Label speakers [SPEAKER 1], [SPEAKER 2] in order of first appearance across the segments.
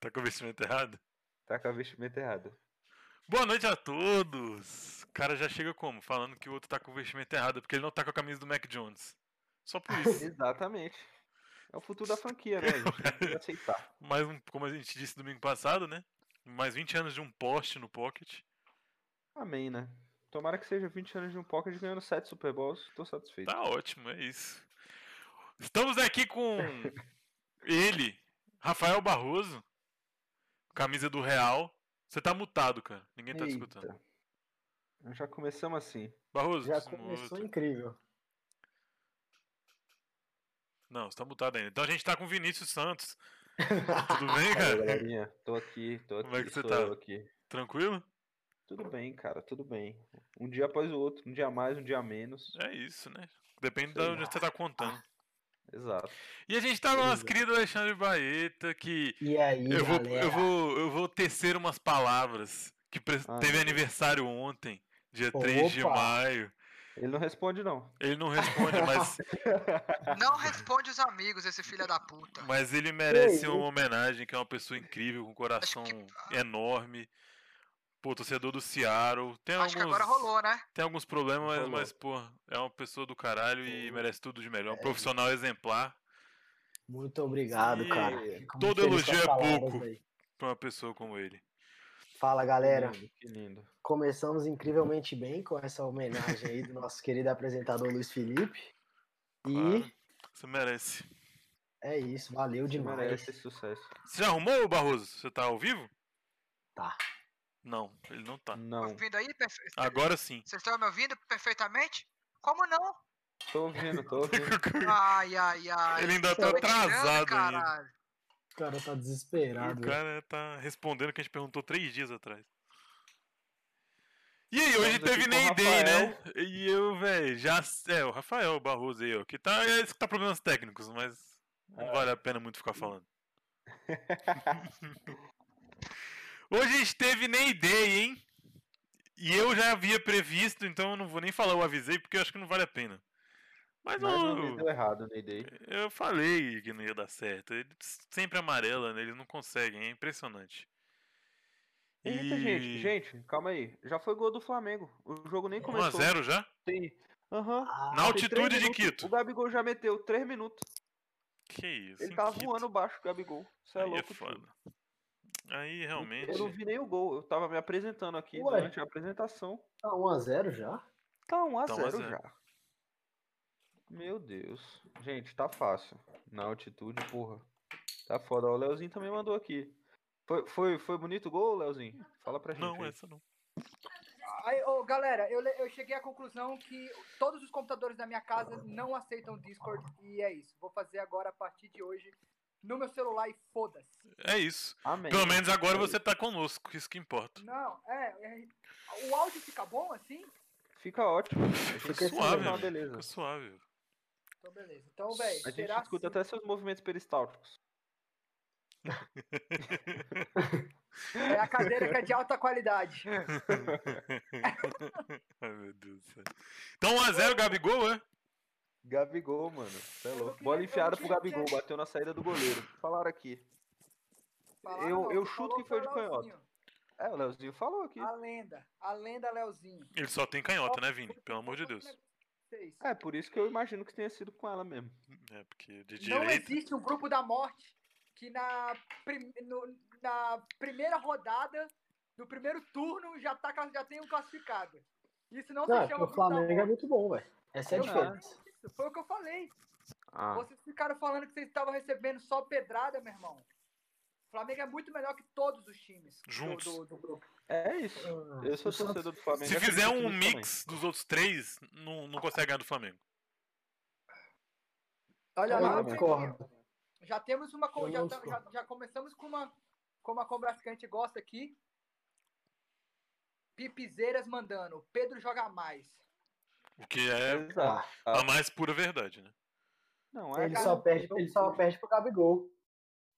[SPEAKER 1] Tá com o vestimento errado?
[SPEAKER 2] Tá com o vestimento errado.
[SPEAKER 1] Boa noite a todos! O cara já chega como? Falando que o outro tá com o vestimento errado, porque ele não tá com a camisa do Mac Jones. Só por isso.
[SPEAKER 2] Exatamente. É o futuro da franquia, né? A gente tem que aceitar.
[SPEAKER 1] Mais um, como a gente disse domingo passado, né? Mais 20 anos de um poste no pocket.
[SPEAKER 2] Amém, né? Tomara que seja 20 anos de um pocket ganhando 7 Super Bowls. Tô satisfeito.
[SPEAKER 1] Tá ótimo, é isso. Estamos aqui com ele, Rafael Barroso, camisa do Real. Você tá mutado, cara. Ninguém tá te escutando.
[SPEAKER 2] Eita. Já começamos assim.
[SPEAKER 1] Barroso,
[SPEAKER 3] Já
[SPEAKER 1] você-
[SPEAKER 3] começou incrível.
[SPEAKER 1] Não, você tá mutado ainda. Então a gente tá com o Vinícius Santos. Tudo bem,
[SPEAKER 2] Fala,
[SPEAKER 1] cara?
[SPEAKER 2] galerinha. Tô aqui, tô aqui.
[SPEAKER 1] Como é que você
[SPEAKER 2] sou
[SPEAKER 1] tá?
[SPEAKER 2] eu aqui.
[SPEAKER 1] Tranquilo?
[SPEAKER 2] Tudo bem, cara, tudo bem. Um dia após o outro, um dia mais, um dia menos.
[SPEAKER 1] É isso, né? Depende de
[SPEAKER 2] Sei
[SPEAKER 1] onde você tá contando.
[SPEAKER 2] Exato.
[SPEAKER 1] E a gente tá com o nosso querido Alexandre Baeta, que
[SPEAKER 3] E aí,
[SPEAKER 1] eu vou,
[SPEAKER 3] galera?
[SPEAKER 1] eu, vou, eu vou tecer umas palavras. Que pre-
[SPEAKER 2] Ah,
[SPEAKER 1] teve
[SPEAKER 2] meu
[SPEAKER 1] aniversário ontem, dia 3 de
[SPEAKER 3] Opa!
[SPEAKER 1] maio.
[SPEAKER 2] Ele não responde, não.
[SPEAKER 1] Ele não responde, mas,
[SPEAKER 4] Não responde os amigos, esse filho da puta.
[SPEAKER 1] mas ele merece
[SPEAKER 3] isso?
[SPEAKER 1] uma homenagem, que é uma pessoa incrível, com um coração enorme. Pô, torcedor do Seattle. Tem
[SPEAKER 4] Acho que
[SPEAKER 1] alguns,
[SPEAKER 4] agora rolou, né?
[SPEAKER 1] Tem alguns problemas, mas,
[SPEAKER 2] Rolou.
[SPEAKER 1] mas, pô, é uma pessoa do caralho e
[SPEAKER 3] Pô,
[SPEAKER 1] merece tudo de melhor. Um profissional exemplar
[SPEAKER 3] Muito obrigado,
[SPEAKER 1] E
[SPEAKER 3] cara. Fico muito
[SPEAKER 1] todo
[SPEAKER 3] feliz
[SPEAKER 1] elogio
[SPEAKER 3] com as
[SPEAKER 1] é
[SPEAKER 3] palavras
[SPEAKER 1] pouco.
[SPEAKER 3] aí.
[SPEAKER 1] pra uma pessoa como ele.
[SPEAKER 3] Fala, galera.
[SPEAKER 1] Hum.
[SPEAKER 2] Que lindo, que lindo.
[SPEAKER 3] Começamos incrivelmente bem com essa homenagem aí do nosso querido apresentador Luiz Felipe.
[SPEAKER 1] Claro.
[SPEAKER 3] E
[SPEAKER 1] Você merece.
[SPEAKER 3] é isso, valeu
[SPEAKER 2] Você
[SPEAKER 3] demais.
[SPEAKER 2] merece esse sucesso.
[SPEAKER 1] Você já arrumou, Barroso? Você tá ao vivo?
[SPEAKER 3] Tá.
[SPEAKER 1] Não, ele não tá.
[SPEAKER 4] Tá
[SPEAKER 2] Não,
[SPEAKER 4] ouvindo aí? Perfe-
[SPEAKER 1] Agora sim.
[SPEAKER 4] Vocês estão me ouvindo perfeitamente? Como não?
[SPEAKER 2] tô ouvindo, tô ouvindo.
[SPEAKER 4] Ai, ai, ai.
[SPEAKER 1] Ele ainda tá
[SPEAKER 4] Tão me
[SPEAKER 5] é
[SPEAKER 4] tirando,
[SPEAKER 1] atrasado ainda.
[SPEAKER 4] caralho.
[SPEAKER 3] O cara tá
[SPEAKER 1] O
[SPEAKER 3] desesperado.
[SPEAKER 1] cara tá respondendo o que a gente perguntou três dias atrás. E aí, hoje
[SPEAKER 2] Estamos aqui
[SPEAKER 1] teve
[SPEAKER 2] com o
[SPEAKER 1] nem day, né? E eu, velho, já. É, o Rafael Barroso aí, ó, que tá. É, tá problemas técnicos, mas não vale a pena muito ficar falando. hoje a gente teve nem day, hein? E eu já havia previsto, então eu não vou nem falar, eu avisei, porque eu acho que não vale a pena. Mas,
[SPEAKER 2] Mais uma
[SPEAKER 1] eu-
[SPEAKER 2] vez deu errado, Neidei.
[SPEAKER 1] eu falei que não ia dar certo. Ele sempre amarela, né? Eles não conseguem, é impressionante.
[SPEAKER 2] Eita, gente, gente, calma aí. Já foi gol do Flamengo. O jogo nem começou.
[SPEAKER 1] 1x0 já?
[SPEAKER 2] Tem... Aham.
[SPEAKER 3] Ah,
[SPEAKER 2] Tem
[SPEAKER 1] Na
[SPEAKER 2] três
[SPEAKER 1] altitude de
[SPEAKER 2] minutos.
[SPEAKER 1] Quito.
[SPEAKER 2] O Gabigol já meteu 3 minutos.
[SPEAKER 1] Que isso,
[SPEAKER 2] Ele
[SPEAKER 1] em
[SPEAKER 2] tava
[SPEAKER 1] Quito?
[SPEAKER 2] voando baixo, Gabigol. Você é
[SPEAKER 1] Aí é
[SPEAKER 2] louco. tio.
[SPEAKER 1] foda. Aí
[SPEAKER 2] Eu não
[SPEAKER 1] realmente.
[SPEAKER 2] vi nem o gol. Eu tava me apresentando aqui
[SPEAKER 3] Ué.
[SPEAKER 2] durante a apresentação.
[SPEAKER 3] tá 1x0 já?
[SPEAKER 2] Tá 1 a
[SPEAKER 1] Tá
[SPEAKER 2] 0
[SPEAKER 1] um a zero.
[SPEAKER 2] já. Meu Deus. Gente, tá fácil. Na altitude, porra. Tá foda. O Leozinho também mandou aqui. Foi, foi, foi bonito o gol, Leozinho? Fala pra gente.
[SPEAKER 1] Não, é
[SPEAKER 2] aí.
[SPEAKER 1] essa não.
[SPEAKER 5] Aí, ô, galera, eu, le- eu cheguei à conclusão que todos os computadores da minha casa não aceitam Discord e é isso. Vou fazer agora a partir de hoje no meu celular e foda-se.
[SPEAKER 1] É isso.
[SPEAKER 2] Amém.
[SPEAKER 1] Pelo menos agora
[SPEAKER 2] É
[SPEAKER 1] você tá conosco, isso que importa.
[SPEAKER 5] Não, é, é, O áudio fica bom assim?
[SPEAKER 2] Fica ótimo.
[SPEAKER 3] Fica
[SPEAKER 1] suave,
[SPEAKER 2] tá uma
[SPEAKER 1] amigo.
[SPEAKER 2] beleza.
[SPEAKER 1] Fica suave.
[SPEAKER 5] Então, beleza. Então, velho,
[SPEAKER 2] A gente
[SPEAKER 5] será
[SPEAKER 2] escuta
[SPEAKER 5] assim?
[SPEAKER 2] até seus movimentos peristálticos.
[SPEAKER 5] É a cadeira que é de alta qualidade.
[SPEAKER 1] Ai, meu Deus do céu. Então 1x0, Gabigol, é?
[SPEAKER 2] Gabigol, mano. Você é
[SPEAKER 5] Eu
[SPEAKER 2] louco.
[SPEAKER 5] queria-
[SPEAKER 2] Bola
[SPEAKER 5] eu
[SPEAKER 2] enfiada pro
[SPEAKER 5] queria-
[SPEAKER 2] Gabigol. Bateu na saída do goleiro. Falaram aqui.
[SPEAKER 5] Falaram,
[SPEAKER 2] Eu-
[SPEAKER 5] não,
[SPEAKER 2] eu
[SPEAKER 5] quem
[SPEAKER 2] chuto
[SPEAKER 5] falou
[SPEAKER 2] que foi de
[SPEAKER 5] o Leozinho.
[SPEAKER 2] É, o Leozinho falou aqui.
[SPEAKER 5] A lenda. A lenda é Leozinho.
[SPEAKER 1] Ele só tem canhota, né, Vini? Pelo amor de Deus.
[SPEAKER 5] Vocês.
[SPEAKER 2] É, por isso que eu imagino que tenha sido com ela mesmo.
[SPEAKER 1] É, porque de
[SPEAKER 5] Não
[SPEAKER 1] direita.
[SPEAKER 5] existe um grupo da morte que na, prim- no- na primeira rodada do primeiro turno já, tá, cla- já tem um classificado. Isso não,
[SPEAKER 3] Não,
[SPEAKER 5] se chama
[SPEAKER 3] o
[SPEAKER 5] grupo tá da
[SPEAKER 3] Flamengo é
[SPEAKER 5] morte.
[SPEAKER 3] muito bom, velho. Essa é a
[SPEAKER 2] Não, não.
[SPEAKER 3] diferença.
[SPEAKER 5] Isso, Foi o que eu falei.
[SPEAKER 2] Ah,
[SPEAKER 5] Vocês ficaram falando que vocês estavam recebendo só pedrada, meu irmão. O Flamengo é muito melhor que todos os times do-
[SPEAKER 1] Juntos.
[SPEAKER 5] do- do grupo.
[SPEAKER 2] é isso. Eu sou torcedor do Flamengo. é
[SPEAKER 1] Se fizer
[SPEAKER 2] acredito
[SPEAKER 1] um
[SPEAKER 2] nisso também.
[SPEAKER 1] mix dos outros três, não, não consegue ganhar do Flamengo.
[SPEAKER 5] Olha
[SPEAKER 3] Eu
[SPEAKER 5] lá,
[SPEAKER 3] não
[SPEAKER 2] Flamengo.
[SPEAKER 3] discordo.
[SPEAKER 5] já temos uma. co-
[SPEAKER 3] Eu
[SPEAKER 5] Já,
[SPEAKER 3] não
[SPEAKER 5] tam- já,
[SPEAKER 3] discordo.
[SPEAKER 5] já começamos com uma, com uma conversa que a gente gosta aqui. Pipizeiras mandando. Pedro joga mais.
[SPEAKER 1] O que é
[SPEAKER 2] Exato.
[SPEAKER 1] a mais pura verdade, né?
[SPEAKER 2] Não, é
[SPEAKER 3] Ele
[SPEAKER 2] cara-
[SPEAKER 3] só perde, ele só perde pro Gabigol.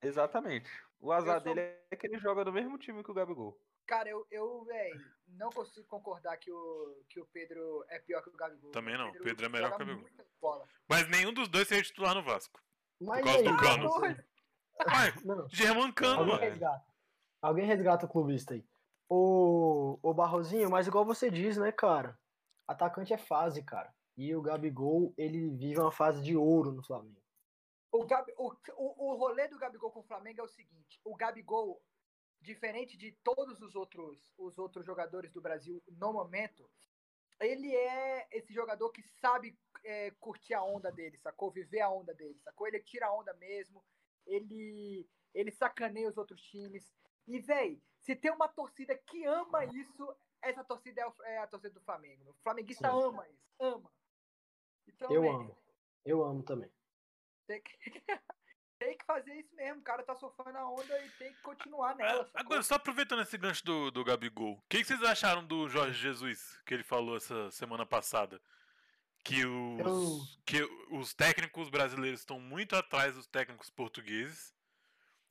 [SPEAKER 2] Exatamente. O azar
[SPEAKER 5] Eu sou-
[SPEAKER 2] dele é que ele joga no mesmo time que o Gabigol.
[SPEAKER 5] Cara, eu, eu véi, não consigo concordar que o, que o Pedro é pior que o Gabigol.
[SPEAKER 1] Também não,
[SPEAKER 5] O
[SPEAKER 1] Pedro é melhor
[SPEAKER 5] joga
[SPEAKER 1] que o Gabigol.
[SPEAKER 5] muita Bola.
[SPEAKER 1] Mas nenhum dos dois seria titular no Vasco.
[SPEAKER 3] Mas
[SPEAKER 1] causa
[SPEAKER 3] aí,
[SPEAKER 1] do
[SPEAKER 3] cara,
[SPEAKER 1] Cano.
[SPEAKER 3] você-
[SPEAKER 1] Ai,
[SPEAKER 3] Não,
[SPEAKER 1] Germancano,
[SPEAKER 3] alguém
[SPEAKER 1] mano.
[SPEAKER 3] resgata. Alguém resgata o clubista aí. Ô, ô Barrozinho, mas igual você diz, né, cara? Atacante é fase, cara. E o Gabigol, ele vive uma fase de ouro no Flamengo.
[SPEAKER 5] O, Gabi, o, o, o rolê do Gabigol com o Flamengo é o seguinte: o Gabigol, diferente de todos os outros, os outros jogadores do Brasil no momento, ele é esse jogador que sabe é, curtir a onda dele, sacou? Viver a onda dele, sacou? Ele tira a onda mesmo, ele, ele sacaneia os outros times. E, véi, se tem uma torcida que ama isso, essa torcida é, o- é a torcida do Flamengo. O flamenguista
[SPEAKER 3] Sim.
[SPEAKER 5] ama isso, ama. Então,
[SPEAKER 3] Eu
[SPEAKER 5] véi,
[SPEAKER 3] amo. Eu amo também.
[SPEAKER 5] tem que, tem que fazer isso mesmo. O cara tá surfando a onda e tem que continuar nela.
[SPEAKER 1] Ah,
[SPEAKER 5] sacou?
[SPEAKER 1] Agora, só aproveitando esse gancho do, do Gabigol, o que, que vocês acharam do Jorge Jesus que ele falou essa semana passada? Que os,
[SPEAKER 3] Eu-
[SPEAKER 1] que os técnicos brasileiros estão muito atrás dos técnicos portugueses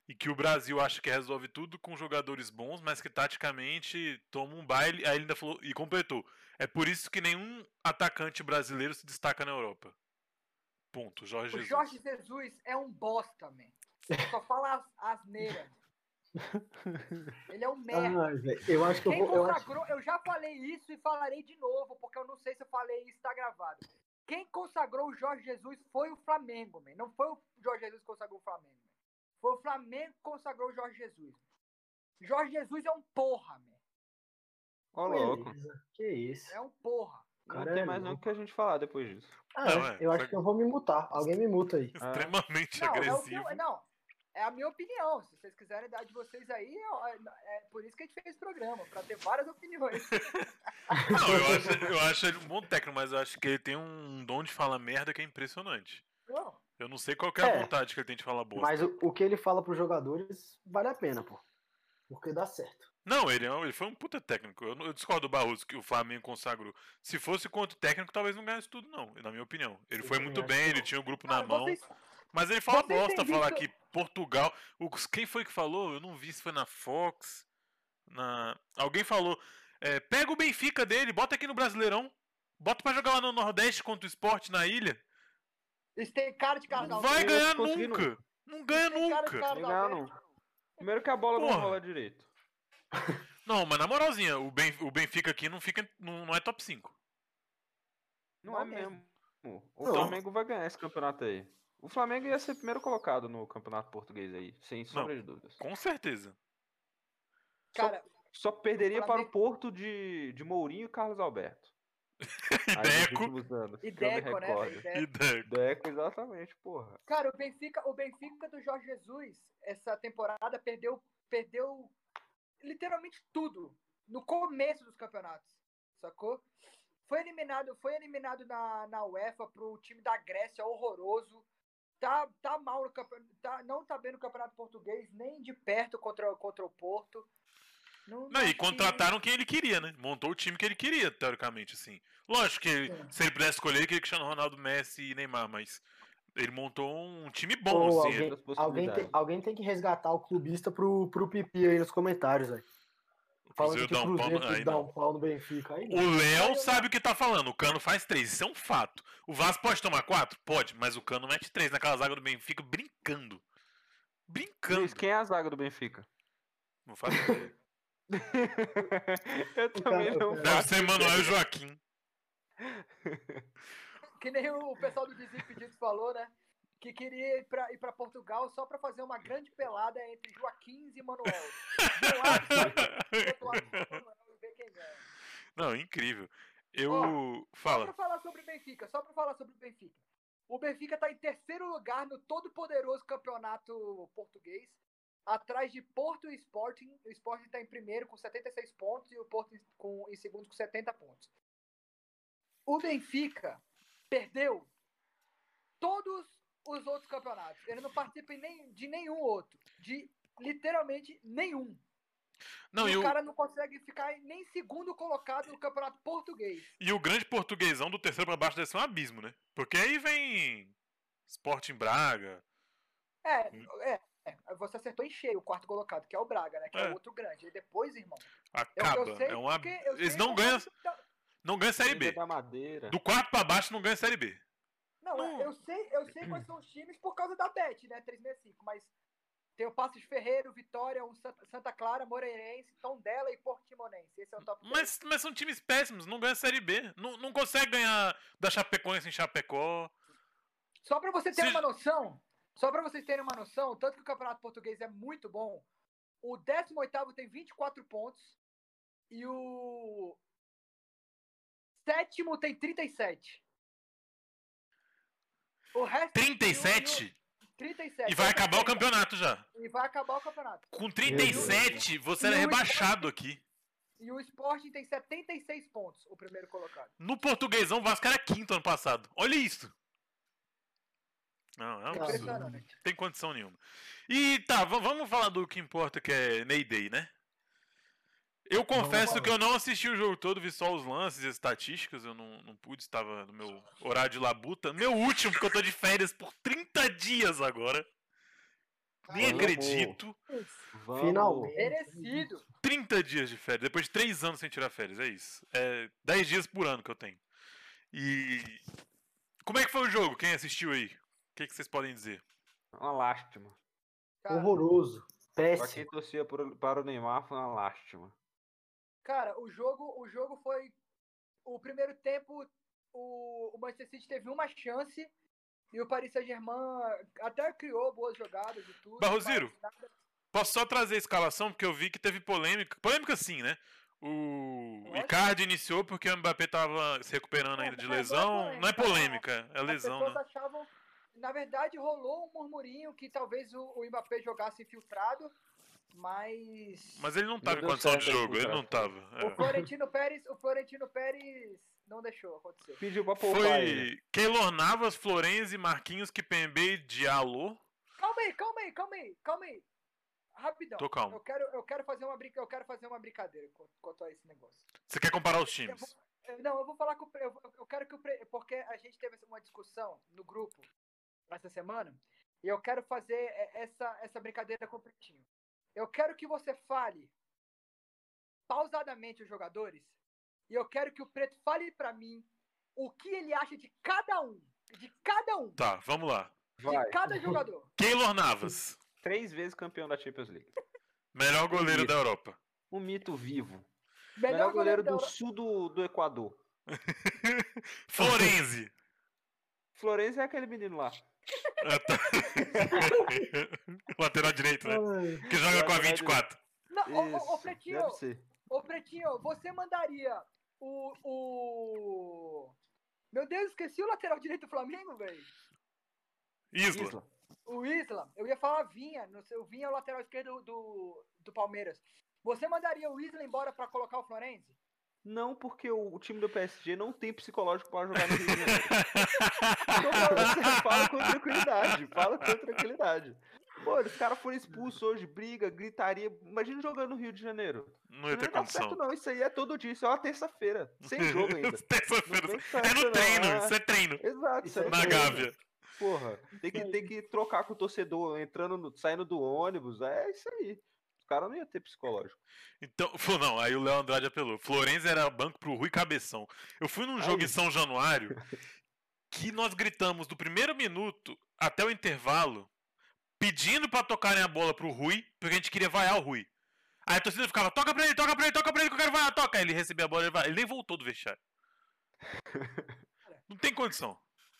[SPEAKER 1] e que o Brasil acha que resolve tudo com jogadores bons, mas que taticamente toma um baile. Aí ele ainda falou e completou: é por isso que nenhum atacante brasileiro se destaca na Europa. Ponto. Jorge
[SPEAKER 5] o
[SPEAKER 1] Jesus.
[SPEAKER 5] Jorge Jesus é um bosta, man. Ele Só fala as, asneira. Ele é um merda.
[SPEAKER 3] Ai, velho, eu acho que Ah, eu
[SPEAKER 5] Quem
[SPEAKER 3] vou. Eu acho,
[SPEAKER 5] consagrou, eu já falei isso e falarei de novo, porque eu não sei se eu falei isso, tá gravado. Quem consagrou o Jorge Jesus foi o Flamengo, man. Não foi o Jorge Jesus que consagrou o Flamengo, man. Foi o Flamengo que consagrou o Jorge Jesus. Jorge Jesus é um porra, man.
[SPEAKER 2] Ó, louco.
[SPEAKER 3] beleza. né? Que isso.
[SPEAKER 5] É um porra.
[SPEAKER 2] Não
[SPEAKER 3] Cara, é
[SPEAKER 2] tem mais nem o
[SPEAKER 3] louco.
[SPEAKER 2] que a gente falar depois disso.
[SPEAKER 3] Ah, é,
[SPEAKER 1] Ah, ué,
[SPEAKER 3] eu acho
[SPEAKER 1] foi-
[SPEAKER 3] que eu vou me mutar. Alguém me muta aí.
[SPEAKER 2] Ah.
[SPEAKER 1] Extremamente
[SPEAKER 5] Não, é o que eu-
[SPEAKER 1] agressivo.
[SPEAKER 5] não, é a minha opinião. Se vocês quiserem dar de vocês aí, ó, é, é por isso que a gente fez esse programa, pra ter várias opiniões.
[SPEAKER 1] Não, eu acho, eu acho ele um bom técnico, mas eu acho que ele tem um dom de falar merda que é impressionante.
[SPEAKER 5] Não,
[SPEAKER 1] Eu não sei qual que é a
[SPEAKER 3] É.
[SPEAKER 1] vontade que ele tem de falar bosta.
[SPEAKER 3] Mas o, o que ele fala pros jogadores vale a pena, pô. Porque dá certo.
[SPEAKER 1] Não, ele, é um- ele foi um puta técnico. Eu, não- eu discordo do Barroso que o Flamengo consagrou. Se fosse contra o técnico, talvez não ganhasse tudo, não, na minha opinião. Ele
[SPEAKER 3] Eu
[SPEAKER 1] foi
[SPEAKER 3] também
[SPEAKER 1] muito
[SPEAKER 3] acho
[SPEAKER 1] bem,
[SPEAKER 3] que
[SPEAKER 1] ele
[SPEAKER 3] não.
[SPEAKER 1] tinha o grupo na
[SPEAKER 5] cara,
[SPEAKER 1] mão.
[SPEAKER 5] Ah, vocês-
[SPEAKER 1] Mas ele fala
[SPEAKER 5] vocês têm
[SPEAKER 1] bosta, falar
[SPEAKER 5] visto-
[SPEAKER 1] que Portugal. o- quem foi que falou? Eu não vi se foi na Fox. Na... Alguém falou. é, pega o Benfica dele, bota aqui no Brasileirão. Bota pra jogar lá no Nordeste contra o esporte na ilha.
[SPEAKER 5] Eles têm cara de
[SPEAKER 1] Não
[SPEAKER 5] carnaval.
[SPEAKER 1] vai
[SPEAKER 2] eu
[SPEAKER 1] ganhar
[SPEAKER 2] consegui
[SPEAKER 1] nunca. Não ganha
[SPEAKER 5] Eles têm cara de
[SPEAKER 3] tá-
[SPEAKER 1] nunca.
[SPEAKER 5] carnaval,
[SPEAKER 2] Não,
[SPEAKER 5] velho.
[SPEAKER 2] Primeiro que a bola não
[SPEAKER 1] Porra.
[SPEAKER 2] rola direito.
[SPEAKER 1] Não, mas na moralzinha, o, Ben- o Benfica aqui não, fica, não, não é top 5.
[SPEAKER 2] Não,
[SPEAKER 5] Não
[SPEAKER 2] é
[SPEAKER 5] mesmo.
[SPEAKER 2] mesmo. O
[SPEAKER 3] Não.
[SPEAKER 2] Flamengo vai ganhar esse campeonato aí. O Flamengo ia ser primeiro colocado no campeonato português aí, sem sombra de dúvidas.
[SPEAKER 1] Com certeza.
[SPEAKER 5] Cara,
[SPEAKER 2] Só perderia
[SPEAKER 5] O
[SPEAKER 2] para o Porto de, de Mourinho e Carlos Alberto.
[SPEAKER 1] E
[SPEAKER 2] Aí nos
[SPEAKER 1] Deco.
[SPEAKER 2] últimos anos,
[SPEAKER 5] e
[SPEAKER 2] ficando
[SPEAKER 5] Deco, né?
[SPEAKER 2] recorde.
[SPEAKER 5] velho?
[SPEAKER 1] E
[SPEAKER 3] É.
[SPEAKER 5] Deco.
[SPEAKER 1] Deco.
[SPEAKER 2] Deco, exatamente, porra.
[SPEAKER 5] Cara, o Benfica, o Benfica do Jorge Jesus, essa temporada, perdeu, perdeu literalmente tudo no começo dos campeonatos, sacou? Foi eliminado, foi eliminado na, na UEFA pro time da Grécia, horroroso. Tá, tá mal no campeonato, tá, não tá bem no campeonato português, nem de perto contra, o- contra o Porto. Não,
[SPEAKER 1] Não,
[SPEAKER 5] acho
[SPEAKER 1] e
[SPEAKER 5] que-
[SPEAKER 1] contrataram quem ele queria, né? Montou o time que ele queria, teoricamente, assim. Lógico que
[SPEAKER 3] É.
[SPEAKER 1] ele- se ele pudesse escolher, ele queria Cristiano Ronaldo, Messi e Neymar, mas ele montou um time bom,
[SPEAKER 3] Ou
[SPEAKER 1] assim.
[SPEAKER 3] alguém,
[SPEAKER 2] outras
[SPEAKER 3] alguém,
[SPEAKER 2] possibilidades.
[SPEAKER 3] tem, alguém tem que resgatar o clubista pro, pro Pipi aí nos comentários, velho.
[SPEAKER 1] O Cruzeiro
[SPEAKER 3] Falando que
[SPEAKER 1] dá um
[SPEAKER 3] o
[SPEAKER 1] pau no-
[SPEAKER 3] Cruzeiro tem
[SPEAKER 1] aí
[SPEAKER 3] que dar
[SPEAKER 1] não.
[SPEAKER 3] um pau no Benfica. Aí, não.
[SPEAKER 1] O Léo sabe o que tá falando. O Cano faz três, isso é um fato. O Vasco pode tomar quatro? Pode, mas o Cano mete três naquela zaga do Benfica brincando. Brincando.
[SPEAKER 2] Luiz, quem é a zaga do Benfica?
[SPEAKER 1] Não faz ideia.
[SPEAKER 5] Então,
[SPEAKER 2] eu também
[SPEAKER 3] cara-
[SPEAKER 2] não
[SPEAKER 3] o cara-
[SPEAKER 1] Deve
[SPEAKER 2] faço.
[SPEAKER 1] ser é Manuel Joaquim.
[SPEAKER 5] Que nem o pessoal do Desimpedidos falou, né? Que queria ir pra, ir pra Portugal só pra fazer uma grande pelada entre Joaquim e Manuel. De um lado, Joaquim, do outro lado, Manuel, e ver quem ganha.
[SPEAKER 1] Não, incrível. Eu.
[SPEAKER 5] Só pra
[SPEAKER 1] Fala.
[SPEAKER 5] falar sobre o Benfica, só pra falar sobre o Benfica. O Benfica tá em terceiro lugar no todo poderoso campeonato português, atrás de Porto e Sporting. O Sporting tá em primeiro com 76 pontos e o Porto em, com- em segundo com 70 pontos. O Benfica perdeu todos os outros campeonatos. Ele não participa em nem- de nenhum outro. De literalmente nenhum.
[SPEAKER 1] Não,
[SPEAKER 5] e
[SPEAKER 1] e
[SPEAKER 5] o
[SPEAKER 1] o,
[SPEAKER 5] cara não consegue ficar em nem segundo colocado no campeonato português.
[SPEAKER 1] e o grande portuguesão do terceiro pra baixo deve ser um abismo, né? Porque aí vem. Sporting Braga.
[SPEAKER 5] É,
[SPEAKER 1] Hum.
[SPEAKER 5] é, é, você acertou em cheio o quarto colocado, que é o Braga, né? Que é,
[SPEAKER 1] É.
[SPEAKER 5] o outro grande. Aí depois, irmão. Eu,
[SPEAKER 1] Acaba.
[SPEAKER 5] eu sei
[SPEAKER 1] é um ab...
[SPEAKER 5] porque eu
[SPEAKER 1] Eles
[SPEAKER 5] sei é
[SPEAKER 1] não
[SPEAKER 5] porque-
[SPEAKER 1] ganham,
[SPEAKER 5] tá-
[SPEAKER 1] não ganham Série
[SPEAKER 2] Ilha
[SPEAKER 1] B.
[SPEAKER 2] da Madeira.
[SPEAKER 1] Do quarto pra baixo não ganha Série B.
[SPEAKER 5] Não, é,
[SPEAKER 1] Não.
[SPEAKER 5] eu sei, eu sei quais são os times por causa da Bet, né? 365, mas Tem o Passos de Ferreira, o Vitória, um Santa Santa Clara, Moreirense, Tondela e Portimonense. Esse é o top três.
[SPEAKER 1] Mas, mas são times péssimos, não ganha a Série B. Não, não consegue ganhar da Chapecoense em Chapecó.
[SPEAKER 5] Só pra vocês terem
[SPEAKER 1] Se-
[SPEAKER 5] uma noção, só pra vocês terem uma noção, tanto que o Campeonato Português é muito bom, o 18º tem 24 pontos e o sétimo tem 37. O resto é um
[SPEAKER 1] 37?
[SPEAKER 5] 37.
[SPEAKER 1] E vai acabar o campeonato já.
[SPEAKER 5] E vai acabar o campeonato.
[SPEAKER 1] Com
[SPEAKER 3] Deus.
[SPEAKER 1] 37, você era
[SPEAKER 5] E o
[SPEAKER 1] rebaixado aqui.
[SPEAKER 5] E o Sporting tem 76 pontos, o primeiro colocado.
[SPEAKER 1] No portuguesão, o Vasco era quinto ano passado. Olha isso. Não, é um
[SPEAKER 3] Cara.
[SPEAKER 1] absurdo.
[SPEAKER 5] Impressionante.
[SPEAKER 1] Não tem condição nenhuma. E tá, va- vamos falar do que importa, que é Ney Day, né? Eu confesso
[SPEAKER 3] falar.
[SPEAKER 1] que eu não assisti o jogo todo, vi só os lances e estatísticas, eu não, não pude, estava no meu horário de labuta. Meu último, porque eu tô de férias por 30 dias agora. Nem
[SPEAKER 2] Caramba.
[SPEAKER 1] acredito.
[SPEAKER 2] Vamos.
[SPEAKER 3] Finalmente.
[SPEAKER 5] Merecido.
[SPEAKER 1] 30 dias de férias, depois de 3 anos sem tirar férias, é isso. É 10 dias por ano que eu tenho. E. Como é que foi o jogo? Quem assistiu aí? O que, que vocês podem dizer?
[SPEAKER 2] Uma lástima.
[SPEAKER 5] Cara,
[SPEAKER 3] Horroroso.
[SPEAKER 2] Pra
[SPEAKER 3] Péssimo.
[SPEAKER 2] quem torcia por- para o Neymar foi uma lástima.
[SPEAKER 5] Cara, o jogo, o jogo foi. O primeiro tempo, o, o Manchester City teve uma chance e o Paris Saint-Germain até criou boas jogadas e tudo.
[SPEAKER 1] Barrosiro.
[SPEAKER 5] mas nada-
[SPEAKER 1] Posso só trazer a escalação, porque eu vi que teve polêmica. Polêmica sim, né? O
[SPEAKER 5] Pode.
[SPEAKER 1] Icardi iniciou porque o Mbappé tava se recuperando
[SPEAKER 5] É,
[SPEAKER 1] ainda de
[SPEAKER 5] não é
[SPEAKER 1] lesão. Não é polêmica,
[SPEAKER 5] polêmica,
[SPEAKER 1] é
[SPEAKER 5] As
[SPEAKER 1] lesão,
[SPEAKER 5] pessoas
[SPEAKER 1] né?
[SPEAKER 5] achavam. Na verdade, rolou um murmurinho que talvez o, o Mbappé jogasse infiltrado, mas.
[SPEAKER 1] Mas ele não tava em
[SPEAKER 2] deu
[SPEAKER 1] condição de
[SPEAKER 2] certo aí,
[SPEAKER 1] jogo, ele não
[SPEAKER 2] cara.
[SPEAKER 1] tava.
[SPEAKER 5] O
[SPEAKER 1] é.
[SPEAKER 5] Florentino Pérez, o Florentino Pérez não deixou acontecer.
[SPEAKER 2] Pediu pra poupar ele.
[SPEAKER 1] Foi Keylor Navas, Florenzi, Marquinhos, Kipembe, Diallo.
[SPEAKER 5] Calma aí, calma aí, calma aí, calma aí. Rapidão.
[SPEAKER 1] Tô calmo.
[SPEAKER 5] Eu quero, eu quero fazer uma brinca, eu quero fazer uma brincadeira co- quanto a esse negócio.
[SPEAKER 1] Você quer comparar os
[SPEAKER 5] Eu
[SPEAKER 1] times?
[SPEAKER 5] vou- eu- Não, eu vou falar com o. pre- Eu, eu quero que o. pre- Porque a gente teve uma discussão no grupo essa semana. E eu quero fazer é, essa, essa brincadeira com o Pretinho. Eu quero que você fale pausadamente os jogadores. E eu quero que o Preto fale pra mim o que ele acha de cada um. De cada um.
[SPEAKER 1] Tá, vamos lá.
[SPEAKER 2] Vai.
[SPEAKER 5] Cada jogador.
[SPEAKER 1] Keylor Navas,
[SPEAKER 2] Três vezes campeão da Champions League.
[SPEAKER 1] melhor goleiro
[SPEAKER 2] Isso.
[SPEAKER 1] da Europa.
[SPEAKER 2] Um mito vivo.
[SPEAKER 5] Melhor,
[SPEAKER 2] Melhor goleiro
[SPEAKER 5] da
[SPEAKER 2] do
[SPEAKER 5] Euro-
[SPEAKER 2] sul do, do Equador.
[SPEAKER 1] Florenzi.
[SPEAKER 2] Florenzi é aquele menino lá.
[SPEAKER 1] Ah, tá. Lateral direito, né?
[SPEAKER 3] Ai,
[SPEAKER 1] Que joga com a
[SPEAKER 2] Lateral
[SPEAKER 1] 24.
[SPEAKER 5] Não, ô, ô, ô,
[SPEAKER 2] Isso,
[SPEAKER 5] Pretinho,
[SPEAKER 2] deve ser.
[SPEAKER 5] Ô, Pretinho, você mandaria o. o... Meu Deus, esqueci o lateral direito do Flamengo, velho.
[SPEAKER 1] Isla.
[SPEAKER 2] Isla.
[SPEAKER 5] O Isla. Eu ia falar Vinha. Não sei, o Vinha é o lateral esquerdo do, do Palmeiras. Você mandaria o Isla embora pra colocar o Florenzi?
[SPEAKER 2] Não porque o, o time do PSG não tem psicológico para jogar no Rio de Janeiro. Então você fala com tranquilidade, fala com tranquilidade. Pô, os caras foram expulsos hoje, briga, gritaria. Imagina jogando no Rio de Janeiro.
[SPEAKER 1] Não ia ter
[SPEAKER 2] não dá certo
[SPEAKER 1] condição.
[SPEAKER 2] não, isso aí é todo dia, isso é uma terça-feira, sem jogo ainda.
[SPEAKER 1] Terça-feira.
[SPEAKER 2] Não tem
[SPEAKER 1] É
[SPEAKER 2] certo,
[SPEAKER 1] no
[SPEAKER 2] não,
[SPEAKER 1] treino,
[SPEAKER 2] é.
[SPEAKER 1] isso é treino.
[SPEAKER 2] Exato, isso é
[SPEAKER 1] Na
[SPEAKER 2] treino.
[SPEAKER 1] Gávea.
[SPEAKER 2] Porra, tem que, tem que trocar com o torcedor, entrando, no- saindo do ônibus, é isso aí. Os caras não iam ter psicológico.
[SPEAKER 1] Então, falou, não, aí o Léo Andrade apelou. Florenzi era banco pro Rui Cabeção. Eu fui num jogo em
[SPEAKER 2] Aí.
[SPEAKER 1] São Januário que nós gritamos do primeiro minuto até o intervalo, pedindo pra tocarem a bola pro Rui, porque a gente queria vaiar o Rui. Aí a torcida ficava, toca pra ele, toca pra ele, toca pra ele, que eu quero vaiar, toca. Aí ele recebia a bola, ele, vai... ele nem voltou do vestiário. Não tem condição.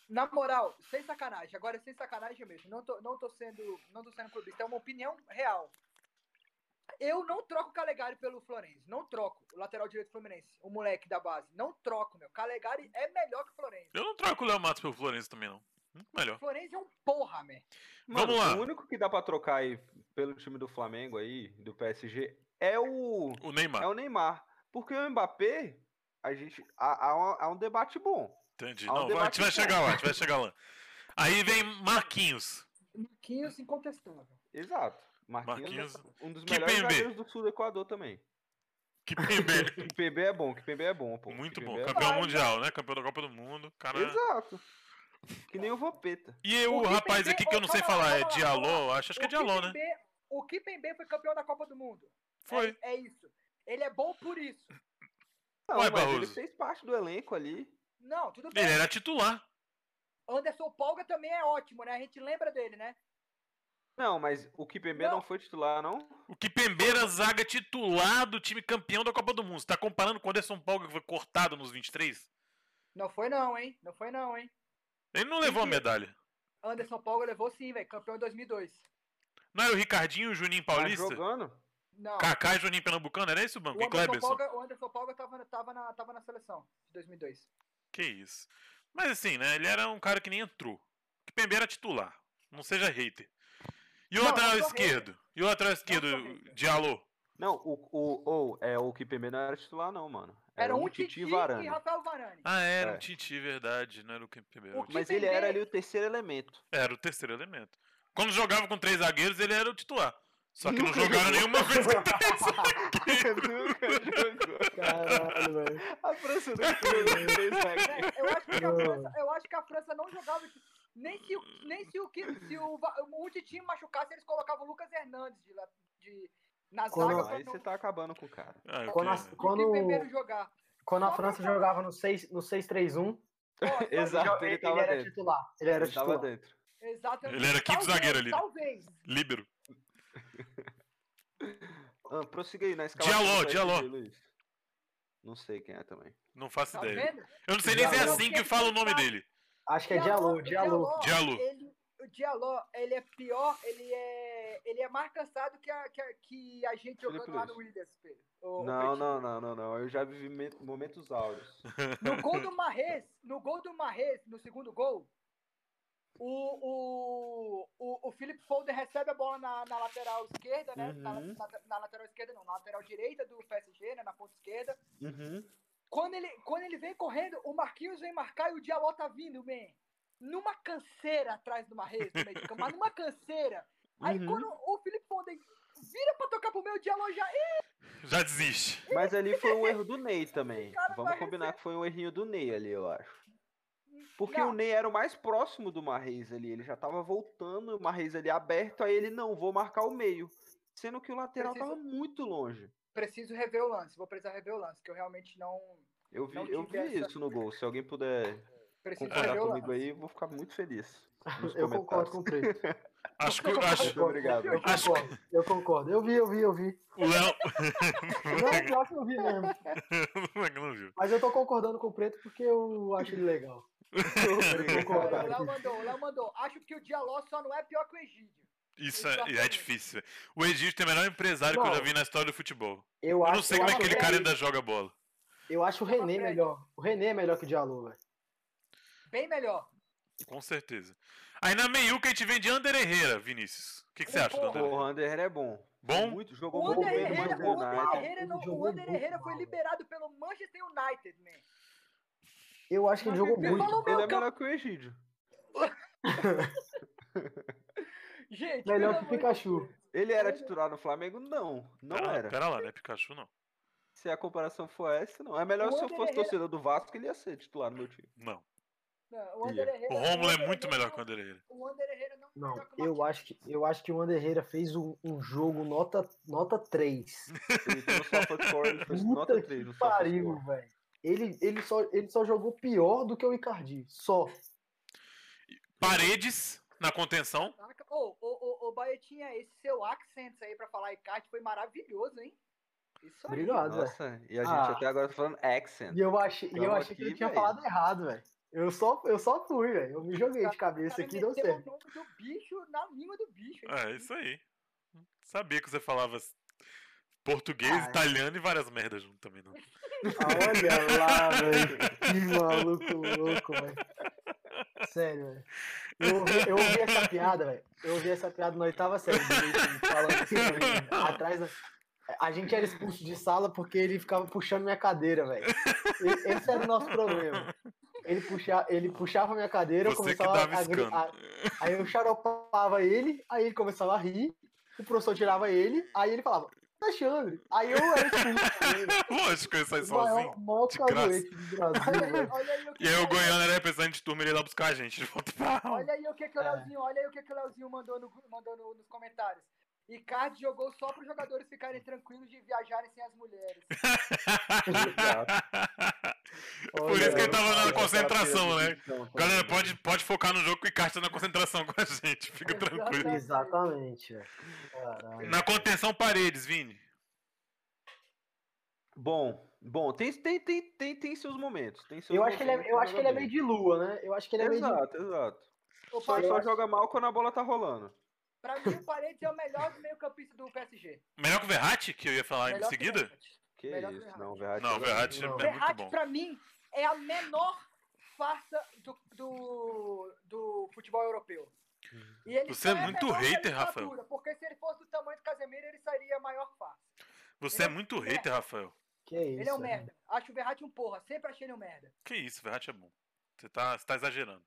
[SPEAKER 5] Na moral, sem sacanagem. Agora, é sem sacanagem mesmo. Não tô, não tô sendo. Não tô sendo clubista. É uma opinião real. Eu não troco o Calegari pelo Florenzi. Não troco. O lateral direito do Fluminense. O moleque da base. Não troco, meu. Calegari é melhor que o Florenzi.
[SPEAKER 1] Eu não troco o Léo Matos pelo Florenzi também, não. Muito melhor.
[SPEAKER 5] Florenzi é um porra, man.
[SPEAKER 1] Vamos lá.
[SPEAKER 2] O único que dá pra trocar aí pelo time do Flamengo aí, do PSG, é o
[SPEAKER 1] O Neymar,
[SPEAKER 2] é o Neymar. Porque o Mbappé, a gente há, há um- há um debate bom.
[SPEAKER 1] entendi.
[SPEAKER 2] há um
[SPEAKER 1] Não, vai- a gente
[SPEAKER 2] debate
[SPEAKER 1] vai
[SPEAKER 2] interno.
[SPEAKER 1] chegar lá, a gente vai chegar lá. Aí vem Marquinhos. É.
[SPEAKER 5] Marquinhos incontestável.
[SPEAKER 2] Exato. Marquinhos, é um dos
[SPEAKER 1] Que
[SPEAKER 2] melhores
[SPEAKER 1] PMB?
[SPEAKER 2] zagueiros do sul do Equador também.
[SPEAKER 1] Que PB.
[SPEAKER 2] Que PB é bom, que PB é bom, pô.
[SPEAKER 1] Muito
[SPEAKER 2] Que
[SPEAKER 1] bom.
[SPEAKER 2] PB é
[SPEAKER 1] Campeão né?
[SPEAKER 5] Vai,
[SPEAKER 1] mundial, né? Campeão da Copa do Mundo. Cara...
[SPEAKER 2] Exato. Que nem o Vampeta.
[SPEAKER 1] E eu, o
[SPEAKER 5] O Kimpembe-
[SPEAKER 1] rapaz aqui que eu não sei
[SPEAKER 5] Ô, calma lá,
[SPEAKER 1] falar, é
[SPEAKER 5] calma lá,
[SPEAKER 1] Diallo, acho, acho que é
[SPEAKER 5] O
[SPEAKER 1] Diallo, né?
[SPEAKER 5] Kimpembe- O Kipembe foi campeão da Copa do Mundo.
[SPEAKER 1] Foi.
[SPEAKER 5] É, é isso. Ele é bom por isso.
[SPEAKER 2] Não,
[SPEAKER 1] Ué,
[SPEAKER 2] mas ele
[SPEAKER 1] Barroso.
[SPEAKER 2] fez parte do elenco ali.
[SPEAKER 5] Não, tudo bem.
[SPEAKER 1] Ele era titular.
[SPEAKER 5] Anderson Polga também é ótimo, né? A gente lembra dele, né?
[SPEAKER 2] Não, mas o Kipembe
[SPEAKER 5] Não.
[SPEAKER 2] não. foi titular, não?
[SPEAKER 1] O que Pembeira zaga titular do time campeão da Copa do Mundo. Você tá comparando com o Anderson Paulo que foi cortado nos 23?
[SPEAKER 5] Não foi não, hein? Não foi não, hein?
[SPEAKER 1] Ele não levou a
[SPEAKER 5] que-
[SPEAKER 1] medalha.
[SPEAKER 5] Anderson Paulo levou sim, velho. Campeão em 2002.
[SPEAKER 1] Não era o Ricardinho e o Juninho
[SPEAKER 2] Tá
[SPEAKER 1] Paulista?
[SPEAKER 2] jogando?
[SPEAKER 5] Não.
[SPEAKER 1] Kaká e Juninho Pernambucano? Era esse o banco?
[SPEAKER 5] O
[SPEAKER 1] E
[SPEAKER 5] Anderson,
[SPEAKER 1] Kleberson?
[SPEAKER 5] Polga, o Anderson Polga tava, tava, na, tava na seleção de 2002.
[SPEAKER 1] Que isso. Mas assim, né? Ele era um cara que nem entrou. Que Pembeira era titular. Não seja hater. E o
[SPEAKER 5] Não,
[SPEAKER 1] lateral
[SPEAKER 5] não sou
[SPEAKER 1] esquerdo? E o lateral
[SPEAKER 5] sou
[SPEAKER 1] esquerdo,
[SPEAKER 5] hater.
[SPEAKER 1] Diallo?
[SPEAKER 2] Não, o, o, ou, é, o Kipembe não era titular, não, mano.
[SPEAKER 5] Era um
[SPEAKER 2] Titi
[SPEAKER 5] Titi e
[SPEAKER 2] Varane.
[SPEAKER 5] Rafael Varane.
[SPEAKER 1] Ah, era
[SPEAKER 2] É.
[SPEAKER 1] um Titi, verdade. Não era o Pembeira.
[SPEAKER 5] O
[SPEAKER 1] era o-
[SPEAKER 2] Mas ele
[SPEAKER 5] Kipembe-
[SPEAKER 2] era ali o terceiro elemento.
[SPEAKER 1] Era o terceiro elemento. Quando jogava com três zagueiros, ele era o titular. Só que não
[SPEAKER 2] Nunca
[SPEAKER 1] jogaram
[SPEAKER 2] jogou.
[SPEAKER 1] nenhuma vez com
[SPEAKER 2] Nunca jogou.
[SPEAKER 3] Caralho, velho.
[SPEAKER 2] A França nunca jogou com três zagueiros.
[SPEAKER 5] Né? Eu, acho que a França, eu acho que a França não jogava. Nem se, o- nem se o que se o, Va- o Titi machucasse, eles colocavam o Lucas Hernandes de, lá- de, na
[SPEAKER 3] Quando-
[SPEAKER 5] zaga
[SPEAKER 2] Não,
[SPEAKER 5] pra
[SPEAKER 2] aí
[SPEAKER 5] não
[SPEAKER 2] você tá acabando com o cara.
[SPEAKER 1] Ah, eu
[SPEAKER 3] Quando, a,
[SPEAKER 1] queria-
[SPEAKER 5] o primeiro
[SPEAKER 3] quando,
[SPEAKER 5] jogar.
[SPEAKER 3] quando a França jogava no 6 no 6-3-1,
[SPEAKER 5] Ó, só-
[SPEAKER 2] Exato,
[SPEAKER 3] ele,
[SPEAKER 2] ele tava
[SPEAKER 3] era
[SPEAKER 2] dentro.
[SPEAKER 3] titular. Ele era
[SPEAKER 2] Ele tava
[SPEAKER 3] titular.
[SPEAKER 2] dentro.
[SPEAKER 5] Exatamente.
[SPEAKER 1] Ele era quinto
[SPEAKER 5] Talvez,
[SPEAKER 1] zagueiro ali, né?
[SPEAKER 5] Talvez.
[SPEAKER 1] Líbero.
[SPEAKER 2] Ah, prossiga aí na escalação.
[SPEAKER 1] Diallo,
[SPEAKER 2] pra
[SPEAKER 1] Diallo.
[SPEAKER 2] ele, Luiz. Não sei quem é também.
[SPEAKER 1] Não faço
[SPEAKER 5] Tá
[SPEAKER 1] ideia.
[SPEAKER 5] vendo?
[SPEAKER 1] Eu não sei nem se é
[SPEAKER 3] Diallo.
[SPEAKER 1] assim que fala o nome dele.
[SPEAKER 3] Acho que é Diallo,
[SPEAKER 5] o
[SPEAKER 3] Diallo.
[SPEAKER 1] Diallo.
[SPEAKER 5] Ele, o Diallo, ele é pior, ele é, ele é mais cansado que a, que a, que a gente
[SPEAKER 2] Felipe
[SPEAKER 5] jogando lá
[SPEAKER 2] Luiz.
[SPEAKER 5] no Williams, Pedro. Ô, ô,
[SPEAKER 2] Não,
[SPEAKER 5] Pretinho.
[SPEAKER 2] não, não, não, não. Eu já vivi me- momentos áureos.
[SPEAKER 5] No gol do Marrez, no gol do Marrez, no segundo gol, o, o, o, o Philip Folder recebe a bola na, na lateral esquerda, né? Na,
[SPEAKER 2] Uhum.
[SPEAKER 5] na- na lateral esquerda, não, na lateral direita do PSG, né? Na ponta esquerda.
[SPEAKER 2] Uhum.
[SPEAKER 5] Quando ele, quando ele vem correndo, o Marquinhos vem marcar e o Diallo tá vindo, man. Numa canseira atrás do Marrez, no meio de campo, mas numa canseira. Aí
[SPEAKER 2] Uhum.
[SPEAKER 5] quando o Philip Foden vira pra tocar pro meio, o Diallo já
[SPEAKER 1] Já desiste.
[SPEAKER 2] Mas ali foi um erro do Ney também.
[SPEAKER 5] cara
[SPEAKER 2] Vamos
[SPEAKER 5] vai
[SPEAKER 2] combinar que foi um errinho do Ney ali, eu acho. Porque
[SPEAKER 5] Não.
[SPEAKER 2] o Ney era o mais próximo do Marreis ali. Ele já tava voltando, o Marreis ali aberto. Aí ele, não, vou marcar o meio. Sendo que o lateral
[SPEAKER 5] Precisa-
[SPEAKER 2] tava muito longe.
[SPEAKER 5] preciso rever o lance, vou precisar rever o lance, que eu realmente não
[SPEAKER 2] Eu vi,
[SPEAKER 5] Não
[SPEAKER 2] eu vi
[SPEAKER 5] tive essa-
[SPEAKER 2] isso no gol. Se alguém puder
[SPEAKER 5] preciso
[SPEAKER 2] concordar
[SPEAKER 5] rever o lance.
[SPEAKER 2] comigo aí, eu vou ficar muito feliz. nos
[SPEAKER 3] Eu
[SPEAKER 2] comentários.
[SPEAKER 3] concordo com o Preto.
[SPEAKER 1] Acho que, acho,
[SPEAKER 2] Muito obrigado.
[SPEAKER 3] Eu
[SPEAKER 1] Acho
[SPEAKER 3] concordo, eu concordo. Eu vi, eu vi, eu vi.
[SPEAKER 1] o Léo.
[SPEAKER 3] Não, pior que eu vi mesmo.
[SPEAKER 1] Como é que não viu?
[SPEAKER 3] Mas eu tô concordando com o Preto porque eu acho ele legal. Eu
[SPEAKER 5] Olha,
[SPEAKER 3] concordo.
[SPEAKER 5] O Léo mandou, o Léo mandou. Acho que o Dialó só não é pior que o Egídio.
[SPEAKER 1] Isso é, é difícil, velho. O Egito é o melhor empresário que eu já vi na história do futebol.
[SPEAKER 3] Eu,
[SPEAKER 1] Eu
[SPEAKER 3] acho,
[SPEAKER 1] não sei
[SPEAKER 3] eu
[SPEAKER 1] como é
[SPEAKER 3] acho
[SPEAKER 1] que aquele
[SPEAKER 3] o
[SPEAKER 1] cara
[SPEAKER 3] René-
[SPEAKER 1] ainda joga bola.
[SPEAKER 3] Eu acho o René melhor. O René é melhor que o Diallo, velho.
[SPEAKER 5] Bem melhor.
[SPEAKER 1] Com certeza. Aí na meiuca a gente vem de Ander Herrera, Vinícius. O que, que você acha do
[SPEAKER 5] Pô,
[SPEAKER 1] Ander
[SPEAKER 2] Pô,
[SPEAKER 1] Herrera?
[SPEAKER 2] o Ander é bom.
[SPEAKER 1] Bom?
[SPEAKER 2] Muito, jogou
[SPEAKER 5] O é
[SPEAKER 2] muito
[SPEAKER 5] Ander
[SPEAKER 2] bem no
[SPEAKER 5] Herrera,
[SPEAKER 2] Manchester
[SPEAKER 5] o Ander
[SPEAKER 2] United.
[SPEAKER 5] Herrera, não-
[SPEAKER 3] Jogou
[SPEAKER 5] o Ander
[SPEAKER 3] é muito
[SPEAKER 5] Herrera
[SPEAKER 3] mal,
[SPEAKER 5] foi
[SPEAKER 3] velho.
[SPEAKER 5] liberado pelo Manchester United, man.
[SPEAKER 3] Eu acho que ele
[SPEAKER 5] Mas
[SPEAKER 3] jogou
[SPEAKER 5] ele fez
[SPEAKER 3] muito.
[SPEAKER 5] mal.
[SPEAKER 2] Ele
[SPEAKER 5] Meu
[SPEAKER 2] é
[SPEAKER 5] campo-
[SPEAKER 2] melhor que o Egídio.
[SPEAKER 5] Gente,
[SPEAKER 3] Melhor
[SPEAKER 5] pelo
[SPEAKER 3] que o
[SPEAKER 5] amor de
[SPEAKER 3] Pikachu.
[SPEAKER 5] Deus.
[SPEAKER 2] Ele era
[SPEAKER 5] Ele-
[SPEAKER 2] titular no Flamengo? Não, não
[SPEAKER 1] pera,
[SPEAKER 2] era.
[SPEAKER 1] pera lá, não é Pikachu, não.
[SPEAKER 2] Se a comparação for essa, não. É melhor
[SPEAKER 5] O
[SPEAKER 2] se eu
[SPEAKER 5] Ander
[SPEAKER 2] fosse
[SPEAKER 5] Herrera-
[SPEAKER 2] torcedor do Vasco, ele ia ser titular no meu time.
[SPEAKER 1] Não.
[SPEAKER 5] Não, o Ander
[SPEAKER 1] O
[SPEAKER 5] Herrera-
[SPEAKER 1] Rômulo é
[SPEAKER 5] Ander
[SPEAKER 1] muito
[SPEAKER 5] Herrera
[SPEAKER 1] melhor que o
[SPEAKER 5] não-
[SPEAKER 1] Ander Herrera.
[SPEAKER 5] O Ander Herrera não é
[SPEAKER 3] Não,
[SPEAKER 5] melhor que o
[SPEAKER 3] eu
[SPEAKER 5] Marquinhos.
[SPEAKER 3] acho que, eu acho que o Ander Herrera fez um, um jogo nota, nota 3.
[SPEAKER 2] Ele entrou no SofaScore, ele fez
[SPEAKER 3] Puta
[SPEAKER 2] nota
[SPEAKER 3] que
[SPEAKER 2] 3 no
[SPEAKER 3] Pariu,
[SPEAKER 2] SofaScore.
[SPEAKER 3] velho. Ele, ele, só, ele só jogou pior do que o Icardi. Só.
[SPEAKER 1] Paredes na contenção.
[SPEAKER 5] Saca? Ô, ô, ô, ô, Baetinha, esse seu accent aí pra falar Icate foi maravilhoso, hein? Isso aí.
[SPEAKER 3] Obrigado, velho.
[SPEAKER 2] Nossa, e a gente
[SPEAKER 3] Ah.
[SPEAKER 2] até agora tá falando accent.
[SPEAKER 3] tá E eu achei, e eu
[SPEAKER 2] Tamo
[SPEAKER 3] achei que ele
[SPEAKER 2] aqui,
[SPEAKER 3] tinha
[SPEAKER 2] velho.
[SPEAKER 3] falado errado, velho. Eu só, eu só fui, velho. Eu me joguei de cabeça
[SPEAKER 5] cara
[SPEAKER 3] aqui e deu
[SPEAKER 5] meteu
[SPEAKER 3] certo.
[SPEAKER 5] o nome do bicho na língua do bicho. hein?
[SPEAKER 1] É, isso aí. Sabia que você falava português,
[SPEAKER 3] Ah, é.
[SPEAKER 1] italiano e várias merdas junto também, não.
[SPEAKER 3] Ah, Olha lá, velho. Que maluco louco, velho. Sério, velho. Eu, ouvi- eu ouvi essa piada, velho. Eu ouvi essa piada na oitava série. do Leite, Falando assim, velho, atrás da... A gente era expulso de sala porque ele ficava puxando minha cadeira, velho. E- Esse era o nosso problema. Ele, puxa, ele puxava minha cadeira, eu
[SPEAKER 1] Você que
[SPEAKER 3] começava
[SPEAKER 1] dava
[SPEAKER 3] a, gri- a,
[SPEAKER 1] escândalo.
[SPEAKER 3] Aí eu xaropava ele, aí ele começava a rir, o professor tirava ele, aí ele falava, Alexandre. Aí eu era expulso. também, velho.
[SPEAKER 1] Lógico que eu ia sair
[SPEAKER 3] O maior,
[SPEAKER 1] sozinho.
[SPEAKER 3] o maior
[SPEAKER 1] de graça.
[SPEAKER 3] cazoete do Brasil,
[SPEAKER 5] Olha aí,
[SPEAKER 3] velho.
[SPEAKER 5] olha aí o que
[SPEAKER 1] É, E aí o
[SPEAKER 5] que-
[SPEAKER 1] Goiano era representante de turma, ele ia lá buscar a gente de volta pra aula.
[SPEAKER 5] Olha aí o que, que o
[SPEAKER 3] É.
[SPEAKER 5] Leozinho, olha aí o que, que o Leozinho mandou, no, mandou no- nos comentários. Icardi jogou só para os jogadores ficarem tranquilos de viajarem sem as mulheres.
[SPEAKER 2] Exato.
[SPEAKER 1] Por isso que ele tava na
[SPEAKER 2] Olha,
[SPEAKER 1] concentração, né?
[SPEAKER 3] Então, tá
[SPEAKER 1] Galera,
[SPEAKER 3] vendo?
[SPEAKER 1] pode, pode focar no jogo que o Icardi tá na concentração com a gente. Fica tranquilo.
[SPEAKER 3] Exatamente. velho. Caralho.
[SPEAKER 1] Na contenção paredes, Vini.
[SPEAKER 2] Bom, bom, tem, tem, tem, tem, tem seus momentos. Tem seus
[SPEAKER 3] Eu acho que ele é,
[SPEAKER 2] momentos
[SPEAKER 3] eu acho que ele é meio
[SPEAKER 2] jogador.
[SPEAKER 3] de lua, né? Eu acho que ele é meio de
[SPEAKER 2] Exato, exato.
[SPEAKER 5] Ô,
[SPEAKER 2] Só,
[SPEAKER 5] Paredes,
[SPEAKER 2] só joga mal quando a bola tá rolando.
[SPEAKER 5] Pra mim, o Paredes é o melhor meio-campista do PSG.
[SPEAKER 1] Melhor que o Verratti, que eu ia falar Ah, em
[SPEAKER 5] Melhor que o
[SPEAKER 1] seguida?
[SPEAKER 5] Verratti.
[SPEAKER 2] Que
[SPEAKER 5] Melhor que o
[SPEAKER 2] isso,
[SPEAKER 5] Verratti.
[SPEAKER 2] não, o tá- Verratti.
[SPEAKER 1] Não, o
[SPEAKER 2] joga
[SPEAKER 1] Verratti é
[SPEAKER 3] Não.
[SPEAKER 1] muito
[SPEAKER 5] Verratti,
[SPEAKER 1] bom.
[SPEAKER 5] pra mim, é a menor farsa do, do, do futebol europeu. E ele
[SPEAKER 1] Você é
[SPEAKER 5] só a
[SPEAKER 1] muito
[SPEAKER 5] menor
[SPEAKER 1] hater,
[SPEAKER 5] caricatura,
[SPEAKER 1] Rafael.
[SPEAKER 5] Porque se ele fosse do tamanho do Casemiro, ele seria a maior farsa.
[SPEAKER 1] Você é muito hater, Rafael.
[SPEAKER 3] Que isso.
[SPEAKER 5] Ele é um
[SPEAKER 3] velho.
[SPEAKER 5] merda. Acho o Verratti um porra. Sempre achei ele um merda.
[SPEAKER 1] Que isso, o Verratti é bom. Você tá, você tá exagerando.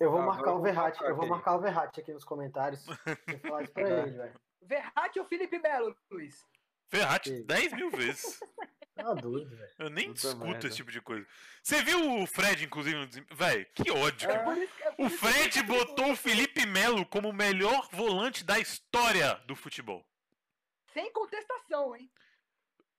[SPEAKER 3] Eu vou
[SPEAKER 2] Ah,
[SPEAKER 3] marcar
[SPEAKER 2] agora
[SPEAKER 3] o
[SPEAKER 2] eu vou
[SPEAKER 3] Verratti,
[SPEAKER 2] marcar
[SPEAKER 3] eu vou
[SPEAKER 2] aqui.
[SPEAKER 3] marcar o Verratti aqui nos comentários. Vou falar isso pra ele, velho.
[SPEAKER 5] Verratti ou Felipe Melo, Luiz?
[SPEAKER 1] Verratti,
[SPEAKER 3] Que-
[SPEAKER 1] 10 mil vezes.
[SPEAKER 3] Tá doido, velho.
[SPEAKER 1] Eu nem
[SPEAKER 2] Puta
[SPEAKER 1] discuto
[SPEAKER 2] merda.
[SPEAKER 1] esse tipo de coisa. Você viu o Fred, inclusive, no desem... Véi, que ódio.
[SPEAKER 5] É
[SPEAKER 1] cara.
[SPEAKER 5] por isso que- é por
[SPEAKER 1] O
[SPEAKER 5] isso que eu
[SPEAKER 1] Fred
[SPEAKER 5] fico
[SPEAKER 1] botou o Felipe Melo como o melhor volante da história do futebol.
[SPEAKER 5] Sem contestação, hein?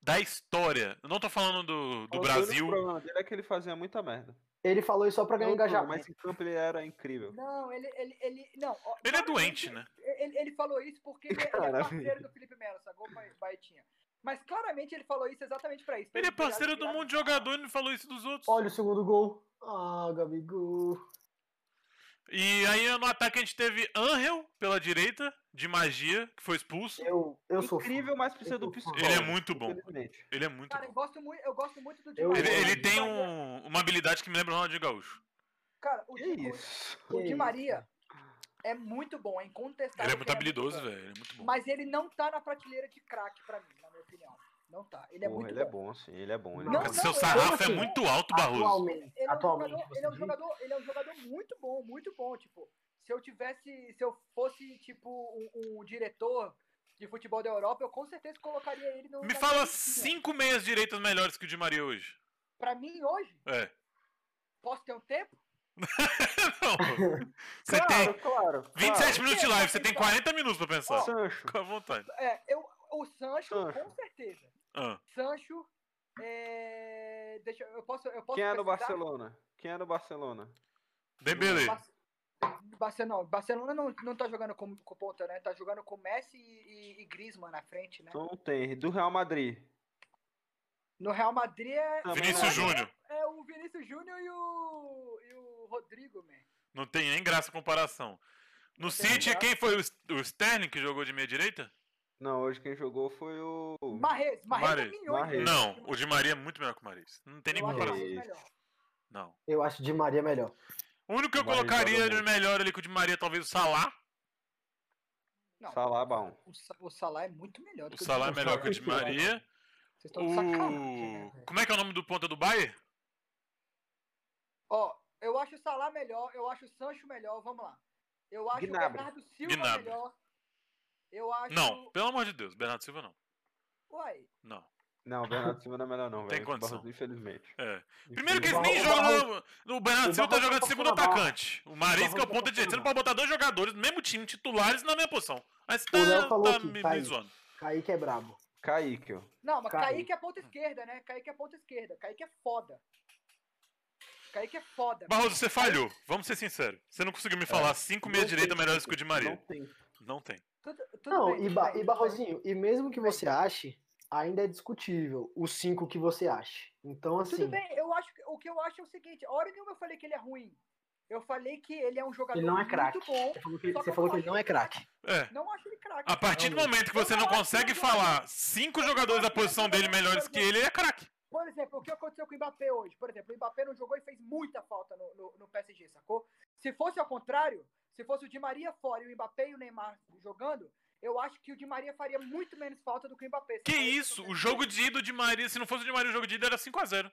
[SPEAKER 1] Da história. Eu não tô falando do, do
[SPEAKER 2] O
[SPEAKER 1] Brasil.
[SPEAKER 2] único problema dele é que ele fazia muita merda.
[SPEAKER 3] Ele falou isso só pra ganhar
[SPEAKER 2] Não, não,
[SPEAKER 3] engajamento.
[SPEAKER 2] Mas em campo ele era incrível.
[SPEAKER 5] Não, ele. ele, ele não, ó,
[SPEAKER 1] Ele é
[SPEAKER 5] claramente
[SPEAKER 1] doente, né?
[SPEAKER 5] Ele, ele falou isso porque ele, ele é
[SPEAKER 2] Cara,
[SPEAKER 5] parceiro do Felipe Melo, sacou, Ba- Baetinha? Mas claramente ele falou isso exatamente pra isso. pra
[SPEAKER 1] Ele é parceiro do
[SPEAKER 5] virar-
[SPEAKER 1] mundo de jogador e não falou isso dos outros.
[SPEAKER 3] Olha o segundo gol. Ah, Gabigol.
[SPEAKER 1] E aí no ataque a gente teve Angel pela direita, de magia, que foi expulso.
[SPEAKER 3] Eu, eu sou fã.
[SPEAKER 2] Incrível, mas precisa do
[SPEAKER 3] Ele é
[SPEAKER 2] psicólogo.
[SPEAKER 1] Ele é muito bom.
[SPEAKER 2] infelizmente.
[SPEAKER 1] Ele é muito
[SPEAKER 5] Cara, eu
[SPEAKER 1] bom.
[SPEAKER 5] gosto muito, eu gosto muito do Di
[SPEAKER 3] Eu-
[SPEAKER 5] Maria.
[SPEAKER 1] Ele, ele
[SPEAKER 5] O Di
[SPEAKER 1] tem
[SPEAKER 5] Maria-
[SPEAKER 1] um- uma habilidade que me lembra o Ronaldinho Gaúcho.
[SPEAKER 5] Cara, o
[SPEAKER 2] Que
[SPEAKER 5] Di, o-
[SPEAKER 2] isso?
[SPEAKER 5] o
[SPEAKER 3] Que
[SPEAKER 5] Di
[SPEAKER 3] isso,
[SPEAKER 5] Maria é muito bom, é incontestável.
[SPEAKER 1] Ele é
[SPEAKER 5] que
[SPEAKER 1] muito habilidoso,
[SPEAKER 5] bom.
[SPEAKER 1] velho. Ele é muito bom.
[SPEAKER 5] Mas ele não tá na prateleira de craque pra mim, na minha opinião. Não tá. Ele é
[SPEAKER 2] Porra,
[SPEAKER 5] muito
[SPEAKER 2] ele é
[SPEAKER 5] bom.
[SPEAKER 2] bom, sim, ele é bom. Ele
[SPEAKER 5] Não,
[SPEAKER 2] é
[SPEAKER 1] Mas
[SPEAKER 2] bom.
[SPEAKER 5] não,
[SPEAKER 1] seu
[SPEAKER 5] eu-
[SPEAKER 1] sarrafo é
[SPEAKER 3] assim,
[SPEAKER 1] muito alto, Barroso.
[SPEAKER 3] Atualmente.
[SPEAKER 5] Ele é,
[SPEAKER 3] atualmente.
[SPEAKER 5] um jogador,
[SPEAKER 3] você
[SPEAKER 5] ele, é um
[SPEAKER 3] diz?
[SPEAKER 5] jogador, ele é um jogador muito bom, muito bom. Tipo, se eu tivesse. Se eu fosse, tipo, um, um diretor de futebol da Europa, eu com certeza colocaria ele no.
[SPEAKER 1] Me
[SPEAKER 5] na
[SPEAKER 1] fala
[SPEAKER 5] minha listinha.
[SPEAKER 1] cinco meias direitas melhores que o Di Maria hoje.
[SPEAKER 5] Pra mim, hoje,
[SPEAKER 1] É.
[SPEAKER 5] posso ter um tempo?
[SPEAKER 1] Não. Você tem
[SPEAKER 2] Claro, claro. claro.
[SPEAKER 1] 27 minutos de
[SPEAKER 5] Porque-
[SPEAKER 1] live, você tem 40 minutos pra pensar.
[SPEAKER 2] Sancho.
[SPEAKER 1] Fica à vontade.
[SPEAKER 5] É, eu, o Sancho,
[SPEAKER 2] Sancho.
[SPEAKER 5] com certeza.
[SPEAKER 1] Ah,
[SPEAKER 5] Sancho. É, deixa, eu eu posso. Eu posso
[SPEAKER 2] Quem é no
[SPEAKER 5] pesquisar?
[SPEAKER 2] Barcelona? Quem é no Barcelona?
[SPEAKER 1] Dembele.
[SPEAKER 5] Bar- Barcelona, não, Barcelona não, não tá jogando com, com ponta, né? Tá jogando com Messi e, e, e Griezmann na frente, né?
[SPEAKER 2] Então não tem. Do Real Madrid.
[SPEAKER 5] No Real Madrid é.
[SPEAKER 2] Também
[SPEAKER 1] Vinícius Júnior.
[SPEAKER 5] É o Vinícius Júnior e o, e o Rodrigo, man.
[SPEAKER 1] Não tem nem graça a comparação. No
[SPEAKER 5] tem
[SPEAKER 1] City,
[SPEAKER 5] graça.
[SPEAKER 1] quem foi o St- o Sterling que jogou de meia direita?
[SPEAKER 2] Não, hoje quem jogou foi o.
[SPEAKER 5] Marrez, Marrez é
[SPEAKER 1] Mahrez,
[SPEAKER 5] milhões.
[SPEAKER 2] Mahrez.
[SPEAKER 5] né?
[SPEAKER 1] Não, o Di Maria é muito melhor que o Maris. Não tem nem
[SPEAKER 5] Eu acho
[SPEAKER 1] comparação.
[SPEAKER 5] Mahrez
[SPEAKER 2] comparação.
[SPEAKER 5] melhor.
[SPEAKER 1] Não.
[SPEAKER 3] Eu acho Di Maria melhor.
[SPEAKER 1] O único que eu
[SPEAKER 2] O Mahrez
[SPEAKER 1] colocaria
[SPEAKER 2] joga
[SPEAKER 1] de
[SPEAKER 2] muito.
[SPEAKER 1] melhor ali que o Di Maria, talvez o Salah.
[SPEAKER 5] Não,
[SPEAKER 2] Salah, bom.
[SPEAKER 5] o Sa- o Salah é muito melhor. do
[SPEAKER 1] O
[SPEAKER 5] que
[SPEAKER 1] Salah é
[SPEAKER 5] Di
[SPEAKER 1] melhor
[SPEAKER 5] Maria.
[SPEAKER 1] que o Di Maria.
[SPEAKER 5] Vocês estão de sacanagem, né,
[SPEAKER 1] O...
[SPEAKER 5] velho?
[SPEAKER 1] Como é que é o nome do ponta do Bayern?
[SPEAKER 5] Ó, eu acho o Salah melhor, eu acho o Sancho melhor, vamos lá. Eu acho o
[SPEAKER 2] Gnabry.
[SPEAKER 5] Bernardo Silva
[SPEAKER 1] Gnabry.
[SPEAKER 5] melhor. Eu acho.
[SPEAKER 1] Não, pelo amor de Deus, Bernardo Silva não.
[SPEAKER 5] Uai,
[SPEAKER 1] Não.
[SPEAKER 2] Não, o Bernardo Silva não é melhor, não, velho.
[SPEAKER 1] Tem
[SPEAKER 2] O
[SPEAKER 1] condição.
[SPEAKER 2] Barroso, Infelizmente.
[SPEAKER 1] É. Primeiro que eles
[SPEAKER 3] Barro-
[SPEAKER 1] nem
[SPEAKER 3] o
[SPEAKER 1] jogam. no- O Bernardo
[SPEAKER 3] o
[SPEAKER 1] Silva tá
[SPEAKER 3] Barroso
[SPEAKER 1] jogando de
[SPEAKER 3] tá
[SPEAKER 1] segundo
[SPEAKER 3] passando a bola.
[SPEAKER 1] atacante. O Maris
[SPEAKER 3] O
[SPEAKER 1] que é o
[SPEAKER 3] Barroso tá
[SPEAKER 1] ponta direita. Você não
[SPEAKER 3] passando a
[SPEAKER 1] pode botar dois jogadores no mesmo time, titulares na mesma posição. Mas
[SPEAKER 3] O Léo
[SPEAKER 1] tá,
[SPEAKER 3] falou
[SPEAKER 1] tá
[SPEAKER 3] que
[SPEAKER 1] me,
[SPEAKER 3] tá
[SPEAKER 1] me
[SPEAKER 3] aí.
[SPEAKER 1] zoando.
[SPEAKER 3] Kaique é brabo.
[SPEAKER 2] Kaique, ó.
[SPEAKER 5] Não, mas
[SPEAKER 3] Kaique.
[SPEAKER 5] Kaique é ponta esquerda, né? Kaique é ponta esquerda. Kaique é foda. Kaique é foda.
[SPEAKER 1] Barroso, você falhou. Vamos ser sinceros. Você não conseguiu me falar cinco meia
[SPEAKER 2] Não
[SPEAKER 1] direita
[SPEAKER 2] tem
[SPEAKER 1] melhores que o de
[SPEAKER 2] Não
[SPEAKER 1] Maria.
[SPEAKER 2] tem.
[SPEAKER 1] Não tem.
[SPEAKER 5] Tudo, tudo
[SPEAKER 3] Não,
[SPEAKER 5] bem,
[SPEAKER 3] e,
[SPEAKER 5] tudo
[SPEAKER 3] Ba-
[SPEAKER 5] bem,
[SPEAKER 3] e
[SPEAKER 5] tudo bem.
[SPEAKER 3] Barrosinho, e mesmo que você ache, ainda é discutível os cinco que você acha. Então, assim,
[SPEAKER 5] Tudo bem, eu acho que, o que eu acho é o seguinte, a hora nenhuma eu falei que ele é ruim. Eu falei que ele é um jogador
[SPEAKER 3] Ele não é
[SPEAKER 5] muito
[SPEAKER 3] craque.
[SPEAKER 5] bom.
[SPEAKER 3] você falou que,
[SPEAKER 5] Só
[SPEAKER 3] você
[SPEAKER 5] que
[SPEAKER 3] falou
[SPEAKER 5] eu
[SPEAKER 3] que ele não é craque.
[SPEAKER 1] É.
[SPEAKER 5] Não acho ele craque.
[SPEAKER 1] A partir do momento que você não consegue falar cinco jogadores da posição dele melhores que ele, ele é craque.
[SPEAKER 5] Por exemplo, o que aconteceu com o Mbappé hoje? Por exemplo, o Mbappé não jogou e fez muita falta no, no, no PSG, sacou? Se fosse ao contrário, se fosse o Di Maria fora e o Mbappé e o Neymar jogando, eu acho que o Di Maria faria muito menos falta do que o Mbappé.
[SPEAKER 1] Que
[SPEAKER 5] sacou?
[SPEAKER 1] isso? O jogo de ida de Maria, se não fosse o de Maria, o jogo de ida era 5x0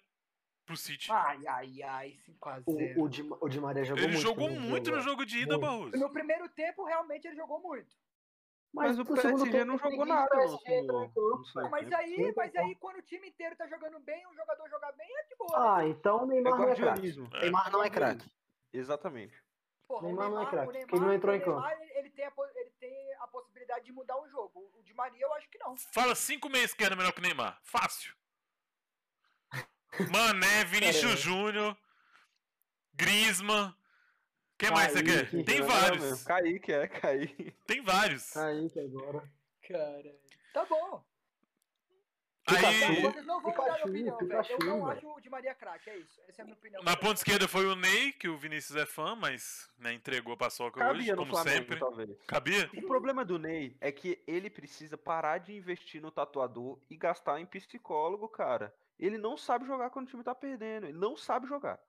[SPEAKER 1] pro City.
[SPEAKER 5] Ai, ai, ai, 5x0.
[SPEAKER 3] O, o, Di, o Di Maria Ah, jogou
[SPEAKER 1] Ele
[SPEAKER 3] muito.
[SPEAKER 1] jogou
[SPEAKER 3] nesse
[SPEAKER 1] muito
[SPEAKER 3] jogo, é.
[SPEAKER 1] no jogo de ida,
[SPEAKER 3] Muito.
[SPEAKER 1] Barroso.
[SPEAKER 5] No primeiro tempo, realmente, ele jogou muito.
[SPEAKER 2] Mas,
[SPEAKER 3] no
[SPEAKER 2] o
[SPEAKER 3] segundo
[SPEAKER 2] PSG
[SPEAKER 3] tempo,
[SPEAKER 2] não jogou
[SPEAKER 3] ninguém
[SPEAKER 2] nada. assim,
[SPEAKER 3] fez
[SPEAKER 2] No,
[SPEAKER 3] jeito,
[SPEAKER 2] no,
[SPEAKER 3] né?
[SPEAKER 2] no segundo
[SPEAKER 5] Mas
[SPEAKER 2] tempo.
[SPEAKER 5] aí, mas aí, quando o time inteiro tá jogando bem, um jogador jogar bem é de boa.
[SPEAKER 3] Ah, então o
[SPEAKER 2] É
[SPEAKER 3] Neymar não é craque.
[SPEAKER 2] guardiolismo.
[SPEAKER 3] Neymar não é craque.
[SPEAKER 2] Exatamente.
[SPEAKER 5] Porra, o
[SPEAKER 3] Neymar não é
[SPEAKER 5] o
[SPEAKER 3] craque, porque ele não entrou em campo.
[SPEAKER 5] O Neymar, ele, ele tem a, po- ele tem a possibilidade de mudar um jogo. O de Maria, eu acho que não.
[SPEAKER 1] Fala cinco meia esquerda melhor que o Neymar. Fácil. Mané, Vinícius
[SPEAKER 3] Caramba.
[SPEAKER 1] Júnior, Griezmann. Quem mais você quer?
[SPEAKER 3] Kaique.
[SPEAKER 1] Tem
[SPEAKER 2] Não,
[SPEAKER 1] vários.
[SPEAKER 2] meu, Kaique, é, Kaique.
[SPEAKER 1] Tem vários.
[SPEAKER 3] né, Aí que agora.
[SPEAKER 5] Cara. Tá bom. Então,
[SPEAKER 1] Aí,
[SPEAKER 5] vocês não vão mudar minha
[SPEAKER 3] Pikachu,
[SPEAKER 5] opinião, velho.
[SPEAKER 3] Pikachu,
[SPEAKER 5] Eu não
[SPEAKER 3] velho.
[SPEAKER 5] acho o de Maria craque, é isso. Essa é a minha opinião.
[SPEAKER 1] na ponta esquerda foi o Ney, que o Vinícius é fã, mas né, entregou a paçoca hoje,
[SPEAKER 2] Cabia no
[SPEAKER 1] como
[SPEAKER 2] Flamengo,
[SPEAKER 1] sempre.
[SPEAKER 3] então.
[SPEAKER 2] talvez.
[SPEAKER 1] Cabia?
[SPEAKER 2] O problema do Ney é que ele precisa parar de investir no tatuador e gastar em psicólogo, cara. Ele não sabe jogar quando o time tá perdendo. Ele não sabe jogar.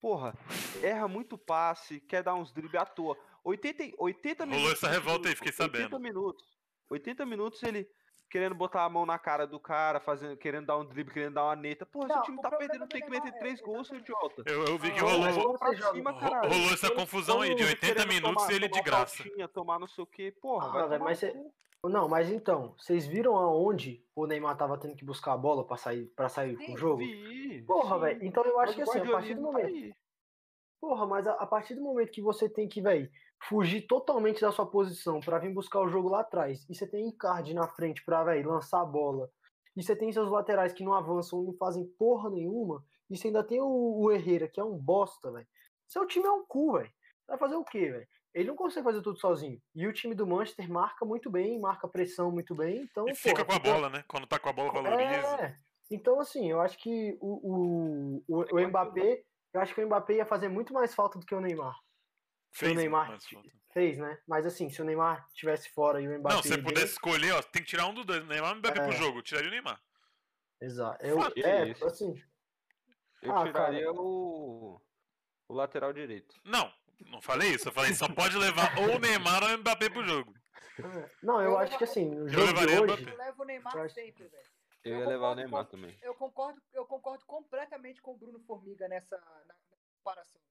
[SPEAKER 2] Porra, erra muito passe, quer dar uns dribles à toa. 80, e- 80
[SPEAKER 1] Rolou
[SPEAKER 2] minutos.
[SPEAKER 1] essa
[SPEAKER 2] de
[SPEAKER 1] revolta aí,
[SPEAKER 2] jogo,
[SPEAKER 1] fiquei
[SPEAKER 2] 80
[SPEAKER 1] sabendo.
[SPEAKER 2] minutos. 80 minutos ele querendo botar a mão na cara do cara, fazendo, querendo dar um drible, querendo dar uma neta. Porra, se
[SPEAKER 5] Não,
[SPEAKER 2] o time
[SPEAKER 5] o
[SPEAKER 2] tá
[SPEAKER 5] problema
[SPEAKER 2] perdendo,
[SPEAKER 5] do
[SPEAKER 2] tem que
[SPEAKER 5] Neymar
[SPEAKER 2] meter
[SPEAKER 5] é-
[SPEAKER 2] 3 gols, seu
[SPEAKER 5] exatamente.
[SPEAKER 2] idiota. é
[SPEAKER 1] Eu, eu vi que
[SPEAKER 3] Não,
[SPEAKER 1] rolou,
[SPEAKER 3] Ah, mas
[SPEAKER 1] ro-
[SPEAKER 3] eu-
[SPEAKER 1] rolou, essa confusão aí de 80
[SPEAKER 2] querendo
[SPEAKER 1] minutos
[SPEAKER 2] tomar-
[SPEAKER 1] e ele de
[SPEAKER 2] tomar
[SPEAKER 1] graça.
[SPEAKER 2] faltinha, tomar não sei o quê, porra.
[SPEAKER 3] Ah,
[SPEAKER 2] vai
[SPEAKER 3] velho,
[SPEAKER 2] tomar
[SPEAKER 3] mas
[SPEAKER 2] no
[SPEAKER 3] cê-
[SPEAKER 2] cu.
[SPEAKER 3] Não, mas então, vocês viram aonde o Neymar tava tendo que buscar a bola pra sair, pra sair com
[SPEAKER 5] Sim,
[SPEAKER 3] o jogo?
[SPEAKER 2] Vi,
[SPEAKER 3] Porra,
[SPEAKER 2] sim,
[SPEAKER 3] velho, então eu acho
[SPEAKER 2] mas
[SPEAKER 3] que
[SPEAKER 2] o
[SPEAKER 3] assim, a partir do
[SPEAKER 2] guardiolismo tá
[SPEAKER 3] momento.
[SPEAKER 2] aí.
[SPEAKER 3] Porra, mas a, a partir do momento que você tem que, velho, fugir totalmente da sua posição pra vir buscar o jogo lá atrás, e você tem Icardi na frente pra, velho, lançar a bola, e você tem seus laterais que não avançam e não fazem porra nenhuma, e você ainda tem o, o Herrera, que é um bosta, velho. Seu time é um cu, velho. Vai fazer o quê, velho? Ele não consegue fazer tudo sozinho. E o time do Manchester marca muito bem, marca pressão muito bem, então.
[SPEAKER 1] E fica
[SPEAKER 3] porra,
[SPEAKER 1] com a bola, né? Quando tá com a bola, valoriza.
[SPEAKER 3] é. Então, assim, eu acho que o, o, o, o Mbappé. Eu acho que o Mbappé ia fazer muito mais falta do que o Neymar.
[SPEAKER 1] Fez,
[SPEAKER 3] o Neymar-
[SPEAKER 1] mas falta.
[SPEAKER 3] Fez, né? Mas assim, se o Neymar tivesse fora e o Mbappé.
[SPEAKER 1] Não, se você
[SPEAKER 3] dentro-
[SPEAKER 1] pudesse escolher, ó, tem que tirar um dos dois. Neymar ou Mbappé pro
[SPEAKER 3] É.
[SPEAKER 1] jogo, tiraria o Neymar.
[SPEAKER 3] Exato. Eu,
[SPEAKER 2] Fato,
[SPEAKER 3] é,
[SPEAKER 2] isso.
[SPEAKER 3] assim.
[SPEAKER 2] Eu
[SPEAKER 3] Ah,
[SPEAKER 2] tiraria
[SPEAKER 3] cara.
[SPEAKER 2] o... o lateral direito.
[SPEAKER 1] Não, não falei isso. Eu falei, só pode levar ou o Neymar ou o Mbappé pro jogo.
[SPEAKER 3] é. Não, eu
[SPEAKER 5] Eu
[SPEAKER 3] acho que
[SPEAKER 5] levaria-
[SPEAKER 3] assim, o
[SPEAKER 1] Eu
[SPEAKER 3] jogo de
[SPEAKER 1] levaria o
[SPEAKER 3] hoje.
[SPEAKER 1] Mbappé.
[SPEAKER 5] Eu levo o
[SPEAKER 3] Eu
[SPEAKER 5] Neymar
[SPEAKER 3] acho-
[SPEAKER 5] sempre, velho.
[SPEAKER 2] Eu
[SPEAKER 5] Eu
[SPEAKER 2] ia levar o
[SPEAKER 5] concordo
[SPEAKER 2] Neymar
[SPEAKER 5] com-
[SPEAKER 2] também.
[SPEAKER 5] Eu concordo, eu concordo completamente com o Bruno Formiga nessa na- na comparação. velho.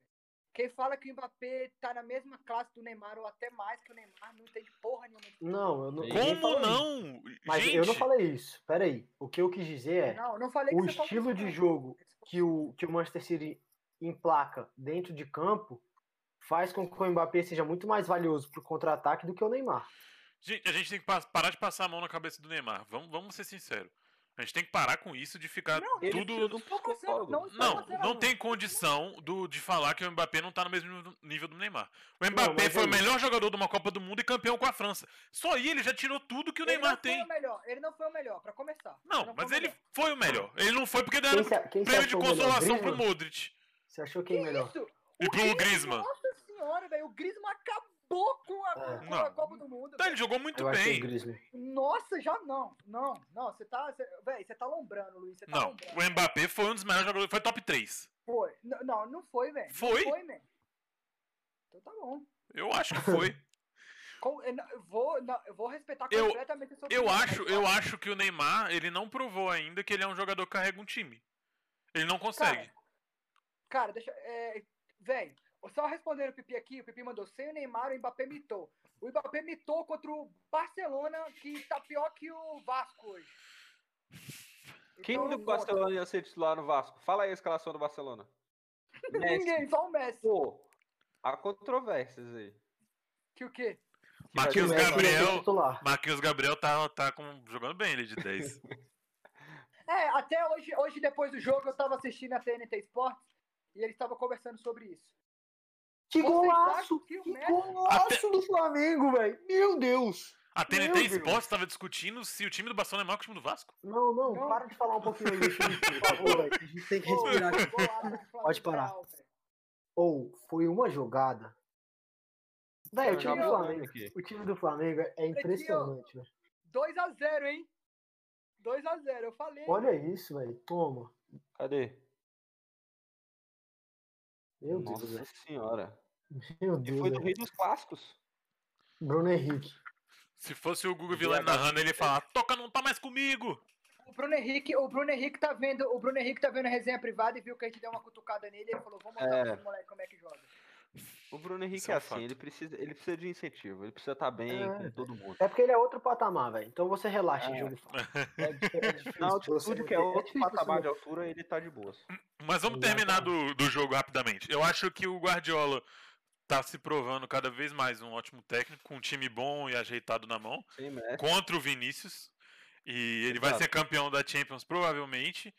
[SPEAKER 5] Quem fala que o Mbappé tá na mesma classe do Neymar ou até mais que o Neymar, não entende porra
[SPEAKER 3] É.
[SPEAKER 5] nenhuma. de futebol.
[SPEAKER 3] Não, eu não. ninguém
[SPEAKER 1] Como
[SPEAKER 3] falou isso.
[SPEAKER 1] não?
[SPEAKER 3] Mas
[SPEAKER 1] Gente,
[SPEAKER 3] eu não falei isso. Peraí. O que eu quis dizer é
[SPEAKER 5] Não, não falei
[SPEAKER 3] o
[SPEAKER 5] que você tá falou
[SPEAKER 3] estilo
[SPEAKER 5] isso,
[SPEAKER 3] de
[SPEAKER 5] não.
[SPEAKER 3] jogo que o, que o Manchester City emplaca dentro de campo faz com que o Mbappé seja muito mais valioso pro contra-ataque do que o Neymar.
[SPEAKER 1] gente, a gente tem que pa- parar de passar a mão na cabeça do Neymar. Vamos, vamos ser sinceros. A gente tem que parar com isso de ficar
[SPEAKER 5] Não,
[SPEAKER 2] Ele precisa
[SPEAKER 1] tudo.
[SPEAKER 2] de um
[SPEAKER 5] Não, você não-
[SPEAKER 2] psicólogo.
[SPEAKER 5] não-
[SPEAKER 1] Não,
[SPEAKER 5] Não,
[SPEAKER 1] não tem condição do, de falar que o Mbappé não tá no mesmo nível- nível do Neymar. O
[SPEAKER 3] mas
[SPEAKER 1] Mbappé
[SPEAKER 3] é
[SPEAKER 1] foi o
[SPEAKER 3] isso.
[SPEAKER 1] melhor jogador de uma Copa do Mundo e campeão com a França. Só aí ele já tirou tudo que o
[SPEAKER 5] Ele
[SPEAKER 1] Neymar
[SPEAKER 5] não foi
[SPEAKER 1] tem.
[SPEAKER 5] o melhor, ele não foi o melhor, pra começar.
[SPEAKER 1] Não,
[SPEAKER 5] foi
[SPEAKER 1] mas
[SPEAKER 5] o
[SPEAKER 1] ele
[SPEAKER 5] melhor.
[SPEAKER 1] foi o melhor. Ele não foi porque
[SPEAKER 3] Quem,
[SPEAKER 1] deram
[SPEAKER 3] se- quem se
[SPEAKER 1] prêmio de
[SPEAKER 3] achou o né? melhor?
[SPEAKER 1] consolação pro
[SPEAKER 3] Griezmann?
[SPEAKER 1] Modric.
[SPEAKER 3] Você achou quem é
[SPEAKER 5] Que
[SPEAKER 3] melhor?
[SPEAKER 5] isso?
[SPEAKER 1] e
[SPEAKER 5] O
[SPEAKER 1] pro Griezmann. É.
[SPEAKER 5] Nossa senhora, velho, o Griezmann acabou com a, com a
[SPEAKER 1] Não.
[SPEAKER 5] Copa do Mundo.
[SPEAKER 1] Então,
[SPEAKER 5] velho.
[SPEAKER 1] ele jogou muito
[SPEAKER 3] Eu achei o
[SPEAKER 1] bem.
[SPEAKER 3] Griezmann.
[SPEAKER 5] Nossa, já não. Não, não, você tá, você, velho, você tá lombrando, Luiz, você tá
[SPEAKER 1] Não,
[SPEAKER 5] lombrando.
[SPEAKER 1] o Mbappé foi um dos melhores jogadores. Foi top 3.
[SPEAKER 5] Foi. N- Não, não foi, velho. Não
[SPEAKER 1] Foi?
[SPEAKER 5] Foi, velho. Então tá bom.
[SPEAKER 1] Eu acho que foi.
[SPEAKER 5] Com- eu não- eu vou, não, eu vou respeitar
[SPEAKER 1] Eu-
[SPEAKER 5] completamente a sua
[SPEAKER 1] Eu
[SPEAKER 5] opinião,
[SPEAKER 1] acho,
[SPEAKER 5] mas,
[SPEAKER 1] eu
[SPEAKER 5] cara,
[SPEAKER 1] acho que o Neymar, ele não provou ainda que ele é um jogador que carrega um time. Ele não consegue.
[SPEAKER 5] Cara, deixa. É, véi, só respondendo o Pipi aqui, o Pipi mandou sem o Neymar, o Mbappé mitou. O Mbappé mitou contra o Barcelona, que tá pior que o Vasco hoje.
[SPEAKER 2] Quem
[SPEAKER 5] Então,
[SPEAKER 2] do
[SPEAKER 5] não
[SPEAKER 2] Barcelona ia ser titular no Vasco? Fala aí a escalação do Barcelona.
[SPEAKER 5] conta. Ninguém, só o Messi.
[SPEAKER 2] Pô, há controvérsias aí.
[SPEAKER 5] Que o quê?
[SPEAKER 2] Que vai
[SPEAKER 1] Matheus
[SPEAKER 2] ser-
[SPEAKER 3] Messi ia ser
[SPEAKER 1] Gabriel-
[SPEAKER 3] titular.
[SPEAKER 1] Marquinhos Gabriel tá, tá com- jogando bem ele de 10.
[SPEAKER 5] É, até hoje, hoje depois do jogo, eu tava assistindo a TNT Sports e eles estavam conversando sobre isso.
[SPEAKER 3] Que
[SPEAKER 5] Vocês
[SPEAKER 3] golaço!
[SPEAKER 5] acham que o
[SPEAKER 3] Que
[SPEAKER 5] Messi-
[SPEAKER 3] golaço do Flamengo, velho! Meu Deus!
[SPEAKER 1] A
[SPEAKER 3] Meu
[SPEAKER 1] TNT
[SPEAKER 3] Deus.
[SPEAKER 1] Sports tava discutindo se o time do Barcelona é maior que o time do Vasco.
[SPEAKER 3] Não, não,
[SPEAKER 5] Não.
[SPEAKER 3] para de falar um pouquinho aí, Felipe, por favor, velho. A gente tem que respirar aqui. Pode parar. Ou, foi uma jogada.
[SPEAKER 2] Tá
[SPEAKER 3] Velho, É, o time do
[SPEAKER 5] Aqui, ó.
[SPEAKER 3] Flamengo. O time do Flamengo é impressionante, velho.
[SPEAKER 5] 2x0, hein? 2x0, eu falei.
[SPEAKER 3] Olha isso, velho. Toma.
[SPEAKER 2] Cadê?
[SPEAKER 3] Meu
[SPEAKER 2] Nossa
[SPEAKER 3] Deus, velho.
[SPEAKER 2] senhora.
[SPEAKER 3] Meu
[SPEAKER 2] E
[SPEAKER 3] Deus,
[SPEAKER 2] foi do
[SPEAKER 3] velho.
[SPEAKER 2] Rei dos Clássicos.
[SPEAKER 3] Bruno Henrique.
[SPEAKER 1] Se fosse o Guga
[SPEAKER 2] E
[SPEAKER 1] Vilani
[SPEAKER 2] agora?
[SPEAKER 1] narrando, ele ia falar: toca não tá mais comigo!
[SPEAKER 5] O Bruno Henrique, o Bruno Henrique tá vendo, o Bruno Henrique tá vendo a resenha privada e viu que a gente deu uma cutucada nele e ele falou: "Vamos mostrar
[SPEAKER 2] É.
[SPEAKER 5] pra esse moleque como é que joga".
[SPEAKER 2] O Bruno Henrique
[SPEAKER 1] Isso
[SPEAKER 2] é,
[SPEAKER 1] é um
[SPEAKER 2] assim,
[SPEAKER 1] fato.
[SPEAKER 2] ele precisa, ele precisa de incentivo, ele precisa estar bem
[SPEAKER 3] É.
[SPEAKER 2] com todo mundo.
[SPEAKER 3] É porque ele é outro patamar, velho. Então você relaxa em
[SPEAKER 2] É.
[SPEAKER 3] jogo fácil. É, difí- é difícil.
[SPEAKER 2] Na
[SPEAKER 3] você-
[SPEAKER 2] altitude, que é outro
[SPEAKER 3] difícil você
[SPEAKER 2] patamar de altura, ele tá de boas.
[SPEAKER 1] Mas vamos terminar do, do jogo rapidamente. Eu acho que o Guardiola tá se provando cada vez mais um ótimo técnico, com um time bom e ajeitado na mão,
[SPEAKER 2] Sem Messi.
[SPEAKER 1] contra o Vinícius. E ele vai
[SPEAKER 2] Exato.
[SPEAKER 1] ser campeão da Champions, provavelmente.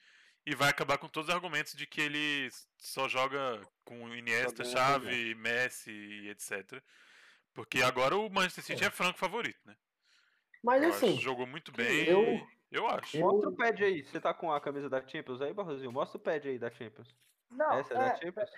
[SPEAKER 1] E vai acabar com todos os argumentos de que ele só joga com Iniesta,
[SPEAKER 2] ganha né?
[SPEAKER 1] Xavi, Messi e etc. Porque agora o Manchester City é, franco favorito, né?
[SPEAKER 3] Mas
[SPEAKER 1] Eu acho que
[SPEAKER 3] assim,
[SPEAKER 1] jogou muito bem.
[SPEAKER 3] eu-
[SPEAKER 1] eu acho.
[SPEAKER 2] Mostra o pad aí. Você tá com a camisa da Champions aí, Barrozinho? Mostra o pad aí da Champions.
[SPEAKER 5] Não,
[SPEAKER 2] Essa é da
[SPEAKER 5] é,
[SPEAKER 2] Champions?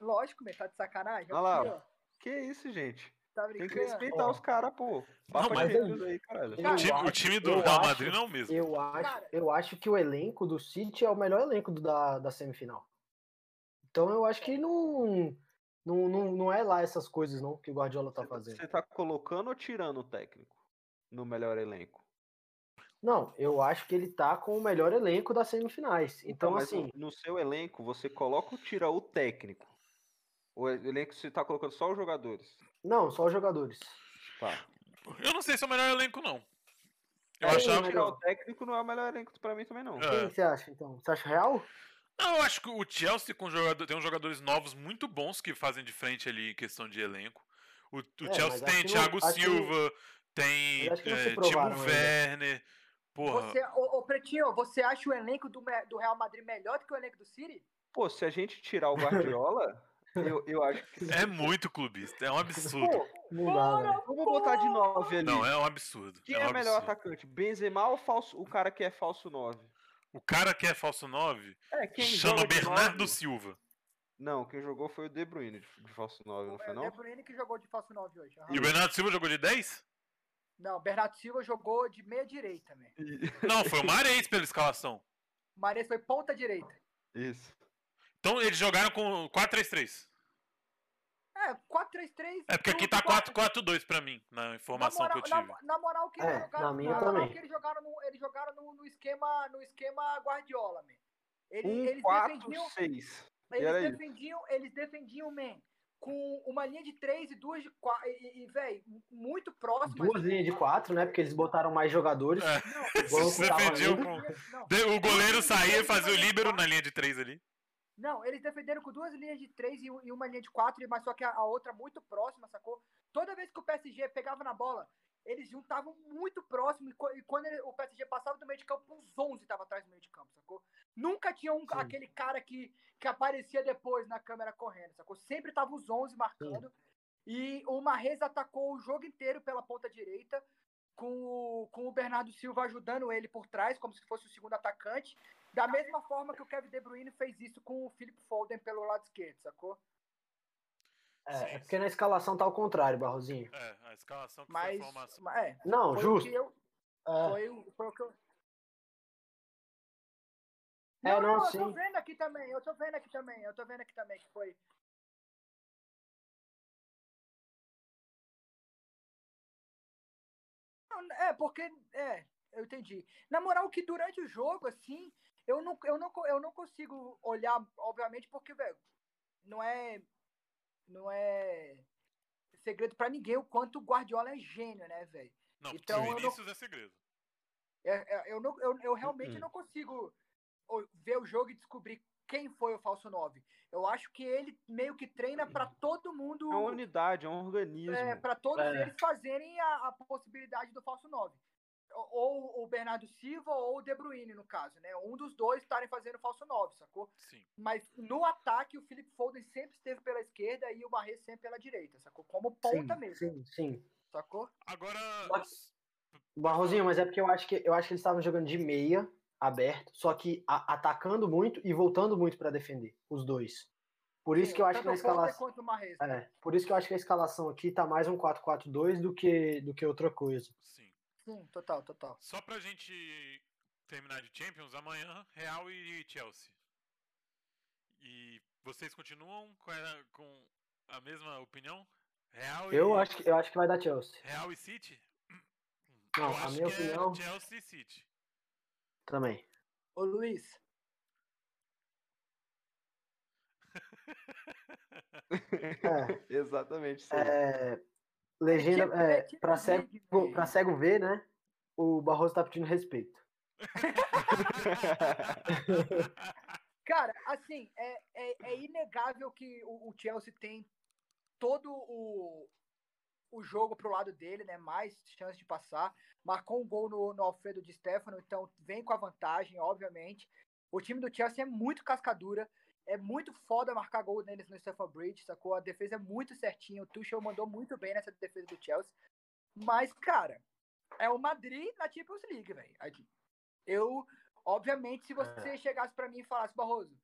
[SPEAKER 5] lógico, meu, tá de sacanagem.
[SPEAKER 2] Olha lá,
[SPEAKER 5] Aqui, ó,
[SPEAKER 2] Que isso, gente?
[SPEAKER 5] tá
[SPEAKER 2] Tem que é
[SPEAKER 5] brincando.
[SPEAKER 2] respeitar
[SPEAKER 3] Ó.
[SPEAKER 2] os caras, pô. Papa
[SPEAKER 1] mas- é
[SPEAKER 2] Champions aí, caralho.
[SPEAKER 1] O time, o
[SPEAKER 3] acho-
[SPEAKER 1] time do
[SPEAKER 3] eu
[SPEAKER 1] Real
[SPEAKER 3] acho-
[SPEAKER 1] Madrid não é o mesmo.
[SPEAKER 3] eu acho,
[SPEAKER 5] Cara.
[SPEAKER 3] eu acho que o elenco do City é o melhor elenco do- da, da semifinal. Então eu acho que não, não, não, não é lá essas coisas não que o Guardiola tá fazendo.
[SPEAKER 2] Você tá colocando ou tirando o técnico no melhor elenco?
[SPEAKER 3] Não, eu acho que ele tá com o melhor elenco das semifinais. Então,
[SPEAKER 2] mas
[SPEAKER 3] assim,
[SPEAKER 2] no, no seu elenco, você coloca ou tira o técnico? O elenco você tá colocando só os jogadores.
[SPEAKER 3] não, só os jogadores.
[SPEAKER 2] Tá.
[SPEAKER 1] Eu não sei se é o melhor elenco, não. Eu
[SPEAKER 3] É,
[SPEAKER 1] achava.
[SPEAKER 3] mas-
[SPEAKER 2] Tirar o técnico não é o melhor elenco pra mim também, não.
[SPEAKER 1] É.
[SPEAKER 3] Quem que você acha, então? Você acha real?
[SPEAKER 1] Não, eu acho que o Chelsea com jogador, tem uns jogadores novos muito bons que fazem de frente ali em questão de elenco. O, o
[SPEAKER 3] É, mas
[SPEAKER 1] Chelsea tem
[SPEAKER 3] acho que não-
[SPEAKER 1] Thiago
[SPEAKER 3] acho que não-
[SPEAKER 1] Silva, tem
[SPEAKER 3] mas acho que não se
[SPEAKER 1] eh,
[SPEAKER 3] provaram
[SPEAKER 1] Timo
[SPEAKER 3] ainda.
[SPEAKER 1] Werner. Porra,
[SPEAKER 5] Você, ô, ô, Pretinho, você acha o elenco do, Me- do Real Madrid melhor do que o elenco do City?
[SPEAKER 2] Pô, se a gente tirar o Guardiola, eu, eu acho que.
[SPEAKER 1] é muito clubista, é um absurdo.
[SPEAKER 2] Pô,
[SPEAKER 3] Não dá, velho.
[SPEAKER 2] vamos botar de 9 ali.
[SPEAKER 1] Não, é um absurdo.
[SPEAKER 2] Quem
[SPEAKER 1] é um
[SPEAKER 2] é o melhor
[SPEAKER 1] absurdo.
[SPEAKER 2] atacante? Benzema ou falso, o cara que é falso 9?
[SPEAKER 1] O cara que é falso 9
[SPEAKER 2] É, quem
[SPEAKER 1] chama
[SPEAKER 2] joga de
[SPEAKER 1] Bernardo
[SPEAKER 2] nove-
[SPEAKER 1] Silva.
[SPEAKER 2] Não, quem jogou foi o De Bruyne de, de falso 9, não foi
[SPEAKER 5] É o
[SPEAKER 2] não?
[SPEAKER 5] De Bruyne que jogou de falso 9 hoje.
[SPEAKER 2] Ah.
[SPEAKER 5] aham.
[SPEAKER 1] E o Bernardo Silva jogou de 10?
[SPEAKER 5] Não, o Bernardo Silva jogou de meia direita, né?
[SPEAKER 1] Não, foi o Mares pela escalação.
[SPEAKER 5] O Mares foi ponta direita.
[SPEAKER 2] Isso.
[SPEAKER 1] Então eles jogaram com 4-3-3. É
[SPEAKER 5] É, 4-3-3.
[SPEAKER 2] Então,
[SPEAKER 1] porque aqui
[SPEAKER 5] tudo,
[SPEAKER 1] tá
[SPEAKER 5] quatro-
[SPEAKER 1] 4-4-2 pra mim, na informação
[SPEAKER 5] na moral,
[SPEAKER 1] que eu tive.
[SPEAKER 5] Na, na moral que eles
[SPEAKER 3] É,
[SPEAKER 5] jogaram,
[SPEAKER 3] na minha
[SPEAKER 5] moral
[SPEAKER 3] também.
[SPEAKER 5] que eles jogaram, no, eles jogaram no, no esquema, no esquema Guardiola, man. Ele-
[SPEAKER 2] Um,
[SPEAKER 5] eles,
[SPEAKER 2] quatro,
[SPEAKER 5] defendiam,
[SPEAKER 2] seis. É
[SPEAKER 5] eles
[SPEAKER 2] era isso.
[SPEAKER 5] defendiam, eles defendiam, man, com uma linha de três e duas de quatro, e, e velho, muito assim, próximo.
[SPEAKER 3] Duas linhas de quatro, né? Porque eles botaram mais jogadores.
[SPEAKER 1] É.
[SPEAKER 3] Bom,
[SPEAKER 1] Você
[SPEAKER 3] tava
[SPEAKER 1] defendiu
[SPEAKER 3] ali.
[SPEAKER 1] com.
[SPEAKER 5] Não,
[SPEAKER 1] De- O goleiro
[SPEAKER 5] Não,
[SPEAKER 1] saía e
[SPEAKER 5] não,
[SPEAKER 1] fazia o
[SPEAKER 5] não, não.
[SPEAKER 1] líbero na linha de três ali.
[SPEAKER 5] Não, eles defenderam com duas linhas de três e, um- e uma linha de quatro, mas só que a, a outra muito próxima, sacou? Toda vez que o PSG pegava na bola, eles juntavam muito próximo e, co- e quando ele- o PSG passava do meio de campo, uns 11 estavam atrás do meio de campo, sacou? Nunca tinha um-
[SPEAKER 3] Sim.
[SPEAKER 5] aquele cara que, que aparecia depois na câmera correndo, sacou? Sempre tava os 11 marcando. E o Marrez atacou o jogo inteiro pela ponta direita, com o, com o Bernardo Silva ajudando ele por trás, como se fosse o segundo atacante. Da mesma forma que o Kevin De Bruyne fez isso com o Philip Foden pelo lado esquerdo, sacou?
[SPEAKER 3] É, é porque na escalação tá ao contrário, Barrozinho.
[SPEAKER 1] É, a escalação que foi
[SPEAKER 5] Mas,
[SPEAKER 1] a formação.
[SPEAKER 5] mas é,
[SPEAKER 3] Não,
[SPEAKER 5] foi o
[SPEAKER 3] justo.
[SPEAKER 5] que eu,
[SPEAKER 3] É,
[SPEAKER 5] foi, o- foi o que eu...
[SPEAKER 3] É, não,
[SPEAKER 5] eu tô
[SPEAKER 3] sim.
[SPEAKER 5] vendo aqui também, eu tô vendo aqui também, eu tô vendo aqui também que foi. Não, É, porque, é, eu entendi. Na moral, que durante o jogo, assim, eu não, eu não, co- eu não consigo olhar, obviamente, porque, velho, não é, não é segredo pra ninguém o quanto o Guardiola é gênio, né, velho?
[SPEAKER 1] Não,
[SPEAKER 5] Então, eu
[SPEAKER 1] o
[SPEAKER 5] não-
[SPEAKER 1] Vinícius é segredo.
[SPEAKER 5] É, é, eu, não- eu- eu realmente
[SPEAKER 2] Uhum.
[SPEAKER 5] não consigo o- ver o jogo e descobrir quem foi o falso 9. Eu acho que ele meio que treina pra todo mundo,
[SPEAKER 2] É uma unidade, é um organismo.
[SPEAKER 5] é, pra todos
[SPEAKER 3] É.
[SPEAKER 5] eles fazerem a, a possibilidade do falso 9. O- Ou o Bernardo Silva ou o De Bruyne, no caso, né? Um dos dois estarem fazendo falso 9, sacou?
[SPEAKER 1] Sim.
[SPEAKER 5] Mas no ataque, o Philip Foden sempre esteve pela esquerda e o Barret sempre pela direita, sacou? Como ponta
[SPEAKER 3] sim,
[SPEAKER 5] mesmo,
[SPEAKER 3] sim, sim.
[SPEAKER 5] sacou?
[SPEAKER 1] Agora.
[SPEAKER 3] Mas- Barrozinho, mas é porque eu acho que eu acho que eles estavam jogando de meia aberto, só que a- atacando muito e voltando muito pra defender os dois. Por isso que eu acho que na
[SPEAKER 5] Tanto o Foden
[SPEAKER 3] escalação,
[SPEAKER 5] quanto o Mahrez.
[SPEAKER 3] é, por isso que eu acho que a escalação aqui tá mais um 4-4-2 do que do que outra coisa.
[SPEAKER 1] Sim.
[SPEAKER 5] Sim, total, total.
[SPEAKER 1] Só pra gente terminar de Champions, amanhã, Real e Chelsea. E vocês continuam com a, com a mesma opinião? Real e.
[SPEAKER 3] Eu acho que eu acho que vai dar Chelsea
[SPEAKER 1] Real e City? eu
[SPEAKER 3] Não, a
[SPEAKER 1] acho
[SPEAKER 3] minha
[SPEAKER 1] que
[SPEAKER 3] opinião-
[SPEAKER 1] é Chelsea e City.
[SPEAKER 3] também.
[SPEAKER 5] Ô, Luiz,
[SPEAKER 3] É,
[SPEAKER 2] Exatamente. isso aí.
[SPEAKER 3] é, legenda
[SPEAKER 5] Champions
[SPEAKER 3] é,
[SPEAKER 5] League,
[SPEAKER 3] para cego
[SPEAKER 5] velho.
[SPEAKER 3] pra cego ver, né? O Barroso tá pedindo respeito.
[SPEAKER 2] É.
[SPEAKER 5] Cara, assim, é, é, é inegável que o, o Chelsea tem todo o, o jogo pro lado dele, né? Mais chance de passar. Marcou um gol no, no Alfredo de Stefano, então vem com a vantagem, obviamente. O time do Chelsea é muito cascadura. É muito foda marcar gol neles no Stamford Bridge, sacou? A defesa é muito certinha. O Tuchel mandou muito bem nessa defesa do Chelsea. Mas, cara, é o Madrid na Champions League, velho. Aqui. Eu, obviamente, se você chegasse pra mim e falasse, Barroso,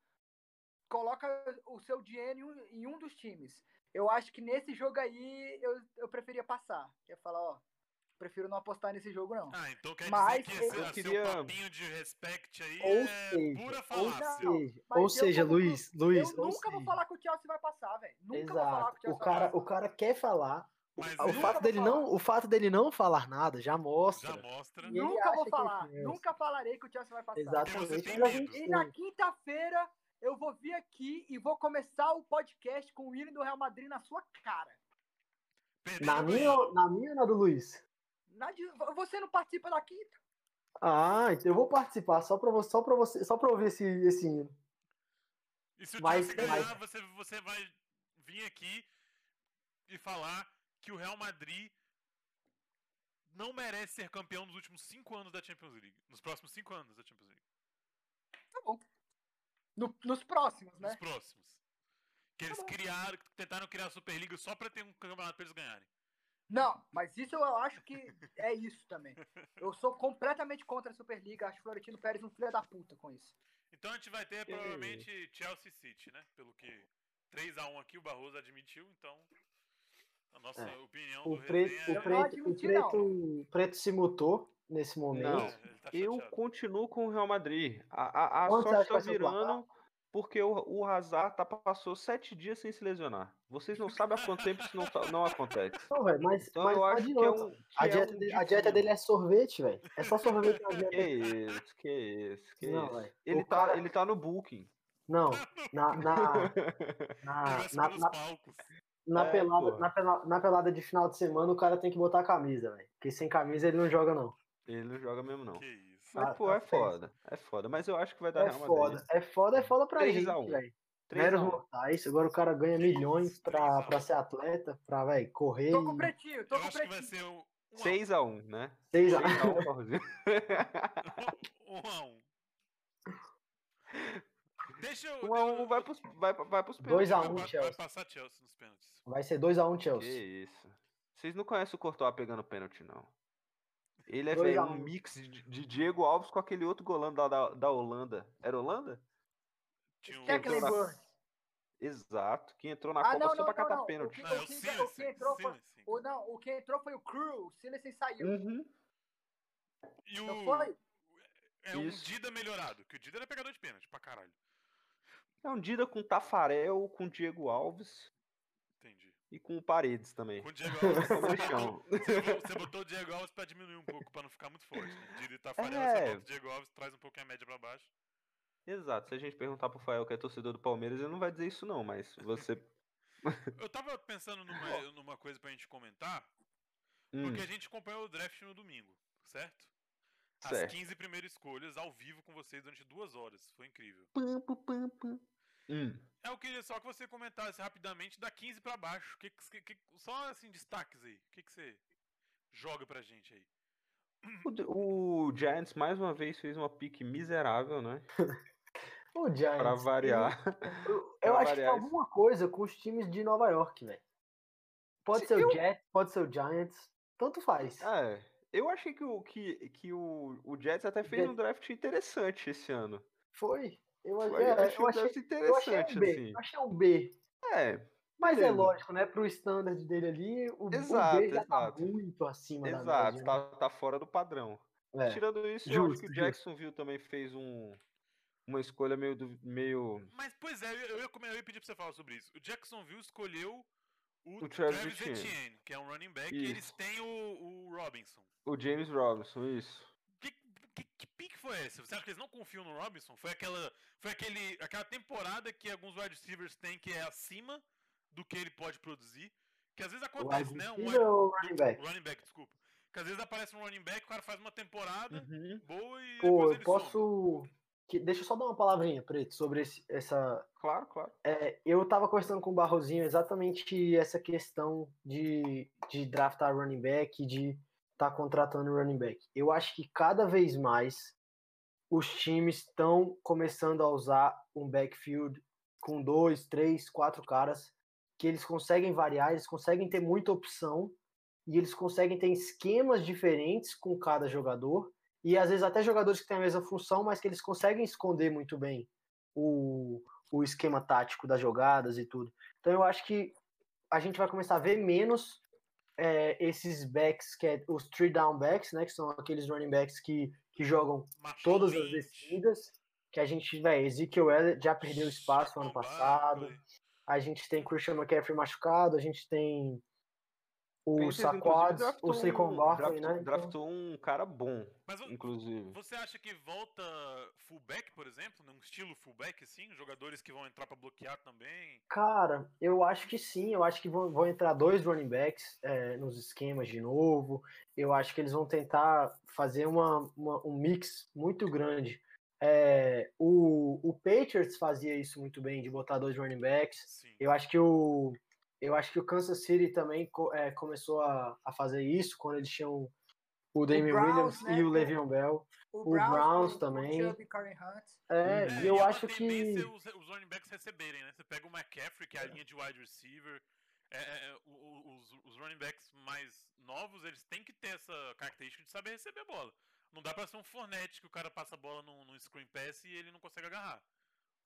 [SPEAKER 5] coloca o seu dinheiro em um, em um dos times. Eu acho que nesse jogo aí eu, eu preferia passar. Eu ia falar, ó, prefiro não apostar nesse jogo, não.
[SPEAKER 1] Ah, então quer
[SPEAKER 5] Mas
[SPEAKER 1] dizer que esse
[SPEAKER 2] eu
[SPEAKER 1] seu
[SPEAKER 2] queria-
[SPEAKER 1] papinho de respect aí
[SPEAKER 3] Ou
[SPEAKER 1] é
[SPEAKER 3] seja,
[SPEAKER 1] pura
[SPEAKER 3] ou
[SPEAKER 1] falácia.
[SPEAKER 3] seja,
[SPEAKER 5] Não, mas
[SPEAKER 3] ou
[SPEAKER 5] eu
[SPEAKER 3] seja,
[SPEAKER 5] vou-
[SPEAKER 3] Luiz, Luiz,
[SPEAKER 5] eu
[SPEAKER 3] ou
[SPEAKER 5] nunca vou
[SPEAKER 3] seja.
[SPEAKER 5] falar que o Chelsea vai passar, velho. Nunca vou falar que o
[SPEAKER 3] Exato.
[SPEAKER 5] Chelsea
[SPEAKER 3] O cara,
[SPEAKER 5] vai passar.
[SPEAKER 3] o cara quer falar.
[SPEAKER 1] Mas
[SPEAKER 3] O
[SPEAKER 5] nunca
[SPEAKER 1] nunca-
[SPEAKER 3] fato,
[SPEAKER 5] vou
[SPEAKER 3] dele não,
[SPEAKER 5] falar.
[SPEAKER 3] o fato dele não falar nada já
[SPEAKER 1] já
[SPEAKER 3] mostra.
[SPEAKER 1] mostra.
[SPEAKER 3] E ele
[SPEAKER 5] Nunca
[SPEAKER 3] acha
[SPEAKER 5] vou
[SPEAKER 3] que
[SPEAKER 5] falar.
[SPEAKER 3] é isso.
[SPEAKER 5] Nunca falarei que o Chelsea vai passar.
[SPEAKER 1] Você
[SPEAKER 3] Exatamente.
[SPEAKER 1] tem
[SPEAKER 3] Mas a
[SPEAKER 1] medo.
[SPEAKER 3] gente-
[SPEAKER 5] E na quinta-feira eu vou vir aqui e vou começar o podcast com o hino do Real Madrid na sua cara.
[SPEAKER 1] Perdeu
[SPEAKER 3] na,
[SPEAKER 1] o
[SPEAKER 3] minha,
[SPEAKER 1] banho.
[SPEAKER 3] ou- na minha ou na do Luiz?
[SPEAKER 5] Na de- Você não participa da quinta?
[SPEAKER 3] Ah, então eu vou participar só pra, vo- só pra, você, só pra ouvir esse, esse hino.
[SPEAKER 1] E se o
[SPEAKER 3] Mas-
[SPEAKER 1] Chelsea ganhar,
[SPEAKER 3] mas-
[SPEAKER 1] Você, você vai vir aqui e falar que o Real Madrid não merece ser campeão nos últimos cinco anos da Champions League. Nos próximos cinco anos da Champions League.
[SPEAKER 5] Tá bom. No- nos próximos,
[SPEAKER 1] Nos
[SPEAKER 5] né?
[SPEAKER 1] próximos. Que eles
[SPEAKER 3] Tá
[SPEAKER 5] bom.
[SPEAKER 1] criaram, tentaram criar a Superliga só pra ter um campeonato pra eles ganharem.
[SPEAKER 5] Não, mas isso eu acho que é isso também. Eu sou completamente contra a Superliga. Acho o Florentino Pérez um filho da puta com isso.
[SPEAKER 1] Então a gente vai ter provavelmente Chelsea e City, né? Pelo que 3x1 aqui o Barroso admitiu, então a nossa
[SPEAKER 3] É.
[SPEAKER 1] opinião
[SPEAKER 3] O
[SPEAKER 1] do
[SPEAKER 3] preto,
[SPEAKER 1] resenha-
[SPEAKER 3] o
[SPEAKER 5] não
[SPEAKER 3] preto, o
[SPEAKER 5] admiti,
[SPEAKER 3] preto, o preto se mutou nesse
[SPEAKER 1] É,
[SPEAKER 2] Não,
[SPEAKER 3] momento.
[SPEAKER 1] ele tá
[SPEAKER 2] Eu
[SPEAKER 1] chateado.
[SPEAKER 2] continuo com o Real Madrid. A, a, a
[SPEAKER 3] Quanto você
[SPEAKER 2] sorte
[SPEAKER 3] acha que
[SPEAKER 2] tá
[SPEAKER 3] vai ser o placar?
[SPEAKER 2] virando porque o, o Hazard tá, passou sete dias sem se lesionar. Vocês não sabem há quanto tempo isso não, tá- não acontece.
[SPEAKER 3] Não, velho, mas,
[SPEAKER 2] Então
[SPEAKER 3] mas
[SPEAKER 2] eu
[SPEAKER 3] não
[SPEAKER 2] acho que é
[SPEAKER 3] adianta.
[SPEAKER 2] um. que
[SPEAKER 3] a,
[SPEAKER 2] é
[SPEAKER 3] dieta
[SPEAKER 2] um
[SPEAKER 3] dele, a dieta
[SPEAKER 2] desvio.
[SPEAKER 3] dele é sorvete, velho. É só sorvete na
[SPEAKER 2] Que
[SPEAKER 3] dieta.
[SPEAKER 2] isso, que isso, que
[SPEAKER 3] Não,
[SPEAKER 2] isso.
[SPEAKER 3] velho.
[SPEAKER 2] Ele
[SPEAKER 3] O
[SPEAKER 2] tá,
[SPEAKER 3] cara-
[SPEAKER 2] ele tá no booking.
[SPEAKER 3] Não, na, na, Ah, na,
[SPEAKER 1] Tivesse
[SPEAKER 3] na,
[SPEAKER 1] pelos
[SPEAKER 3] na-
[SPEAKER 1] palcos.
[SPEAKER 3] na
[SPEAKER 2] É,
[SPEAKER 3] pelada,
[SPEAKER 2] porra.
[SPEAKER 3] na, pela- na pelada de final de semana o cara tem que botar a camisa, velho. Porque sem camisa ele não joga, não.
[SPEAKER 2] Ele não joga mesmo, não.
[SPEAKER 1] Que isso.
[SPEAKER 2] Mas,
[SPEAKER 3] Tá-
[SPEAKER 2] pô,
[SPEAKER 3] tá
[SPEAKER 2] é
[SPEAKER 3] feio.
[SPEAKER 2] foda. É foda. Mas eu acho que vai dar
[SPEAKER 3] É
[SPEAKER 2] Real
[SPEAKER 3] foda,
[SPEAKER 2] Madrid.
[SPEAKER 3] é foda, é foda pra
[SPEAKER 2] 3
[SPEAKER 3] gente,
[SPEAKER 2] a 1.
[SPEAKER 3] velho.
[SPEAKER 2] 3 a
[SPEAKER 3] Meros
[SPEAKER 2] 1.
[SPEAKER 3] mortais, agora o cara ganha milhões pra,
[SPEAKER 1] 3x1.
[SPEAKER 3] pra ser atleta, pra, velho, correr.
[SPEAKER 5] Tô com o
[SPEAKER 3] e-
[SPEAKER 5] pretinho, tô
[SPEAKER 1] Eu
[SPEAKER 5] com o
[SPEAKER 1] acho que vai
[SPEAKER 5] pretinho.
[SPEAKER 1] ser um 1x1.
[SPEAKER 2] 6 a 1, né?
[SPEAKER 3] Seis a- um.
[SPEAKER 2] 6 a 1, Barrosinho.
[SPEAKER 1] Um, a um. Deixa eu.
[SPEAKER 2] 1 a 1 vai pros, vai, vai pros pênaltis. né?
[SPEAKER 3] 2 a 1,
[SPEAKER 1] vai, vai
[SPEAKER 3] Chelsea.
[SPEAKER 1] passar Chelsea nos pênaltis.
[SPEAKER 3] Vai ser 2x1
[SPEAKER 2] Que
[SPEAKER 3] Chelsea.
[SPEAKER 2] isso. Vocês não conhecem o Courtois pegando pênalti, não. Ele é
[SPEAKER 3] Dois
[SPEAKER 2] velho,
[SPEAKER 3] a
[SPEAKER 2] um
[SPEAKER 3] um.
[SPEAKER 2] mix de, de Diego Alves com aquele outro golando da, da, da Holanda. Era Holanda?
[SPEAKER 1] Tinha um-
[SPEAKER 5] Stecklenburg.
[SPEAKER 2] Exato. Que entrou na
[SPEAKER 5] Ah,
[SPEAKER 2] Copa
[SPEAKER 5] não,
[SPEAKER 2] só
[SPEAKER 5] não,
[SPEAKER 2] pra
[SPEAKER 5] não,
[SPEAKER 2] catar
[SPEAKER 5] não.
[SPEAKER 2] pênalti.
[SPEAKER 1] Não, é o
[SPEAKER 5] O que- o que entrou foi-
[SPEAKER 1] Silence.
[SPEAKER 5] Ou não, o que entrou foi o Crew, o Silesen saiu.
[SPEAKER 3] Hum,
[SPEAKER 2] Uhum.
[SPEAKER 1] E
[SPEAKER 5] Não
[SPEAKER 1] o.
[SPEAKER 5] foi?
[SPEAKER 1] É um
[SPEAKER 2] Isso.
[SPEAKER 1] Dida melhorado, que o Dida era pegador de pênalti pra caralho.
[SPEAKER 2] É um Dida com Tafarel, com Diego Alves
[SPEAKER 1] Entendi.
[SPEAKER 2] e com o Paredes também.
[SPEAKER 1] Com o Diego Alves. você
[SPEAKER 2] Ficou no
[SPEAKER 1] botou-
[SPEAKER 2] chão.
[SPEAKER 1] Você bo- você botou o Diego Alves pra diminuir um pouco, pra não ficar muito forte. Né? Dida e Tafarel,
[SPEAKER 2] É.
[SPEAKER 1] você bota o Diego Alves, traz um pouquinho a média pra baixo.
[SPEAKER 2] Exato. Se a gente perguntar pro Fael que é torcedor do Palmeiras, ele não vai dizer isso não, mas você...
[SPEAKER 1] Eu tava pensando numa, numa coisa pra gente comentar,
[SPEAKER 2] Hum,
[SPEAKER 1] porque a gente acompanhou o draft no domingo, certo? As
[SPEAKER 2] certo.
[SPEAKER 1] 15 primeiras escolhas ao vivo com vocês durante duas horas. Foi incrível.
[SPEAKER 2] Pam, pam, pam, pam. Hum.
[SPEAKER 1] Eu queria só que você comentasse rapidamente da 15 pra baixo. Que, que- que- que- só assim, destaques aí. O que, que você joga pra gente aí?
[SPEAKER 2] O D- O Giants mais uma vez fez uma pique miserável, né?
[SPEAKER 3] O Giants.
[SPEAKER 2] Pra variar.
[SPEAKER 3] Eu,
[SPEAKER 2] Pra
[SPEAKER 3] eu acho
[SPEAKER 2] variar
[SPEAKER 3] que tem
[SPEAKER 2] isso.
[SPEAKER 3] alguma coisa com os times de Nova York, velho. Pode ser
[SPEAKER 5] Eu-
[SPEAKER 3] o Jets, pode ser o Giants, tanto faz.
[SPEAKER 2] É, eu achei que o, que, que o, o Jets até fez um draft interessante esse ano.
[SPEAKER 3] Foi. Eu,
[SPEAKER 2] Eu
[SPEAKER 3] é,
[SPEAKER 2] achei
[SPEAKER 3] eu
[SPEAKER 2] um
[SPEAKER 3] achei,
[SPEAKER 2] draft
[SPEAKER 3] eu achei
[SPEAKER 2] interessante,
[SPEAKER 3] um B.
[SPEAKER 2] assim.
[SPEAKER 3] eu achei um B.
[SPEAKER 2] É,
[SPEAKER 3] Mas é
[SPEAKER 2] Beleza.
[SPEAKER 3] lógico, né? Pro standard dele ali, o, o
[SPEAKER 2] Exato,
[SPEAKER 3] B já tá
[SPEAKER 2] exato.
[SPEAKER 3] muito acima da
[SPEAKER 2] exato,
[SPEAKER 3] média.
[SPEAKER 2] tá, tá fora do padrão.
[SPEAKER 3] né? É.
[SPEAKER 2] Tirando isso, eu acho
[SPEAKER 3] Justo,
[SPEAKER 2] que o
[SPEAKER 3] justo.
[SPEAKER 2] Jacksonville também fez um, uma escolha meio, duvi- meio
[SPEAKER 1] Mas, pois é, eu, eu ia, come- eu ia pedir pra você falar sobre isso. O Jacksonville escolheu o,
[SPEAKER 2] O
[SPEAKER 1] Travis,
[SPEAKER 2] Travis
[SPEAKER 1] Etienne.
[SPEAKER 2] Etienne.
[SPEAKER 1] que é um running back, e eles
[SPEAKER 2] Isso.
[SPEAKER 1] têm o, o Robinson.
[SPEAKER 2] o James Robinson, isso.
[SPEAKER 1] Que, que, que pique foi esse? Você acha que eles não confiam no Robinson? Foi aquela, foi aquele, aquela temporada que alguns wide receivers têm que é acima do que ele pode produzir. Que às vezes
[SPEAKER 3] O
[SPEAKER 1] acontece,
[SPEAKER 3] wide
[SPEAKER 1] né?
[SPEAKER 3] receiver ou o running back?
[SPEAKER 1] running back, desculpa. Que às vezes aparece um running back, o cara faz uma temporada boa e depois
[SPEAKER 3] Pô, eu
[SPEAKER 1] ele some.
[SPEAKER 3] posso. que- deixa eu só dar uma palavrinha, Preto, sobre esse- essa.
[SPEAKER 2] Claro, claro.
[SPEAKER 3] É, eu tava conversando com o Barrozinho exatamente essa questão de, de draftar running back, de tá contratando running back. Eu acho que cada vez mais os times estão começando a usar um backfield com dois, três, quatro caras que eles conseguem variar, eles conseguem ter muita opção e eles conseguem ter esquemas diferentes com cada jogador e às vezes até jogadores que têm a mesma função, mas que eles conseguem esconder muito bem o, o esquema tático das jogadas e tudo. Então eu acho que a gente vai começar a ver menos é, esses backs, que é os three down backs, né, que são aqueles running backs que, que jogam
[SPEAKER 1] Macho
[SPEAKER 3] todas as
[SPEAKER 1] Lynch,
[SPEAKER 3] descidas, que a gente, velho, Ezekiel Elliott já perdeu espaço no ano
[SPEAKER 1] Saquon
[SPEAKER 3] passado,
[SPEAKER 1] Barkley.
[SPEAKER 3] a gente tem Christian McCaffrey machucado, a gente tem o
[SPEAKER 2] Panthers, inclusive,
[SPEAKER 3] Saquads,
[SPEAKER 2] draftou
[SPEAKER 3] o Saquon
[SPEAKER 2] um-
[SPEAKER 3] Barkley,
[SPEAKER 2] draftou-
[SPEAKER 3] né? Então,
[SPEAKER 2] Draftou um cara bom,
[SPEAKER 1] Mas vo-
[SPEAKER 2] inclusive.
[SPEAKER 1] você acha que volta fullback, por exemplo, num estilo fullback assim, jogadores que vão entrar pra bloquear também?
[SPEAKER 3] Cara, eu acho que sim. Eu acho que vão, vão entrar dois running backs eh, nos esquemas de novo. Eu acho que eles vão tentar fazer uma, uma- um mix muito grande. Eh, o, o Patriots fazia isso muito bem, de botar dois running backs.
[SPEAKER 1] Sim.
[SPEAKER 3] Eu acho que o, eu acho que o Kansas City também co- eh, começou a, a fazer isso quando eles tinham o Damien Williams
[SPEAKER 5] Browns, né,
[SPEAKER 3] e o
[SPEAKER 5] com-
[SPEAKER 3] Le'Veon Bell. O Browns também.
[SPEAKER 5] Chubb, Karen Hunt.
[SPEAKER 3] É,
[SPEAKER 5] Uhum.
[SPEAKER 1] É,
[SPEAKER 3] e eu
[SPEAKER 1] é uma
[SPEAKER 3] acho que.
[SPEAKER 1] tendência Os, os running backs receberem, né? Você pega o McCaffrey, que é a linha de wide receiver. é, é, é, o- o- os, os running backs mais novos, eles têm que ter essa característica de saber receber a bola. Não dá pra ser um fornete que o cara passa a bola num, num screen pass e ele não consegue agarrar.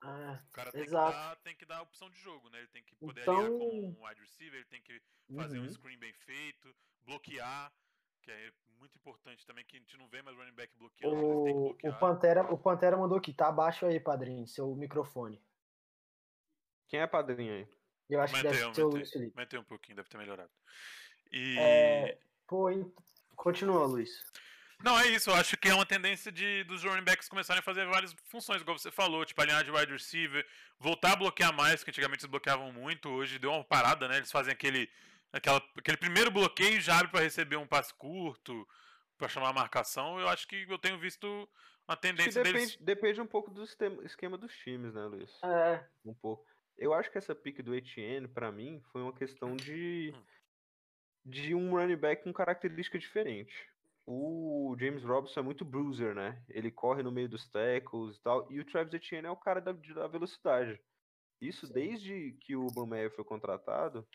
[SPEAKER 3] ah,
[SPEAKER 1] O cara tem,
[SPEAKER 3] Exato.
[SPEAKER 1] que, dar, tem que dar opção de jogo, né? Ele tem que poder
[SPEAKER 3] Então-
[SPEAKER 1] alinhar com um wide receiver, ele tem que fazer um
[SPEAKER 2] Uhum.
[SPEAKER 1] screen bem feito, bloquear, que é muito importante também, que a gente não vê mais running back bloqueando, eles têm que
[SPEAKER 3] O, o,
[SPEAKER 1] bloquear.
[SPEAKER 3] Pantera, o Pantera mandou aqui, tá abaixo aí, padrinho, seu microfone.
[SPEAKER 2] Quem é padrinho aí?
[SPEAKER 3] Eu acho que
[SPEAKER 1] Aumentei,
[SPEAKER 3] deve ser
[SPEAKER 1] aumentei.
[SPEAKER 3] o Luiz Felipe.
[SPEAKER 1] Aumentei um pouquinho, deve ter melhorado. E.
[SPEAKER 3] É, Pô, hein? continua, Luiz.
[SPEAKER 1] Não, é isso. Eu acho que é uma tendência de, dos running backs começarem a fazer várias funções, igual você falou, tipo alinhar de wide receiver, voltar a bloquear mais, que antigamente eles bloqueavam muito, hoje deu uma parada, né? Eles fazem aquele, aquela, aquele primeiro bloqueio e já abre pra receber um passe curto, pra chamar a marcação. Eu acho que eu tenho visto uma
[SPEAKER 2] Acho que
[SPEAKER 1] tendência deles.
[SPEAKER 2] depende, depende um pouco do sistema- esquema dos times, né, Luiz?
[SPEAKER 3] É,
[SPEAKER 2] Um pouco. Eu acho que essa pick do Etienne, pra mim, foi uma questão de.
[SPEAKER 1] Hum.
[SPEAKER 2] de um running back com característica diferente. O James Robinson é muito bruiser, né? Ele corre no meio dos tackles e tal. E o Travis Etienne é o cara da, de- da velocidade. Isso desde que o Bambeia foi contratado,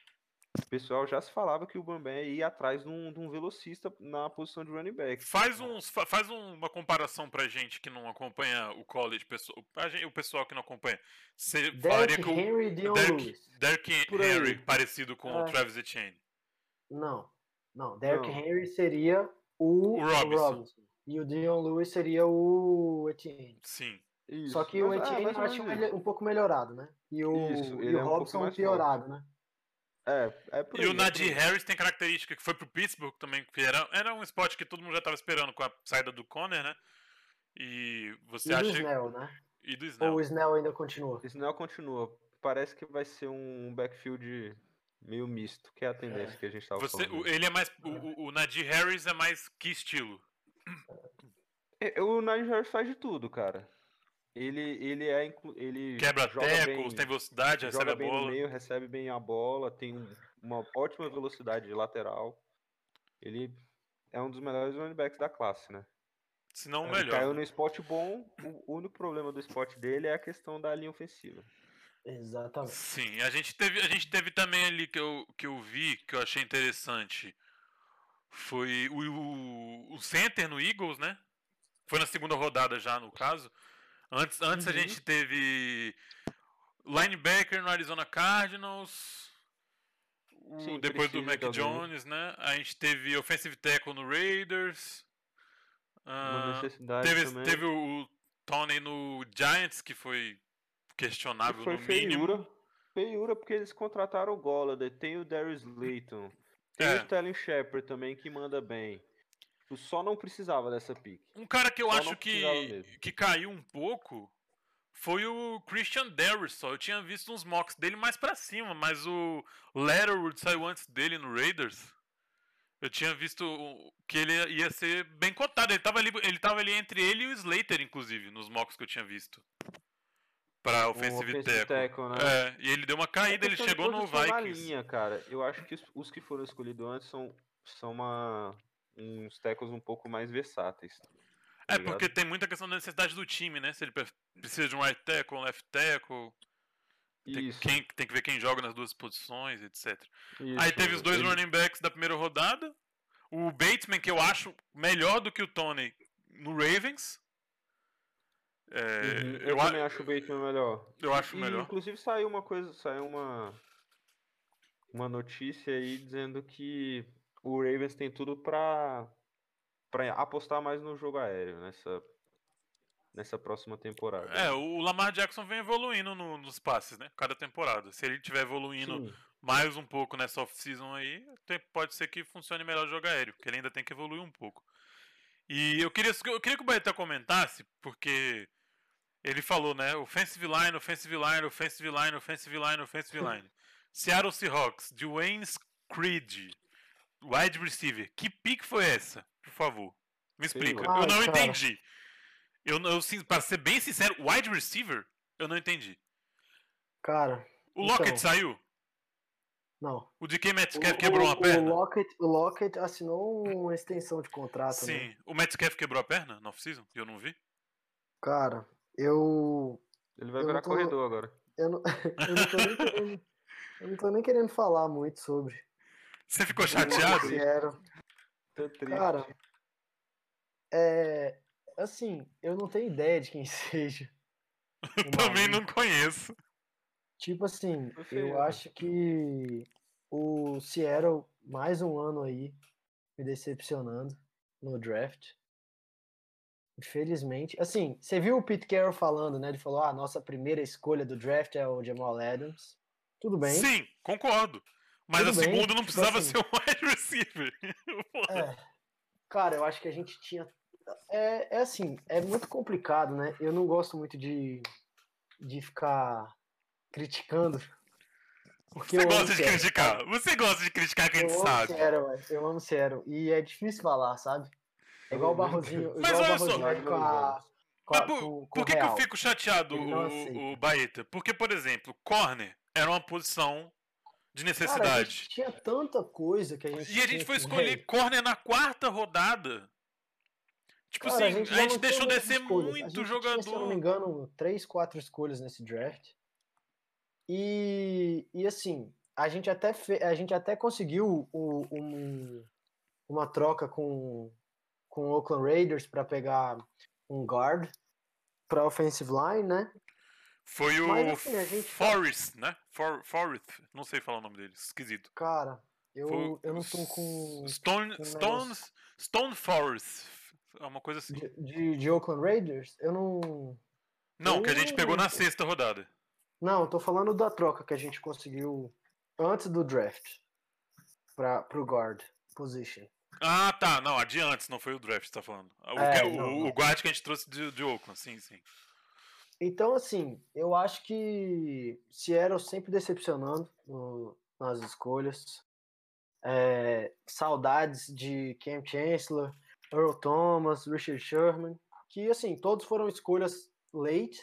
[SPEAKER 2] o pessoal já se falava que o Bambeia ia atrás de um, de um velocista na posição de running back.
[SPEAKER 1] Faz, um uns, fa- faz uma comparação pra gente que não acompanha o college, pessoal, pra gente- o pessoal que não acompanha. Você falaria
[SPEAKER 3] Derek
[SPEAKER 1] que o
[SPEAKER 3] Henry e Dion
[SPEAKER 1] Derrick-
[SPEAKER 3] Lewis.
[SPEAKER 1] Derrick
[SPEAKER 2] Por aí.
[SPEAKER 1] Henry parecido com o
[SPEAKER 3] É.
[SPEAKER 1] Travis Etienne?
[SPEAKER 3] Não, não. Derrick
[SPEAKER 2] Não.
[SPEAKER 3] Henry seria o,
[SPEAKER 1] O Robinson.
[SPEAKER 3] E o Dion Lewis seria o Etienne.
[SPEAKER 1] Sim.
[SPEAKER 2] Isso,
[SPEAKER 3] Só que o
[SPEAKER 2] mas- é,
[SPEAKER 3] Etienne
[SPEAKER 2] mais
[SPEAKER 3] eu
[SPEAKER 2] ou
[SPEAKER 3] acho
[SPEAKER 2] menos
[SPEAKER 3] ele
[SPEAKER 2] isso.
[SPEAKER 3] um pouco melhorado, né? E o,
[SPEAKER 2] Isso,
[SPEAKER 3] e
[SPEAKER 2] ele
[SPEAKER 3] o
[SPEAKER 2] é um pouco
[SPEAKER 3] Robinson
[SPEAKER 2] mais
[SPEAKER 3] piorado, né?
[SPEAKER 2] É, é por
[SPEAKER 1] E
[SPEAKER 2] aí,
[SPEAKER 1] o
[SPEAKER 2] é por
[SPEAKER 1] Nadir
[SPEAKER 2] aí.
[SPEAKER 1] Harris tem característica que foi pro Pittsburgh também, que era, era um spot que todo mundo já tava esperando com a saída do Conner, né? E você
[SPEAKER 3] E
[SPEAKER 1] acha.
[SPEAKER 3] o Snell, né?
[SPEAKER 1] E do
[SPEAKER 3] Ou
[SPEAKER 1] Snell.
[SPEAKER 3] o Snell ainda continua?
[SPEAKER 2] Esse Snell continua. Parece que vai ser um backfield meio misto, que é a tendência que a gente tava
[SPEAKER 1] Você,
[SPEAKER 2] falando.
[SPEAKER 1] o- ele é mais. O, o, o Nadir Harris é mais que estilo?
[SPEAKER 2] É, O Najee Harris faz de tudo, cara. Ele, ele é inclu- ele
[SPEAKER 1] Quebra
[SPEAKER 2] joga
[SPEAKER 1] tecos,
[SPEAKER 2] bem-
[SPEAKER 1] tem velocidade, recebe
[SPEAKER 2] joga
[SPEAKER 1] a
[SPEAKER 2] bem no
[SPEAKER 1] bola.
[SPEAKER 2] meio, recebe bem a bola, tem um- uma ótima velocidade de lateral. Ele é um dos melhores running backs da classe, né?
[SPEAKER 1] Se não, É o
[SPEAKER 2] Ele Caiu
[SPEAKER 1] melhor. né?
[SPEAKER 2] no spot bom, o único problema do spot dele é a questão da linha ofensiva.
[SPEAKER 3] Exatamente.
[SPEAKER 1] Sim, a gente teve, a gente teve também ali que eu, que eu vi, que eu achei interessante. Foi o, o, o Center no Eagles, né? Foi na segunda rodada já, no caso. Antes, antes a
[SPEAKER 2] Uhum.
[SPEAKER 1] gente teve linebacker no Arizona Cardinals. o-
[SPEAKER 2] Sim,
[SPEAKER 1] depois do
[SPEAKER 2] precisa
[SPEAKER 1] Mac
[SPEAKER 2] também.
[SPEAKER 1] Jones, né? A gente teve offensive tackle no Raiders.
[SPEAKER 2] Uma
[SPEAKER 1] ah,
[SPEAKER 2] necessidade
[SPEAKER 1] teve,
[SPEAKER 2] também.
[SPEAKER 1] teve o Tony no Giants, que foi
[SPEAKER 2] E
[SPEAKER 1] questionável
[SPEAKER 2] foi
[SPEAKER 1] Ah, no mínimo.
[SPEAKER 2] feiura. Feiura porque eles contrataram o Golladay, tem o Darius Layton, tem
[SPEAKER 1] É.
[SPEAKER 2] o Talon Shepard também que manda bem. Tu só não precisava dessa pick.
[SPEAKER 1] Um cara que eu
[SPEAKER 2] Só
[SPEAKER 1] acho
[SPEAKER 2] não precisava
[SPEAKER 1] que,
[SPEAKER 2] mesmo.
[SPEAKER 1] que caiu um pouco foi o Christian Derrisson. Eu tinha visto uns mocks dele mais pra cima, mas o Letterwood saiu antes dele no Raiders. Eu tinha visto o- que ele ia ser bem cotado. Ele tava ali, ele tava ali entre ele e o Slater, inclusive, nos mocks que eu tinha visto. Pra
[SPEAKER 2] O
[SPEAKER 1] Um Offensive
[SPEAKER 2] Um offensive
[SPEAKER 1] Tackle.
[SPEAKER 2] tackle, né?
[SPEAKER 1] É, e ele deu uma caída,
[SPEAKER 2] É
[SPEAKER 1] ele
[SPEAKER 2] questão de
[SPEAKER 1] chegou no
[SPEAKER 2] posição na
[SPEAKER 1] Vikings.
[SPEAKER 2] linha, cara. Eu acho que os, os que foram escolhidos antes são, são uma, uns tackles um pouco mais versáteis. tá
[SPEAKER 1] É
[SPEAKER 2] ligado?
[SPEAKER 1] porque tem muita questão da necessidade do time, né? Se ele pre- precisa de um right tackle, um left tackle, tem,
[SPEAKER 2] Isso,
[SPEAKER 1] quem, tem que ver quem joga nas duas posições, etc.
[SPEAKER 2] isso.
[SPEAKER 1] Aí teve os dois
[SPEAKER 2] Ele-
[SPEAKER 1] running backs da primeira rodada. O Batesman, que eu acho melhor do que o Tony no Ravens. É,
[SPEAKER 3] Uhum,
[SPEAKER 1] eu,
[SPEAKER 2] Eu também
[SPEAKER 1] a-
[SPEAKER 2] acho o Bateman melhor.
[SPEAKER 1] eu acho
[SPEAKER 2] E,
[SPEAKER 1] melhor.
[SPEAKER 2] Inclusive saiu uma coisa, saiu uma uma notícia aí dizendo que o Ravens tem tudo pra para apostar mais no jogo aéreo nessa nessa próxima temporada.
[SPEAKER 1] É, o Lamar Jackson vem evoluindo no- nos passes, né? Cada temporada. Se ele tiver evoluindo
[SPEAKER 2] Sim,
[SPEAKER 1] mais um pouco nessa off-season aí, tem- pode ser que funcione melhor o jogo aéreo, porque ele ainda tem que evoluir um pouco. E eu queria, eu queria que o Baeta comentasse, porque ele falou, né? Offensive line, offensive line, offensive line, offensive line, offensive
[SPEAKER 3] Uhum.
[SPEAKER 1] line. Seattle Seahawks, Dwayne Creed, wide receiver. Que pique foi essa? Por favor, me
[SPEAKER 2] Sei
[SPEAKER 1] explica.
[SPEAKER 3] lá.
[SPEAKER 1] eu não
[SPEAKER 3] Ai, cara.
[SPEAKER 1] entendi. Eu, não- eu, sim- pra ser bem sincero, wide receiver, eu não entendi.
[SPEAKER 3] Cara,
[SPEAKER 1] O
[SPEAKER 3] Então.
[SPEAKER 1] Lockett saiu?
[SPEAKER 3] não.
[SPEAKER 1] O DK Metcalf
[SPEAKER 3] O-
[SPEAKER 1] quebrou
[SPEAKER 3] o-
[SPEAKER 1] uma perna?
[SPEAKER 3] O Lockett, o Lockett assinou uma extensão de contrato, né?
[SPEAKER 1] Sim. O Metcalf quebrou a perna na off-season? E eu não vi?
[SPEAKER 3] Cara, eu
[SPEAKER 2] ele vai
[SPEAKER 3] Eu
[SPEAKER 2] virar
[SPEAKER 3] não tô-
[SPEAKER 2] corredor agora.
[SPEAKER 3] Eu não, eu não tô nem querendo, eu não tô nem querendo falar muito sobre.
[SPEAKER 1] Você ficou
[SPEAKER 3] o que
[SPEAKER 1] chateado?
[SPEAKER 3] fizeram.
[SPEAKER 2] Tô triste.
[SPEAKER 3] Cara, é. Assim, eu não tenho ideia de quem seja. o
[SPEAKER 1] Também
[SPEAKER 3] maluco.
[SPEAKER 1] não conheço.
[SPEAKER 3] Tipo assim,
[SPEAKER 2] Foi feio,
[SPEAKER 3] eu
[SPEAKER 2] né?
[SPEAKER 3] acho que o Seattle, mais um ano aí, me decepcionando no draft. Infelizmente. Assim, você viu o Pete Carroll falando, né? Ele falou: ah, nossa primeira escolha do draft é o Jamal Adams. Tudo bem.
[SPEAKER 1] Sim, concordo. Mas
[SPEAKER 3] Tudo
[SPEAKER 1] a
[SPEAKER 3] bem,
[SPEAKER 1] segunda não
[SPEAKER 3] tipo
[SPEAKER 1] precisava
[SPEAKER 3] assim.
[SPEAKER 1] ser um wide receiver. Porra.
[SPEAKER 3] É. Cara, eu acho que a gente tinha. É, é assim, é muito complicado, né? Eu não gosto muito de, de ficar criticando. Porque
[SPEAKER 1] Você
[SPEAKER 3] eu amo
[SPEAKER 1] gosta de
[SPEAKER 3] Seattle,
[SPEAKER 1] criticar. Você gosta de criticar quem
[SPEAKER 3] Eu amo
[SPEAKER 1] sabe.
[SPEAKER 3] Seattle, velho. Eu amo Seattle. E é difícil falar, sabe? É igual o Barrozinho.
[SPEAKER 1] Mas
[SPEAKER 3] igual o
[SPEAKER 1] olha só.
[SPEAKER 3] Barrozinho com a. Com a
[SPEAKER 1] Mas por-
[SPEAKER 3] com, com
[SPEAKER 1] Por
[SPEAKER 3] o
[SPEAKER 1] que, que eu
[SPEAKER 3] Real.
[SPEAKER 1] fico chateado,
[SPEAKER 3] Ele não
[SPEAKER 1] o,
[SPEAKER 3] aceita.
[SPEAKER 1] o Baeta? Porque, por exemplo, corner era uma posição de
[SPEAKER 3] Cara, a
[SPEAKER 1] necessidade.
[SPEAKER 3] gente tinha tanta coisa que a gente.
[SPEAKER 1] E a gente
[SPEAKER 3] tinha né?
[SPEAKER 1] foi
[SPEAKER 3] que-
[SPEAKER 1] escolher corner na quarta rodada. Tipo
[SPEAKER 3] Cara,
[SPEAKER 1] assim, a gente,
[SPEAKER 3] já não tinha
[SPEAKER 1] deixou
[SPEAKER 3] muitas
[SPEAKER 1] descer
[SPEAKER 3] escolhas. A gente
[SPEAKER 1] muito
[SPEAKER 3] tinha,
[SPEAKER 1] jogador.
[SPEAKER 3] se eu não me engano, três, quatro escolhas nesse draft. E, e assim, a gente até, fe- a gente até conseguiu o- um- uma troca com, com o Oakland Raiders para pegar um guard para offensive line, né?
[SPEAKER 1] Foi o
[SPEAKER 3] Mas, assim, a gente tá-
[SPEAKER 1] Forrest, né? For, Forrest, não sei falar o nome dele, esquisito.
[SPEAKER 3] Cara,
[SPEAKER 1] Foi
[SPEAKER 3] eu,
[SPEAKER 1] o-
[SPEAKER 3] eu não tô com.
[SPEAKER 1] Stone,
[SPEAKER 3] com o
[SPEAKER 1] Stones, Stone Forest, é uma coisa assim.
[SPEAKER 3] De, de, de Oakland Raiders, eu não.
[SPEAKER 1] Não, que a gente pegou na
[SPEAKER 3] eu-
[SPEAKER 1] sexta rodada.
[SPEAKER 3] Não, eu tô falando da troca que a gente conseguiu antes do draft para pro guard position.
[SPEAKER 1] Ah, tá, não, a de antes, não foi o draft que você tá falando. O,
[SPEAKER 3] É,
[SPEAKER 1] que- o-
[SPEAKER 3] não,
[SPEAKER 1] o
[SPEAKER 3] não.
[SPEAKER 1] guard que a gente trouxe de, de Oakland, sim, sim.
[SPEAKER 3] Então, assim, eu acho que Seattle sempre decepcionando no- nas escolhas. É, saudades de Cam Chancellor, Earl Thomas, Richard Sherman, que, assim, todos foram escolhas late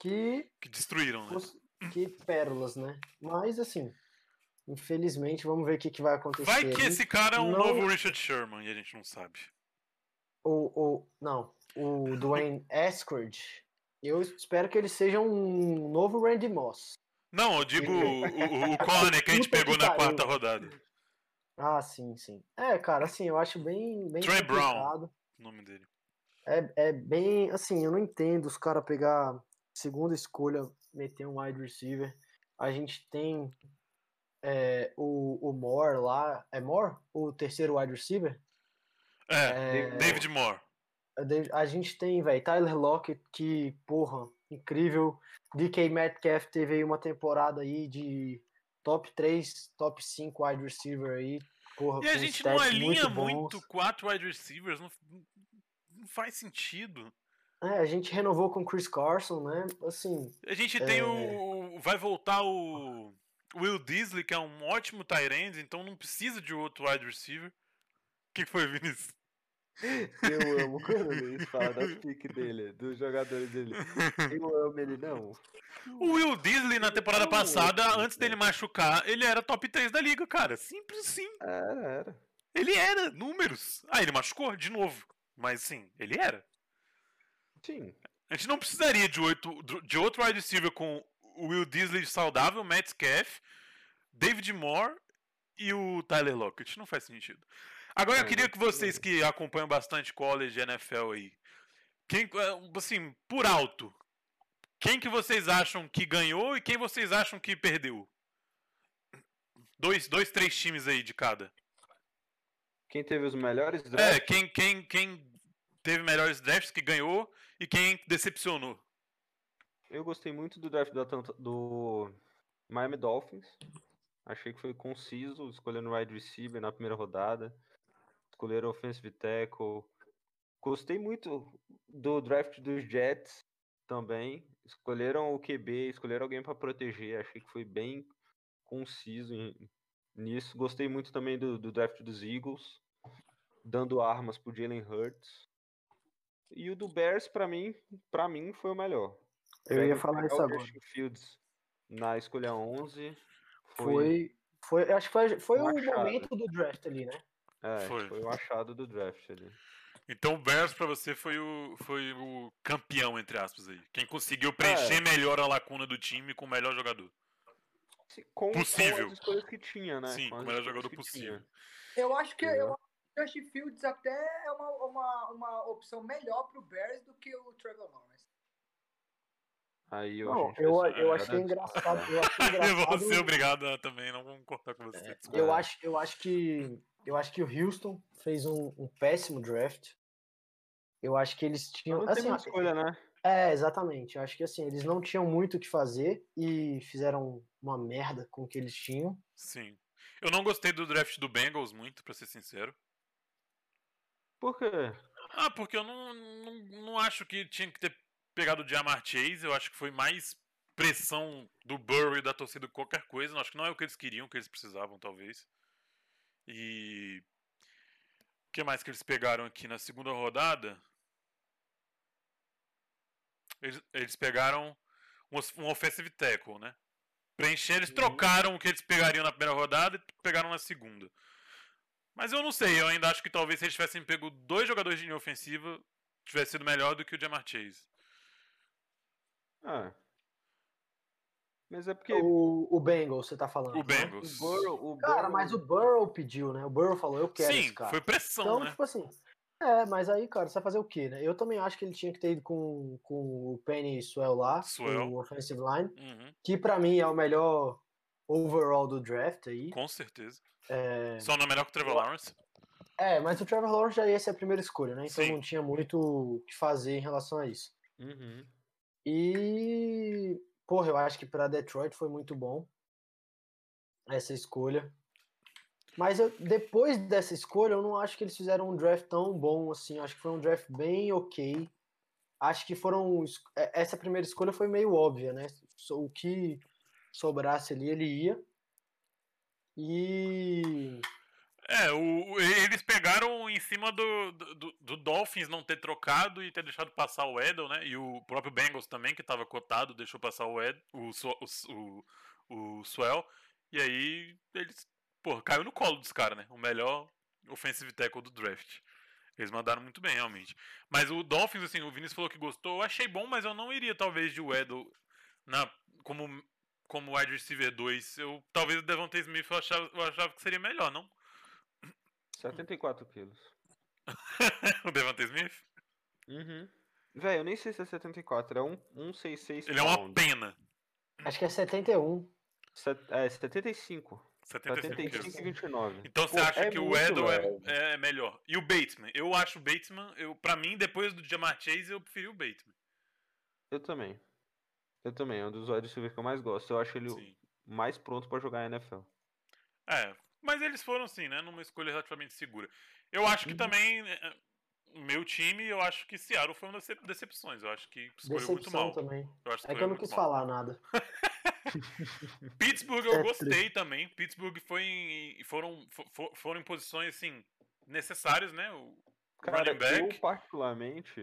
[SPEAKER 3] que
[SPEAKER 1] Que destruíram, né?
[SPEAKER 3] Os- Que pérolas, né? Mas assim, infelizmente, vamos ver o que, que vai acontecer.
[SPEAKER 1] Vai que
[SPEAKER 3] aí.
[SPEAKER 1] esse cara é um
[SPEAKER 3] não-
[SPEAKER 1] novo Richard Sherman e a gente não sabe.
[SPEAKER 3] O, o, não, o Dwayne Askridge. Eu espero que ele seja um novo Randy Moss.
[SPEAKER 1] Não, eu digo o, o, o corner que a gente
[SPEAKER 3] Puta que
[SPEAKER 1] pegou na
[SPEAKER 3] pariu.
[SPEAKER 1] quarta rodada.
[SPEAKER 3] Ah, sim, sim. É, cara, assim, eu acho bem, bem
[SPEAKER 1] Trey Brown.
[SPEAKER 3] complicado.
[SPEAKER 1] O nome dele.
[SPEAKER 3] É, é bem, assim, eu não entendo os caras pegar segunda escolha, meter um wide receiver. A gente tem é, o, o Moore lá. É Moore? O terceiro wide receiver?
[SPEAKER 1] É,
[SPEAKER 3] É,
[SPEAKER 1] David Moore.
[SPEAKER 3] A de- A gente tem, velho, Tyler Lockett, que, porra, incrível. DK Metcalf teve aí uma temporada aí de top 3, top 5 wide receiver aí. Porra,
[SPEAKER 1] E a
[SPEAKER 3] com
[SPEAKER 1] gente não
[SPEAKER 3] stats
[SPEAKER 1] alinha
[SPEAKER 3] bons.
[SPEAKER 1] muito, quatro wide receivers, não, não faz sentido.
[SPEAKER 3] É, a gente renovou com o Chris Carson, né? Assim,
[SPEAKER 1] A gente tem
[SPEAKER 3] É.
[SPEAKER 1] o, o- Vai voltar o Will Disley, que é um ótimo tight end, então não precisa de outro wide receiver. O que que foi, Vinícius?
[SPEAKER 2] Eu amo quando ele fala das piques dele, dos jogadores dele. Eu amo ele não.
[SPEAKER 1] O Will Disley na temporada
[SPEAKER 2] Não, eu-
[SPEAKER 3] é.
[SPEAKER 1] passada, antes dele machucar, ele era top 3 da liga, cara. Simples sim.
[SPEAKER 3] É,
[SPEAKER 2] Era, era.
[SPEAKER 1] Ele era, números. Ah, ele machucou de novo. Mas sim, ele era.
[SPEAKER 2] Sim.
[SPEAKER 1] A gente não precisaria de, oito, de outro wide receiver com o Will Disley saudável, Matt Scaff, David Moore e o Tyler Lockett. Não faz sentido. Agora eu
[SPEAKER 2] Não,
[SPEAKER 1] queria
[SPEAKER 2] não
[SPEAKER 1] que vocês
[SPEAKER 2] precisa.
[SPEAKER 1] que acompanham bastante college e NFL aí, quem, assim, por alto, quem que vocês acham que ganhou e quem vocês acham que perdeu? Dois, dois três times aí de cada.
[SPEAKER 2] Quem teve os melhores
[SPEAKER 1] É,
[SPEAKER 2] drafts?
[SPEAKER 1] quem, quem, quem teve melhores drafts que ganhou e quem decepcionou.
[SPEAKER 2] Eu gostei muito do draft do, Atlanta- do Miami Dolphins. Achei que foi conciso, escolhendo wide receiver na primeira rodada. Escolheram offensive tackle. Gostei muito do draft dos Jets também. Escolheram o QB, escolheram alguém para proteger. Achei que foi bem conciso em- nisso. Gostei muito também do, do draft dos Eagles, dando armas pro Jalen Hurts. E o do Bears, para mim, para mim foi o melhor.
[SPEAKER 3] Eu ia
[SPEAKER 2] Pegar-
[SPEAKER 3] falar
[SPEAKER 2] pegar
[SPEAKER 3] isso
[SPEAKER 2] o
[SPEAKER 3] agora.
[SPEAKER 2] Justin Fields na escolha 11 foi,
[SPEAKER 3] Foi. foi acho que foi, foi
[SPEAKER 2] Um
[SPEAKER 3] o
[SPEAKER 2] achado.
[SPEAKER 3] momento do draft ali, né?
[SPEAKER 2] é,
[SPEAKER 1] Foi.
[SPEAKER 2] foi. o achado do draft ali.
[SPEAKER 1] Então o Bears pra você foi o, foi o campeão, entre aspas, aí. Quem conseguiu preencher melhor a lacuna do time com o melhor jogador.
[SPEAKER 2] Se- Com, Com
[SPEAKER 1] Possível.
[SPEAKER 2] as escolhas que tinha, né?
[SPEAKER 1] Sim, com o
[SPEAKER 2] as
[SPEAKER 1] melhor
[SPEAKER 2] escolhas
[SPEAKER 1] jogador
[SPEAKER 2] que
[SPEAKER 1] possível.
[SPEAKER 2] tinha.
[SPEAKER 5] Eu acho que
[SPEAKER 2] Entendeu?
[SPEAKER 5] eu acho que o Justin Fields até é uma, uma, uma opção melhor pro Bears do que o Trevor Lawrence.
[SPEAKER 2] Aí eu,
[SPEAKER 3] Não,
[SPEAKER 2] gente
[SPEAKER 3] eu,
[SPEAKER 2] vai-
[SPEAKER 3] eu
[SPEAKER 2] vai
[SPEAKER 3] achei
[SPEAKER 2] dar-
[SPEAKER 3] engraçado. Eu achei engraçado.
[SPEAKER 1] Você, obrigado a- também, não vamos cortar com você. desculpa.
[SPEAKER 2] É.
[SPEAKER 3] Eu acho, eu acho que eu acho que o Houston fez um, um péssimo draft. Eu acho que eles tinham.
[SPEAKER 2] Não tem
[SPEAKER 3] assim,
[SPEAKER 2] muita escolha, né?
[SPEAKER 3] é, exatamente. Eu acho que assim, eles não tinham muito o que fazer e fizeram uma merda com o que eles tinham.
[SPEAKER 1] Sim. Eu não gostei do draft do Bengals muito, pra ser sincero.
[SPEAKER 2] Por quê?
[SPEAKER 1] Ah, porque eu não, não, não acho que tinha que ter pegado o Jamar Chase. Eu acho que foi mais pressão do Burrow e da torcida do que qualquer coisa. Eu acho que não é o que eles queriam, o que eles precisavam, talvez. E. O que mais que eles pegaram aqui na segunda rodada? Eles, eles pegaram um, os- um offensive tackle, né? Preencher, eles trocaram o que eles pegariam na primeira rodada e pegaram na segunda. Mas eu não sei, eu ainda acho que talvez se eles tivessem pego dois jogadores de linha ofensiva, tivesse sido melhor do que o Jamar Chase.
[SPEAKER 2] Ah. Mas é porque
[SPEAKER 3] O, o Bengals, você tá falando.
[SPEAKER 1] O
[SPEAKER 3] né?
[SPEAKER 2] o
[SPEAKER 1] Bengals.
[SPEAKER 2] Burrow... O
[SPEAKER 3] Cara,
[SPEAKER 2] Burrow-
[SPEAKER 3] mas o Burrow pediu, né? O Burrow falou, eu quero
[SPEAKER 1] Sim,
[SPEAKER 3] esse cara.
[SPEAKER 1] foi pressão,
[SPEAKER 3] Então,
[SPEAKER 1] né?
[SPEAKER 3] tipo assim. É, mas aí, cara, você vai fazer o quê, né? Eu também acho que ele tinha que ter ido com, com o Penny Swell lá,
[SPEAKER 1] Sewell.
[SPEAKER 3] o offensive line,
[SPEAKER 1] Uhum,
[SPEAKER 3] que pra mim é o melhor overall do draft aí.
[SPEAKER 1] com certeza.
[SPEAKER 3] É,
[SPEAKER 1] Só não é melhor que o Trevor Lawrence.
[SPEAKER 3] é, mas o Trevor Lawrence já ia ser a primeira escolha, né? Então
[SPEAKER 1] Sim.
[SPEAKER 3] não tinha muito o que fazer em relação a isso.
[SPEAKER 2] Uhum.
[SPEAKER 3] E, porra, eu acho que pra Detroit foi muito bom essa escolha. Mas eu- depois dessa escolha, eu não acho que eles fizeram um draft tão bom assim. Eu Acho que foi um draft bem ok. Acho que foram. es- é- Essa primeira escolha foi meio óbvia, né? So- O que sobrasse ali, ele ia. E.
[SPEAKER 1] É, o, o- eles pegaram em cima do, do, do Dolphins não ter trocado e ter deixado passar o Edel, né? E o próprio Bengals também, que tava cotado, deixou passar o Ed, o, Swe- o, S- o, o Swell. E aí eles, pô, caiu no colo dos caras, né? O melhor offensive tackle do draft. Eles mandaram muito bem, realmente. Mas o Dolphins, assim, o Vinícius falou que gostou. Eu achei bom, mas eu não iria, talvez, de Edel na, como, como wide receiver 2. Eu, talvez o Devontae Smith eu achava, eu achava que seria melhor, não?
[SPEAKER 2] 74 quilos.
[SPEAKER 1] o Devante Smith?
[SPEAKER 2] Uhum. Velho, eu nem sei se é 74, é um, 166
[SPEAKER 1] Ele é uma
[SPEAKER 2] pound.
[SPEAKER 1] pena.
[SPEAKER 3] Acho que é 71.
[SPEAKER 2] Set- É, 75.
[SPEAKER 1] 75 quilos.
[SPEAKER 2] 75 e 29.
[SPEAKER 1] Então você
[SPEAKER 2] Pô,
[SPEAKER 1] acha
[SPEAKER 2] é
[SPEAKER 1] que o
[SPEAKER 2] muito
[SPEAKER 1] Edel
[SPEAKER 2] leve.
[SPEAKER 1] é, é melhor. E o Bateman? Eu acho o Bateman. Eu, pra mim, depois do Jamar Chase, eu preferi o Bateman.
[SPEAKER 2] Eu também. Eu também, é um dos wide receivers que eu mais gosto. Eu acho ele o
[SPEAKER 1] Sim.
[SPEAKER 2] mais pronto pra jogar NFL.
[SPEAKER 1] É. Mas eles foram, sim, né? Numa escolha relativamente segura. Eu acho que também. é, Meu time, eu acho que Seattle foi uma das decep- decepções. Eu acho que escolheu muito
[SPEAKER 3] Decepção
[SPEAKER 1] mal.
[SPEAKER 3] também.
[SPEAKER 1] Eu acho que
[SPEAKER 3] É
[SPEAKER 1] escolheu
[SPEAKER 3] que eu não
[SPEAKER 1] muito
[SPEAKER 3] quis
[SPEAKER 1] mal.
[SPEAKER 3] falar nada.
[SPEAKER 1] Pittsburgh
[SPEAKER 3] É
[SPEAKER 1] eu
[SPEAKER 3] triste.
[SPEAKER 1] gostei também. Pittsburgh foi em, foram, fo- fo- foram em posições, assim, necessárias, né? O
[SPEAKER 2] Cara,
[SPEAKER 1] running back.
[SPEAKER 2] eu particularmente.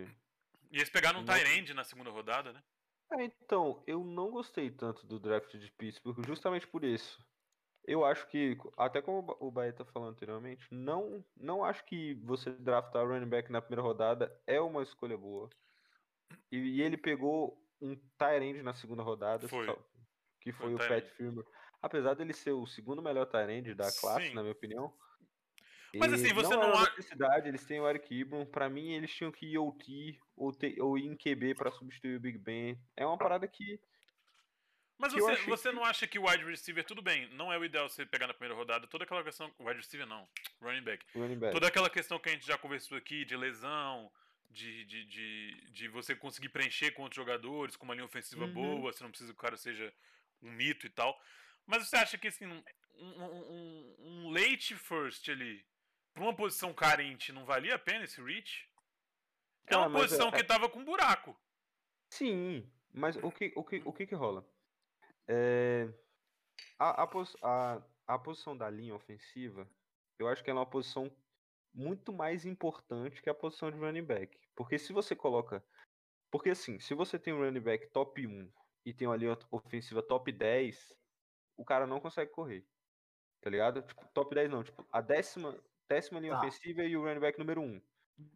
[SPEAKER 1] E eles pegaram um
[SPEAKER 2] Não.
[SPEAKER 1] Tyrande na segunda rodada, né?
[SPEAKER 2] É, então, eu não gostei tanto do draft de Pittsburgh, justamente por isso. Eu acho que, co- até como o Ba- o Baeta falou anteriormente, não, não acho que você draftar running back na primeira rodada é uma escolha boa. E, e ele pegou um Tyrande na segunda rodada,
[SPEAKER 1] Foi.
[SPEAKER 2] só- que
[SPEAKER 1] Foi
[SPEAKER 2] foi,
[SPEAKER 1] um
[SPEAKER 2] o Pat Firmer. Apesar dele ser o segundo melhor Tyrande da classe,
[SPEAKER 1] Sim.
[SPEAKER 2] na minha opinião.
[SPEAKER 1] Mas,
[SPEAKER 2] e
[SPEAKER 1] assim, você
[SPEAKER 2] não
[SPEAKER 1] não
[SPEAKER 2] era
[SPEAKER 1] a-
[SPEAKER 2] necessidade, eles têm o Eric Ibram. Pra mim, eles tinham que ir OT ou, te- ou ir em QB pra substituir o Big Ben. É uma parada que.
[SPEAKER 1] Mas
[SPEAKER 2] que eu
[SPEAKER 1] você,
[SPEAKER 2] achei
[SPEAKER 1] você
[SPEAKER 2] que-
[SPEAKER 1] não acha que o wide receiver, tudo bem, não é o ideal você pegar na primeira rodada toda aquela questão. Wide receiver não, running back.
[SPEAKER 2] Running back.
[SPEAKER 1] Toda aquela questão que a gente já conversou aqui de lesão, de, de, de, de você conseguir preencher com outros jogadores, com uma linha ofensiva
[SPEAKER 2] Uhum.
[SPEAKER 1] boa, você não precisa que o cara seja um mito e tal. Mas você acha que assim, um, um, um- um late first ali, pra uma posição carente, não valia a pena esse reach? É
[SPEAKER 2] Ah,
[SPEAKER 1] uma
[SPEAKER 2] mas,
[SPEAKER 1] posição
[SPEAKER 2] é,
[SPEAKER 1] que tava com buraco.
[SPEAKER 2] Sim, mas o que, o que, o que, que rola? É, a, a, pos- a, a posição da linha ofensiva, eu acho que ela é uma posição muito mais importante que a posição de running back. Porque se você coloca. Porque assim, se você tem um running back top 1 e tem uma linha ofensiva top 10, o cara não consegue correr. Tá ligado? Tipo, top 10 não, tipo, a décima, décima linha
[SPEAKER 3] Tá.
[SPEAKER 2] ofensiva e o running back número 1.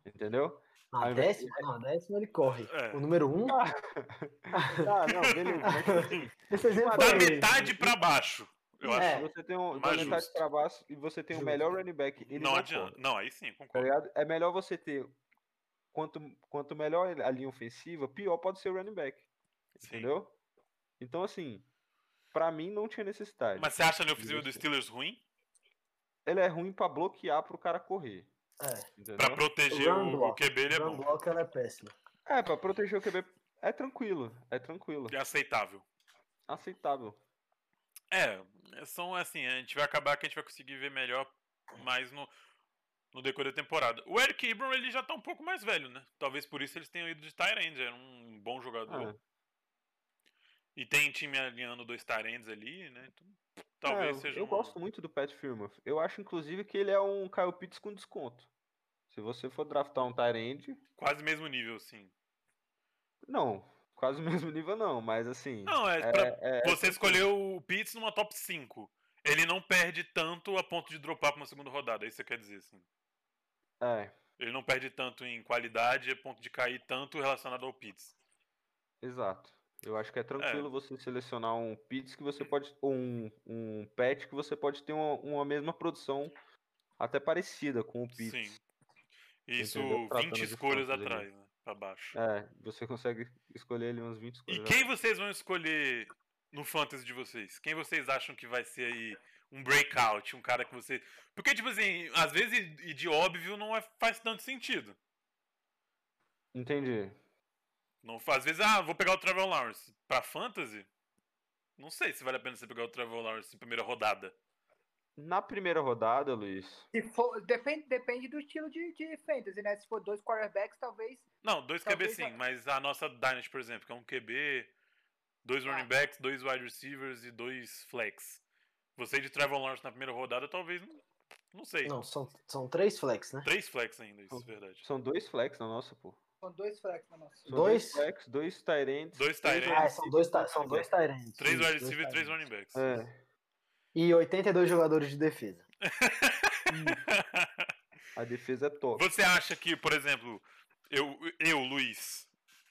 [SPEAKER 2] Entendeu?
[SPEAKER 3] Na
[SPEAKER 2] Aí vai-
[SPEAKER 3] décima, não, na décima ele corre.
[SPEAKER 1] É.
[SPEAKER 3] O número um,
[SPEAKER 2] Ah, não, beleza. mas
[SPEAKER 1] assim?
[SPEAKER 3] esse exemplo
[SPEAKER 1] Da
[SPEAKER 3] aí,
[SPEAKER 1] metade pra baixo, eu
[SPEAKER 3] É.
[SPEAKER 1] acho.
[SPEAKER 2] Se você tem um da
[SPEAKER 1] mais
[SPEAKER 2] metade
[SPEAKER 1] justo.
[SPEAKER 2] pra baixo e você tem o
[SPEAKER 3] Justo.
[SPEAKER 2] melhor running back, ele
[SPEAKER 1] não
[SPEAKER 2] não, é
[SPEAKER 1] adianta.
[SPEAKER 2] corre,
[SPEAKER 1] Não, aí sim,
[SPEAKER 2] tá
[SPEAKER 1] concordo.
[SPEAKER 2] ligado? É melhor você ter quanto quanto melhor a linha ofensiva, pior pode ser o running back,
[SPEAKER 1] Sim.
[SPEAKER 2] entendeu? Então assim, pra mim não tinha necessidade.
[SPEAKER 1] Mas você acha a linha ofensiva do Steelers ruim?
[SPEAKER 2] Ele é ruim pra bloquear pro cara correr,
[SPEAKER 3] É,
[SPEAKER 1] Pra
[SPEAKER 2] entendeu?
[SPEAKER 1] proteger
[SPEAKER 3] Run
[SPEAKER 1] o, o
[SPEAKER 3] block.
[SPEAKER 1] QB, ele é
[SPEAKER 3] o
[SPEAKER 1] bom.
[SPEAKER 3] bloco ela é péssima.
[SPEAKER 2] É, pra proteger o QB é tranquilo, é tranquilo,
[SPEAKER 1] É aceitável.
[SPEAKER 2] aceitável.
[SPEAKER 1] É, são assim, a gente vai acabar que a gente vai conseguir ver melhor mais no, no decorrer da temporada. O Eric Ibram, ele já tá um pouco mais velho, né? Talvez por isso eles tenham ido de Tyrande, era um bom jogador.
[SPEAKER 2] É.
[SPEAKER 1] E tem time alinhando dois Tyrands ali, né? Então, talvez
[SPEAKER 2] É,
[SPEAKER 1] seja um
[SPEAKER 2] Eu
[SPEAKER 1] uma-
[SPEAKER 2] gosto muito do Pat Firmer. Eu acho inclusive que ele é um Kyle Pitts com desconto. Se você for draftar um Tyrande,
[SPEAKER 1] quase mesmo nível, assim.
[SPEAKER 2] Não, quase o mesmo nível não, mas assim.
[SPEAKER 1] Não, é,
[SPEAKER 2] é-
[SPEAKER 1] pra
[SPEAKER 2] é-
[SPEAKER 1] você escolheu o Pitts numa top 5. Ele não perde tanto a ponto de dropar pra uma segunda rodada, é isso que você quer dizer, assim.
[SPEAKER 2] é,
[SPEAKER 1] Ele não perde tanto em qualidade a ponto de cair tanto relacionado ao Pitts.
[SPEAKER 2] exato. Eu acho que é tranquilo você selecionar um Pitts que você pode. ou um, um pet que você pode ter uma, uma mesma produção até parecida com o Pitts.
[SPEAKER 1] Sim. Isso
[SPEAKER 2] Entendeu? Tratando
[SPEAKER 1] 20
[SPEAKER 2] de
[SPEAKER 1] escolhas
[SPEAKER 2] fato,
[SPEAKER 1] atrás, né? Pra baixo.
[SPEAKER 2] É, você consegue escolher ali umas 20
[SPEAKER 1] E
[SPEAKER 2] escolhas.
[SPEAKER 1] quem vocês vão escolher no fantasy de vocês? Quem vocês acham que vai ser aí um breakout, um cara que você. Porque, tipo assim, às vezes e de óbvio não é- faz tanto sentido.
[SPEAKER 2] Entendi.
[SPEAKER 1] Não, fa- às vezes, ah, vou pegar o Trevor Lawrence. Pra fantasy? Não sei se vale a pena você pegar o Trevor Lawrence em primeira rodada.
[SPEAKER 2] Na primeira rodada, Luiz.
[SPEAKER 5] Se for- depende, depende do estilo de, de fantasy, né? Se for dois quarterbacks, talvez.
[SPEAKER 1] Não, dois QB
[SPEAKER 5] Talvez
[SPEAKER 1] sim,
[SPEAKER 5] a-
[SPEAKER 1] mas a nossa Dynasty, por exemplo, que é um QB, dois running backs, dois wide receivers e dois flex. Você de Trevor Lawrence na primeira rodada, talvez, não, não sei.
[SPEAKER 3] Não, são, são três flex, né?
[SPEAKER 1] Três flex ainda, isso
[SPEAKER 2] Não.
[SPEAKER 1] é verdade.
[SPEAKER 2] São dois flex na nossa, pô.
[SPEAKER 5] São dois flex na nossa.
[SPEAKER 2] São
[SPEAKER 3] Dois?
[SPEAKER 2] flex, dois Tyrants.
[SPEAKER 1] Dois tight
[SPEAKER 3] Ah,
[SPEAKER 1] ends,
[SPEAKER 3] são dois, ta- são dois Tyrants.
[SPEAKER 1] três
[SPEAKER 3] isso,
[SPEAKER 1] wide
[SPEAKER 3] dois
[SPEAKER 1] receivers e três running
[SPEAKER 3] Tyrants.
[SPEAKER 1] backs.
[SPEAKER 2] É,
[SPEAKER 3] E 82 jogadores de defesa.
[SPEAKER 2] a defesa é top.
[SPEAKER 1] Você acha que, por exemplo, eu, eu Luiz,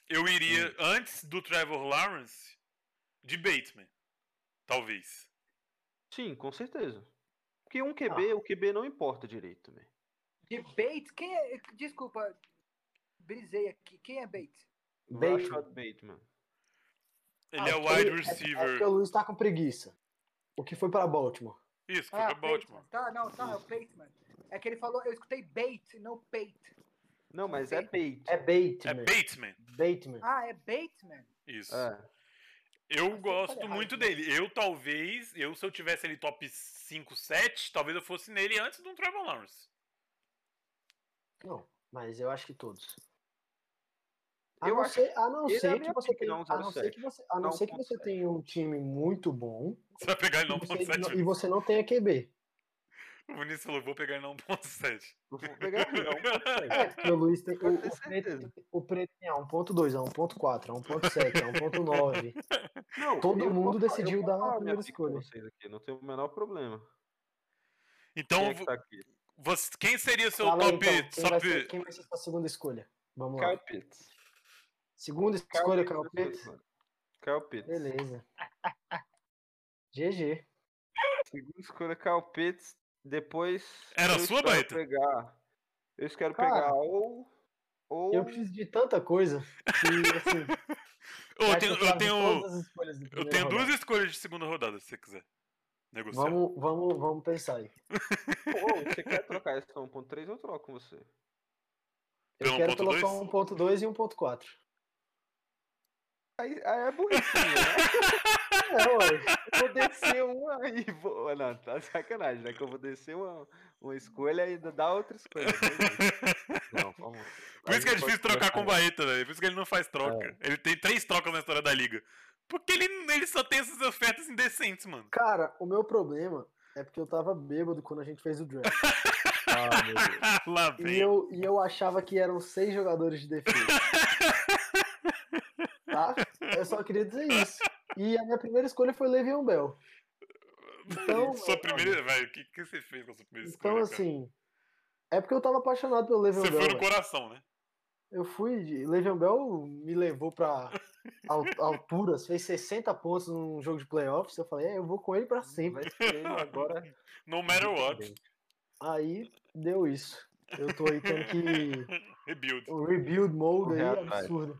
[SPEAKER 1] eu iria antes do Trevor Lawrence de Bateman? Talvez.
[SPEAKER 2] Sim, com certeza. Porque
[SPEAKER 1] Ah.
[SPEAKER 2] um QB, o QB não importa direito, né?
[SPEAKER 5] De Bates, quem é. Desculpa, brisei aqui. Quem é Bates?
[SPEAKER 3] Bateman.
[SPEAKER 2] Rashad Bateman.
[SPEAKER 1] Ele é
[SPEAKER 3] Acho que
[SPEAKER 1] wide
[SPEAKER 3] ele- Acho
[SPEAKER 1] receiver.
[SPEAKER 3] que o Luiz tá com preguiça. O que foi pra Baltimore.
[SPEAKER 1] Isso, foi pra Baltimore.
[SPEAKER 5] Bateman. Tá, não, tá, é o Bateman. É que ele falou, eu escutei Bates e não Pate.
[SPEAKER 2] Não, mas é Bateman.
[SPEAKER 3] É
[SPEAKER 1] É
[SPEAKER 3] Bateman.
[SPEAKER 1] Bateman.
[SPEAKER 3] Bateman.
[SPEAKER 5] Ah, é Bateman?
[SPEAKER 1] Isso.
[SPEAKER 2] É.
[SPEAKER 1] Eu
[SPEAKER 5] Mas eu
[SPEAKER 1] gosto
[SPEAKER 5] falei
[SPEAKER 1] muito
[SPEAKER 5] errado, né?
[SPEAKER 1] dele. Eu talvez, eu se eu tivesse ele top 5, 7, talvez eu fosse nele antes do Trevor Lawrence.
[SPEAKER 3] Não, mas eu acho que todos. A
[SPEAKER 2] Eu
[SPEAKER 3] não
[SPEAKER 2] acho
[SPEAKER 3] ser, a não
[SPEAKER 2] ele é a
[SPEAKER 3] ser
[SPEAKER 2] minha
[SPEAKER 3] Ah, que você
[SPEAKER 2] pick,
[SPEAKER 3] tenha,
[SPEAKER 2] não,
[SPEAKER 3] a tipo não ser
[SPEAKER 2] 07.
[SPEAKER 3] que você, a não
[SPEAKER 2] Não,
[SPEAKER 3] ser que você
[SPEAKER 2] 1.7.
[SPEAKER 3] tenha um time muito bom
[SPEAKER 1] Você vai pegar ele
[SPEAKER 3] e
[SPEAKER 1] na
[SPEAKER 3] você,
[SPEAKER 1] 1.7.
[SPEAKER 3] e você não tenha QB.
[SPEAKER 1] O Vinícius falou, vou pegar ele na 1.7.
[SPEAKER 2] Não vou pegar aqui, não. pode ser.
[SPEAKER 3] É, porque o Luiz tem o,
[SPEAKER 2] Pode ter
[SPEAKER 3] o, preto,
[SPEAKER 2] certeza.
[SPEAKER 3] o preto tem é um a 1.2, a 1.4, a 1.7, a 1.9. Todo
[SPEAKER 2] eu
[SPEAKER 3] mundo
[SPEAKER 2] posso- eu
[SPEAKER 3] decidiu
[SPEAKER 2] posso
[SPEAKER 3] dar a
[SPEAKER 2] falar minha
[SPEAKER 3] primeira
[SPEAKER 2] pick pra
[SPEAKER 3] escolha.
[SPEAKER 2] vocês aqui, não tem o menor problema.
[SPEAKER 1] Então,
[SPEAKER 2] Quem é que tá aqui?
[SPEAKER 1] você- quem seria seu
[SPEAKER 3] Fala aí,
[SPEAKER 1] top.
[SPEAKER 3] então, quem, vai
[SPEAKER 1] top-
[SPEAKER 3] ser, quem vai ser sua segunda escolha? Vamos lá.
[SPEAKER 2] Kyle Pitts.
[SPEAKER 3] Segunda escolha, Carl Pitts.
[SPEAKER 2] Kyle Pitts.
[SPEAKER 3] Beleza. GG.
[SPEAKER 2] Segunda escolha, Kyle Pitts. Depois.
[SPEAKER 1] Era
[SPEAKER 2] eu
[SPEAKER 1] sua,
[SPEAKER 2] espero
[SPEAKER 1] Baeta?
[SPEAKER 2] Pegar, eu espero
[SPEAKER 3] Cara,
[SPEAKER 2] pegar ou. Ou. um,
[SPEAKER 3] Eu preciso de tanta coisa que, assim,
[SPEAKER 1] Ô,
[SPEAKER 3] vai
[SPEAKER 1] Eu tenho,
[SPEAKER 3] chutar
[SPEAKER 1] eu tenho,
[SPEAKER 3] todas as escolhas da
[SPEAKER 1] eu
[SPEAKER 3] primeira
[SPEAKER 1] tenho
[SPEAKER 3] rodada.
[SPEAKER 1] duas escolhas de segunda rodada, se você quiser. Negociar.
[SPEAKER 3] Vamos, vamos, vamos pensar aí.
[SPEAKER 2] Pô, você quer trocar esse 1.3? Eu troco com você.
[SPEAKER 3] Eu
[SPEAKER 1] Pelo
[SPEAKER 3] quero
[SPEAKER 1] 1.2?
[SPEAKER 3] colocar um 1.2 e 1.4.
[SPEAKER 2] Aí, aí é burrice, né?
[SPEAKER 3] É, ué.
[SPEAKER 2] Eu vou descer uma aí. Vou... Não, tá sacanagem, né? Que eu vou descer uma, uma escolha e ainda dá outra escolha. é Não, vamos.
[SPEAKER 1] Por isso que é difícil trocar com o Baeta, velho. Por isso que ele não faz troca.
[SPEAKER 3] É.
[SPEAKER 1] Ele tem três trocas na história da liga. Porque ele, ele só tem essas ofertas indecentes, mano.
[SPEAKER 3] Cara, o meu problema é porque eu tava bêbado quando a gente fez o draft.
[SPEAKER 2] Ah, meu Deus.
[SPEAKER 1] Lá
[SPEAKER 3] E
[SPEAKER 1] vem.
[SPEAKER 3] eu, e eu achava que eram seis jogadores de defesa. tá? Eu só queria dizer isso. E a minha primeira escolha foi Le'Veon Bell. Então,
[SPEAKER 1] sua primeira. Vai, o que, que você fez com a sua primeira escolha?
[SPEAKER 3] então
[SPEAKER 1] cara?
[SPEAKER 3] assim, é porque eu tava apaixonado pelo Le'Veon
[SPEAKER 1] Você
[SPEAKER 3] Bell.
[SPEAKER 1] foi no
[SPEAKER 3] velho.
[SPEAKER 1] coração, né?
[SPEAKER 3] Eu fui, de- Le'Veon Bell me levou pra al- alturas, fez 60 pontos num jogo de playoffs, eu falei, é, eu vou com ele pra sempre.
[SPEAKER 2] Vai ser ele agora.
[SPEAKER 1] No matter what.
[SPEAKER 3] Aí deu isso. Eu tô aí tendo que
[SPEAKER 1] Rebuild.
[SPEAKER 3] o rebuild mode aí,
[SPEAKER 2] Correto, cara.
[SPEAKER 3] absurdo.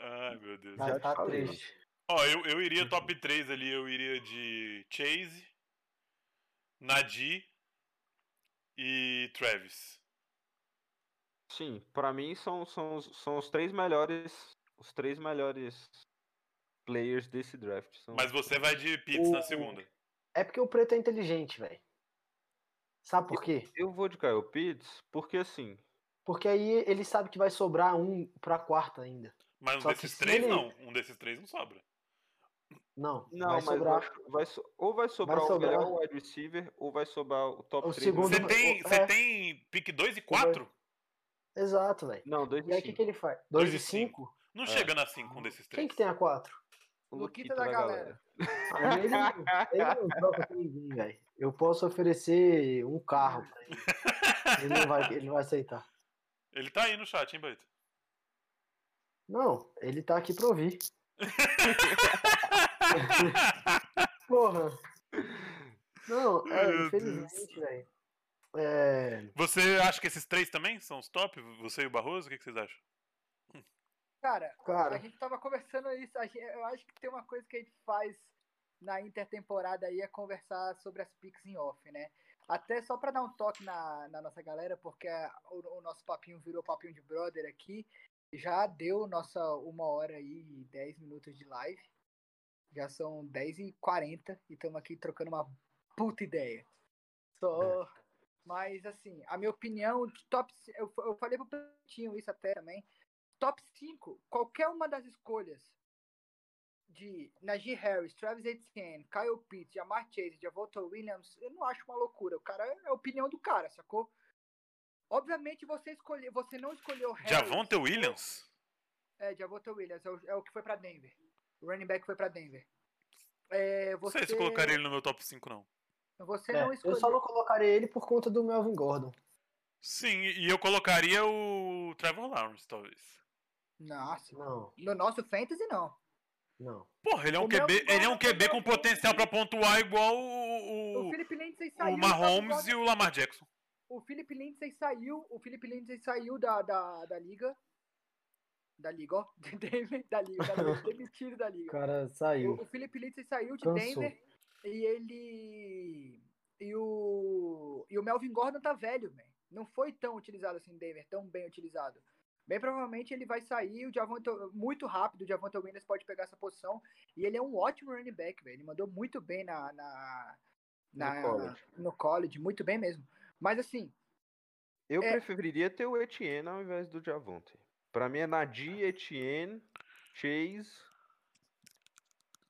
[SPEAKER 1] Ai, meu Deus.
[SPEAKER 2] Já
[SPEAKER 3] Tá,
[SPEAKER 2] te
[SPEAKER 3] tá
[SPEAKER 2] falei,
[SPEAKER 3] triste.
[SPEAKER 1] Ó, eu, eu
[SPEAKER 3] Uhum.
[SPEAKER 1] iria top 3 ali. Eu iria de Chase, Nadi e Travis.
[SPEAKER 2] Sim, pra mim são, são, os- são os três melhores. Os três melhores players desse draft. São-
[SPEAKER 1] Mas você vai de Pitts na
[SPEAKER 3] O-
[SPEAKER 1] segunda.
[SPEAKER 3] É porque o preto é inteligente, velho. Sabe por quê?
[SPEAKER 2] Eu vou de Kyle Pitts porque assim.
[SPEAKER 3] Porque aí ele sabe que vai sobrar um pra quarta ainda.
[SPEAKER 1] Mas um
[SPEAKER 3] Só que
[SPEAKER 1] desses
[SPEAKER 3] se
[SPEAKER 1] três,
[SPEAKER 3] ele-
[SPEAKER 1] não. Um desses três não sobra.
[SPEAKER 3] Não,
[SPEAKER 2] Não,
[SPEAKER 3] vai
[SPEAKER 2] mas
[SPEAKER 3] sobrar.
[SPEAKER 2] vai- vai so- ou vai sobrar,
[SPEAKER 3] sobrar.
[SPEAKER 2] o melhor wide receiver, ou vai sobrar o top
[SPEAKER 3] O
[SPEAKER 2] 3.
[SPEAKER 3] segundo-
[SPEAKER 1] Você
[SPEAKER 3] Não,
[SPEAKER 1] tem,
[SPEAKER 3] o-
[SPEAKER 1] você
[SPEAKER 3] é.
[SPEAKER 1] tem pick 2 e 4?
[SPEAKER 3] Exato, velho.
[SPEAKER 2] Não, dois
[SPEAKER 3] E aí
[SPEAKER 2] e
[SPEAKER 3] o que,
[SPEAKER 2] cinco.
[SPEAKER 3] que ele faz? 2
[SPEAKER 1] Dois
[SPEAKER 3] de
[SPEAKER 1] e cinco.
[SPEAKER 3] 5?
[SPEAKER 1] Não
[SPEAKER 2] É.
[SPEAKER 1] chegando assim com um desses três.
[SPEAKER 3] Quem que tem a 4?
[SPEAKER 2] O
[SPEAKER 5] Luquita da galera.
[SPEAKER 3] Aí ele, ele não troca com ninguém, velho. Eu posso oferecer um carro pra ele. Ele não vai, ele não vai aceitar.
[SPEAKER 1] Ele tá aí no chat, hein, Baito?
[SPEAKER 3] Não, ele tá aqui pra ouvir. Porra. Não,
[SPEAKER 1] Meu
[SPEAKER 3] é,
[SPEAKER 1] Deus.
[SPEAKER 3] infelizmente, velho. É,
[SPEAKER 1] Você acha que esses três também são os top? Você e o Barroso? O que que vocês acham?
[SPEAKER 5] Cara, a
[SPEAKER 3] cara,
[SPEAKER 5] gente tava conversando isso. a gente- eu acho que tem uma coisa que a gente faz na intertemporada aí é conversar sobre as picks em off, né? Até só pra dar um toque na, na nossa galera, porque a- o, o nosso papinho virou papinho de brother aqui. Já deu nossa uma hora aí e 10 minutos de live. Já são 10h40 e estamos aqui trocando uma puta ideia. Só.
[SPEAKER 3] É.
[SPEAKER 5] Mas, assim, a minha opinião, de top. c- Eu, eu falei pro Plantinho isso até também. Top 5, qualquer uma das escolhas de Najee Harris, Travis Etienne, Kyle Pitts, Jamar Chase, Javonta Williams, eu não acho uma loucura. O cara é a opinião do cara, sacou? Obviamente você escolheu, você não escolheu Harris.
[SPEAKER 1] Javonte Williams?
[SPEAKER 5] É, Javonta Williams, é o, é o que foi pra Denver. O running back foi pra Denver. É,
[SPEAKER 1] Não
[SPEAKER 5] você
[SPEAKER 1] sei se colocaria ele no meu top 5, não.
[SPEAKER 5] você
[SPEAKER 3] é,
[SPEAKER 5] não
[SPEAKER 3] eu
[SPEAKER 5] escolheu.
[SPEAKER 3] só não colocaria ele por conta do Melvin Gordon.
[SPEAKER 1] Sim, e eu colocaria o Trevor Lawrence, talvez.
[SPEAKER 5] Nossa,
[SPEAKER 3] Não,
[SPEAKER 5] no nosso fantasy não.
[SPEAKER 3] não.
[SPEAKER 1] Porra, ele é um
[SPEAKER 5] O meu
[SPEAKER 1] QB, ele é um
[SPEAKER 5] Gordon foi
[SPEAKER 1] QB com
[SPEAKER 5] meu QB.
[SPEAKER 1] potencial pra pontuar igual o,
[SPEAKER 5] O
[SPEAKER 1] o,
[SPEAKER 5] Felipe Lindsay saiu.
[SPEAKER 1] o
[SPEAKER 5] sabe,
[SPEAKER 1] Mahomes
[SPEAKER 5] igual-
[SPEAKER 1] e o Lamar Jackson.
[SPEAKER 5] O Felipe Lindsay saiu. O Felipe Lindsay saiu da, da, da liga. Da liga, ó. De Denver, da liga. Da liga demitido da
[SPEAKER 3] O
[SPEAKER 5] liga.
[SPEAKER 3] cara
[SPEAKER 5] O,
[SPEAKER 3] saiu.
[SPEAKER 5] o Felipe Lindsay saiu de
[SPEAKER 3] Cansou.
[SPEAKER 5] Denver e ele. E o. E o Melvin Gordon tá velho, velho. Não foi tão utilizado assim em Denver, tão bem utilizado. Bem provavelmente ele vai sair o Javonta, muito rápido, o Javonta Williams pode pegar essa posição. E ele é um ótimo running back, velho. Ele mandou muito bem na, na, na-
[SPEAKER 2] college.
[SPEAKER 5] no college, muito bem mesmo. Mas assim,
[SPEAKER 2] Eu
[SPEAKER 5] É.
[SPEAKER 2] preferiria ter o Etienne ao invés do Javonte. Pra mim é
[SPEAKER 5] Ah.
[SPEAKER 2] Nadir, Etienne, Chase,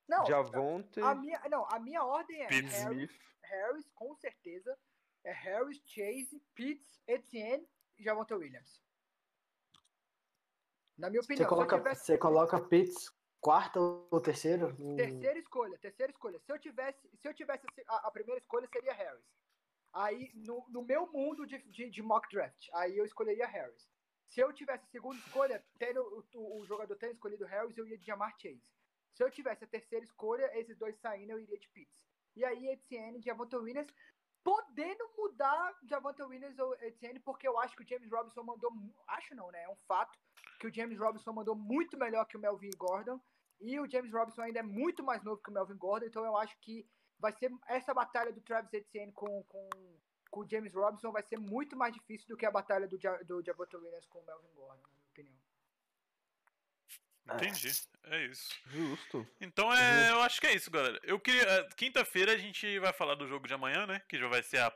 [SPEAKER 5] não,
[SPEAKER 2] Javonte,
[SPEAKER 5] a minha, não, a minha ordem é
[SPEAKER 1] Pitts.
[SPEAKER 5] Harris,
[SPEAKER 2] Smith.
[SPEAKER 5] Harris, com certeza. É Harris, Chase, Pitts, Etienne e Javonta Williams. Na minha
[SPEAKER 3] Você
[SPEAKER 5] opinião, se eu
[SPEAKER 3] coloca,
[SPEAKER 5] tivesse
[SPEAKER 3] você coloca Pitts quarta ou terceira? Não-
[SPEAKER 5] terceira escolha, terceira escolha. Se eu tivesse, se eu tivesse a se- a, a primeira escolha seria Harris. Aí, no, no meu mundo de, de, de mock draft, aí eu escolheria Harris. Se eu tivesse a segunda escolha, tendo o, o- o jogador tendo escolhido o Harris, eu ia de Jamar Chase. Se eu tivesse a terceira escolha, esses dois saindo, eu iria de Pitts. E aí, Etienne, Javonte Williams, podendo mudar Javonte Williams ou Etienne, porque eu acho que o James Robinson mandou. mu- Acho não, né? É um fato que o James Robinson mandou muito melhor que o Melvin Gordon. E o James Robinson ainda é muito mais novo que o Melvin Gordon, então eu acho que vai ser essa batalha do Travis Etienne com, com, com o James Robinson vai ser muito mais difícil do que a batalha do, Ja- do Javonte Williams com o Melvin Gordon, na minha opinião.
[SPEAKER 1] Entendi. É isso.
[SPEAKER 2] Justo.
[SPEAKER 1] Então é, eu acho que é isso, galera. Eu queria. é, Quinta-feira a gente vai falar do jogo de amanhã, né? Que já vai ser a.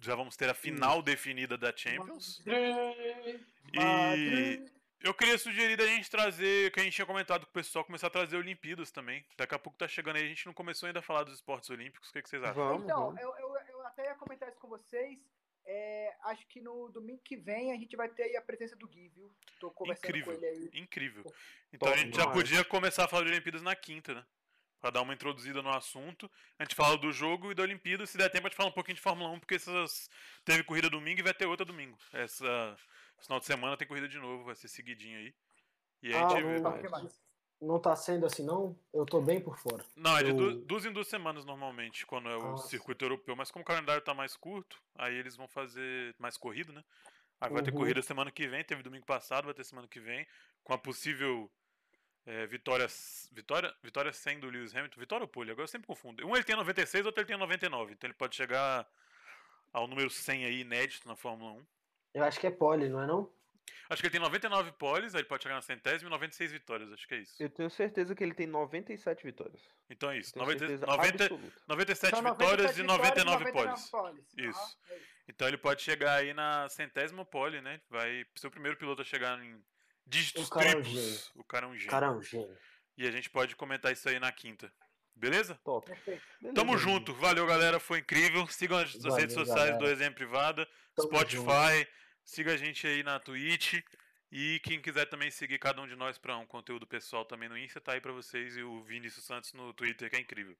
[SPEAKER 1] Já vamos ter a final definida da Champions. E eu queria sugerir da gente trazer, que a gente tinha comentado com o pessoal, começar a trazer Olimpíadas também. Daqui a pouco tá chegando aí, a gente não começou ainda a falar dos esportes olímpicos. O que, que vocês acham?
[SPEAKER 2] Vamos,
[SPEAKER 5] Então,
[SPEAKER 2] vamos.
[SPEAKER 5] eu, eu, eu até ia comentar isso com vocês. É, acho que no domingo que vem a gente vai ter aí a presença do Gui, viu? Tô conversando
[SPEAKER 1] Incrível.
[SPEAKER 5] com ele aí.
[SPEAKER 1] Incrível. Então a
[SPEAKER 2] Top
[SPEAKER 1] gente já
[SPEAKER 2] demais.
[SPEAKER 1] podia começar a falar de Olimpíadas na quinta, né? Pra dar uma introduzida no assunto. A gente fala do jogo e da Olimpíada. Se der tempo, a gente fala um pouquinho de Fórmula 1, porque essas... teve corrida domingo e vai ter outra domingo. Essa esse final de semana tem corrida de novo, vai ser seguidinho aí. E
[SPEAKER 3] Ah,
[SPEAKER 2] Ah,
[SPEAKER 1] aí a gente vê.
[SPEAKER 5] não.
[SPEAKER 1] Não,
[SPEAKER 5] O que mais?
[SPEAKER 3] tá não tá sendo assim, não? Eu tô bem por fora.
[SPEAKER 1] é de
[SPEAKER 3] eu-
[SPEAKER 1] du- duas em duas semanas normalmente, quando é o
[SPEAKER 3] Nossa.
[SPEAKER 1] circuito europeu. Mas como o calendário tá mais curto, aí eles vão fazer mais corrida, né? Aí vai ter
[SPEAKER 3] Uhum.
[SPEAKER 1] corrida semana que vem, teve domingo passado, vai ter semana que vem, com a possível é, vitória, s- vitória, vitória 100 do Lewis Hamilton, vitória ou pole, agora eu sempre confundo. Um ele tem 96, outro ele tem 99, então ele pode chegar ao número 100 aí, inédito na Fórmula 1.
[SPEAKER 3] Eu acho que é pole, não é não?
[SPEAKER 1] Acho que ele tem 99 poles, aí ele pode chegar na centésima e 96 vitórias, acho que é isso.
[SPEAKER 2] Eu tenho certeza que ele tem 97 vitórias.
[SPEAKER 1] Então é isso,
[SPEAKER 2] Tenho
[SPEAKER 1] 90,
[SPEAKER 2] certeza
[SPEAKER 1] 90,
[SPEAKER 2] absoluta.
[SPEAKER 1] 97
[SPEAKER 5] São
[SPEAKER 1] vitórias
[SPEAKER 5] 97
[SPEAKER 1] e 99
[SPEAKER 5] e
[SPEAKER 1] poles.
[SPEAKER 5] Aham,
[SPEAKER 1] Isso.
[SPEAKER 3] Ah,
[SPEAKER 5] é
[SPEAKER 1] Então ele pode chegar aí na centésima pole, né? Vai ser o primeiro piloto a chegar em dígitos
[SPEAKER 3] O cara é um
[SPEAKER 1] triplos.
[SPEAKER 3] gênio.
[SPEAKER 1] O cara é um gênio.
[SPEAKER 3] Cara, é um gênio.
[SPEAKER 1] E a gente pode comentar isso aí na quinta. Beleza?
[SPEAKER 2] Top.
[SPEAKER 5] Perfeito.
[SPEAKER 2] Beleza,
[SPEAKER 1] Tamo
[SPEAKER 2] gente.
[SPEAKER 1] junto. Valeu, galera. Foi incrível. Sigam as, as
[SPEAKER 3] Valeu,
[SPEAKER 1] redes sociais do
[SPEAKER 3] galera.
[SPEAKER 1] Resenha Privada,
[SPEAKER 3] Tamo junto.
[SPEAKER 1] Spotify. Siga a gente aí na Twitch. E quem quiser também seguir cada um de nós pra um conteúdo pessoal também no Insta, tá aí pra vocês. E o Vinícius Santos no Twitter, que é incrível.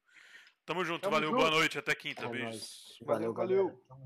[SPEAKER 1] Tamo junto.
[SPEAKER 5] Tamo
[SPEAKER 1] valeu,
[SPEAKER 5] junto.
[SPEAKER 1] boa noite. Até quinta.
[SPEAKER 3] É
[SPEAKER 1] Beijos.
[SPEAKER 3] nóis.
[SPEAKER 2] Valeu,
[SPEAKER 3] Valeu,
[SPEAKER 2] valeu.
[SPEAKER 3] valeu.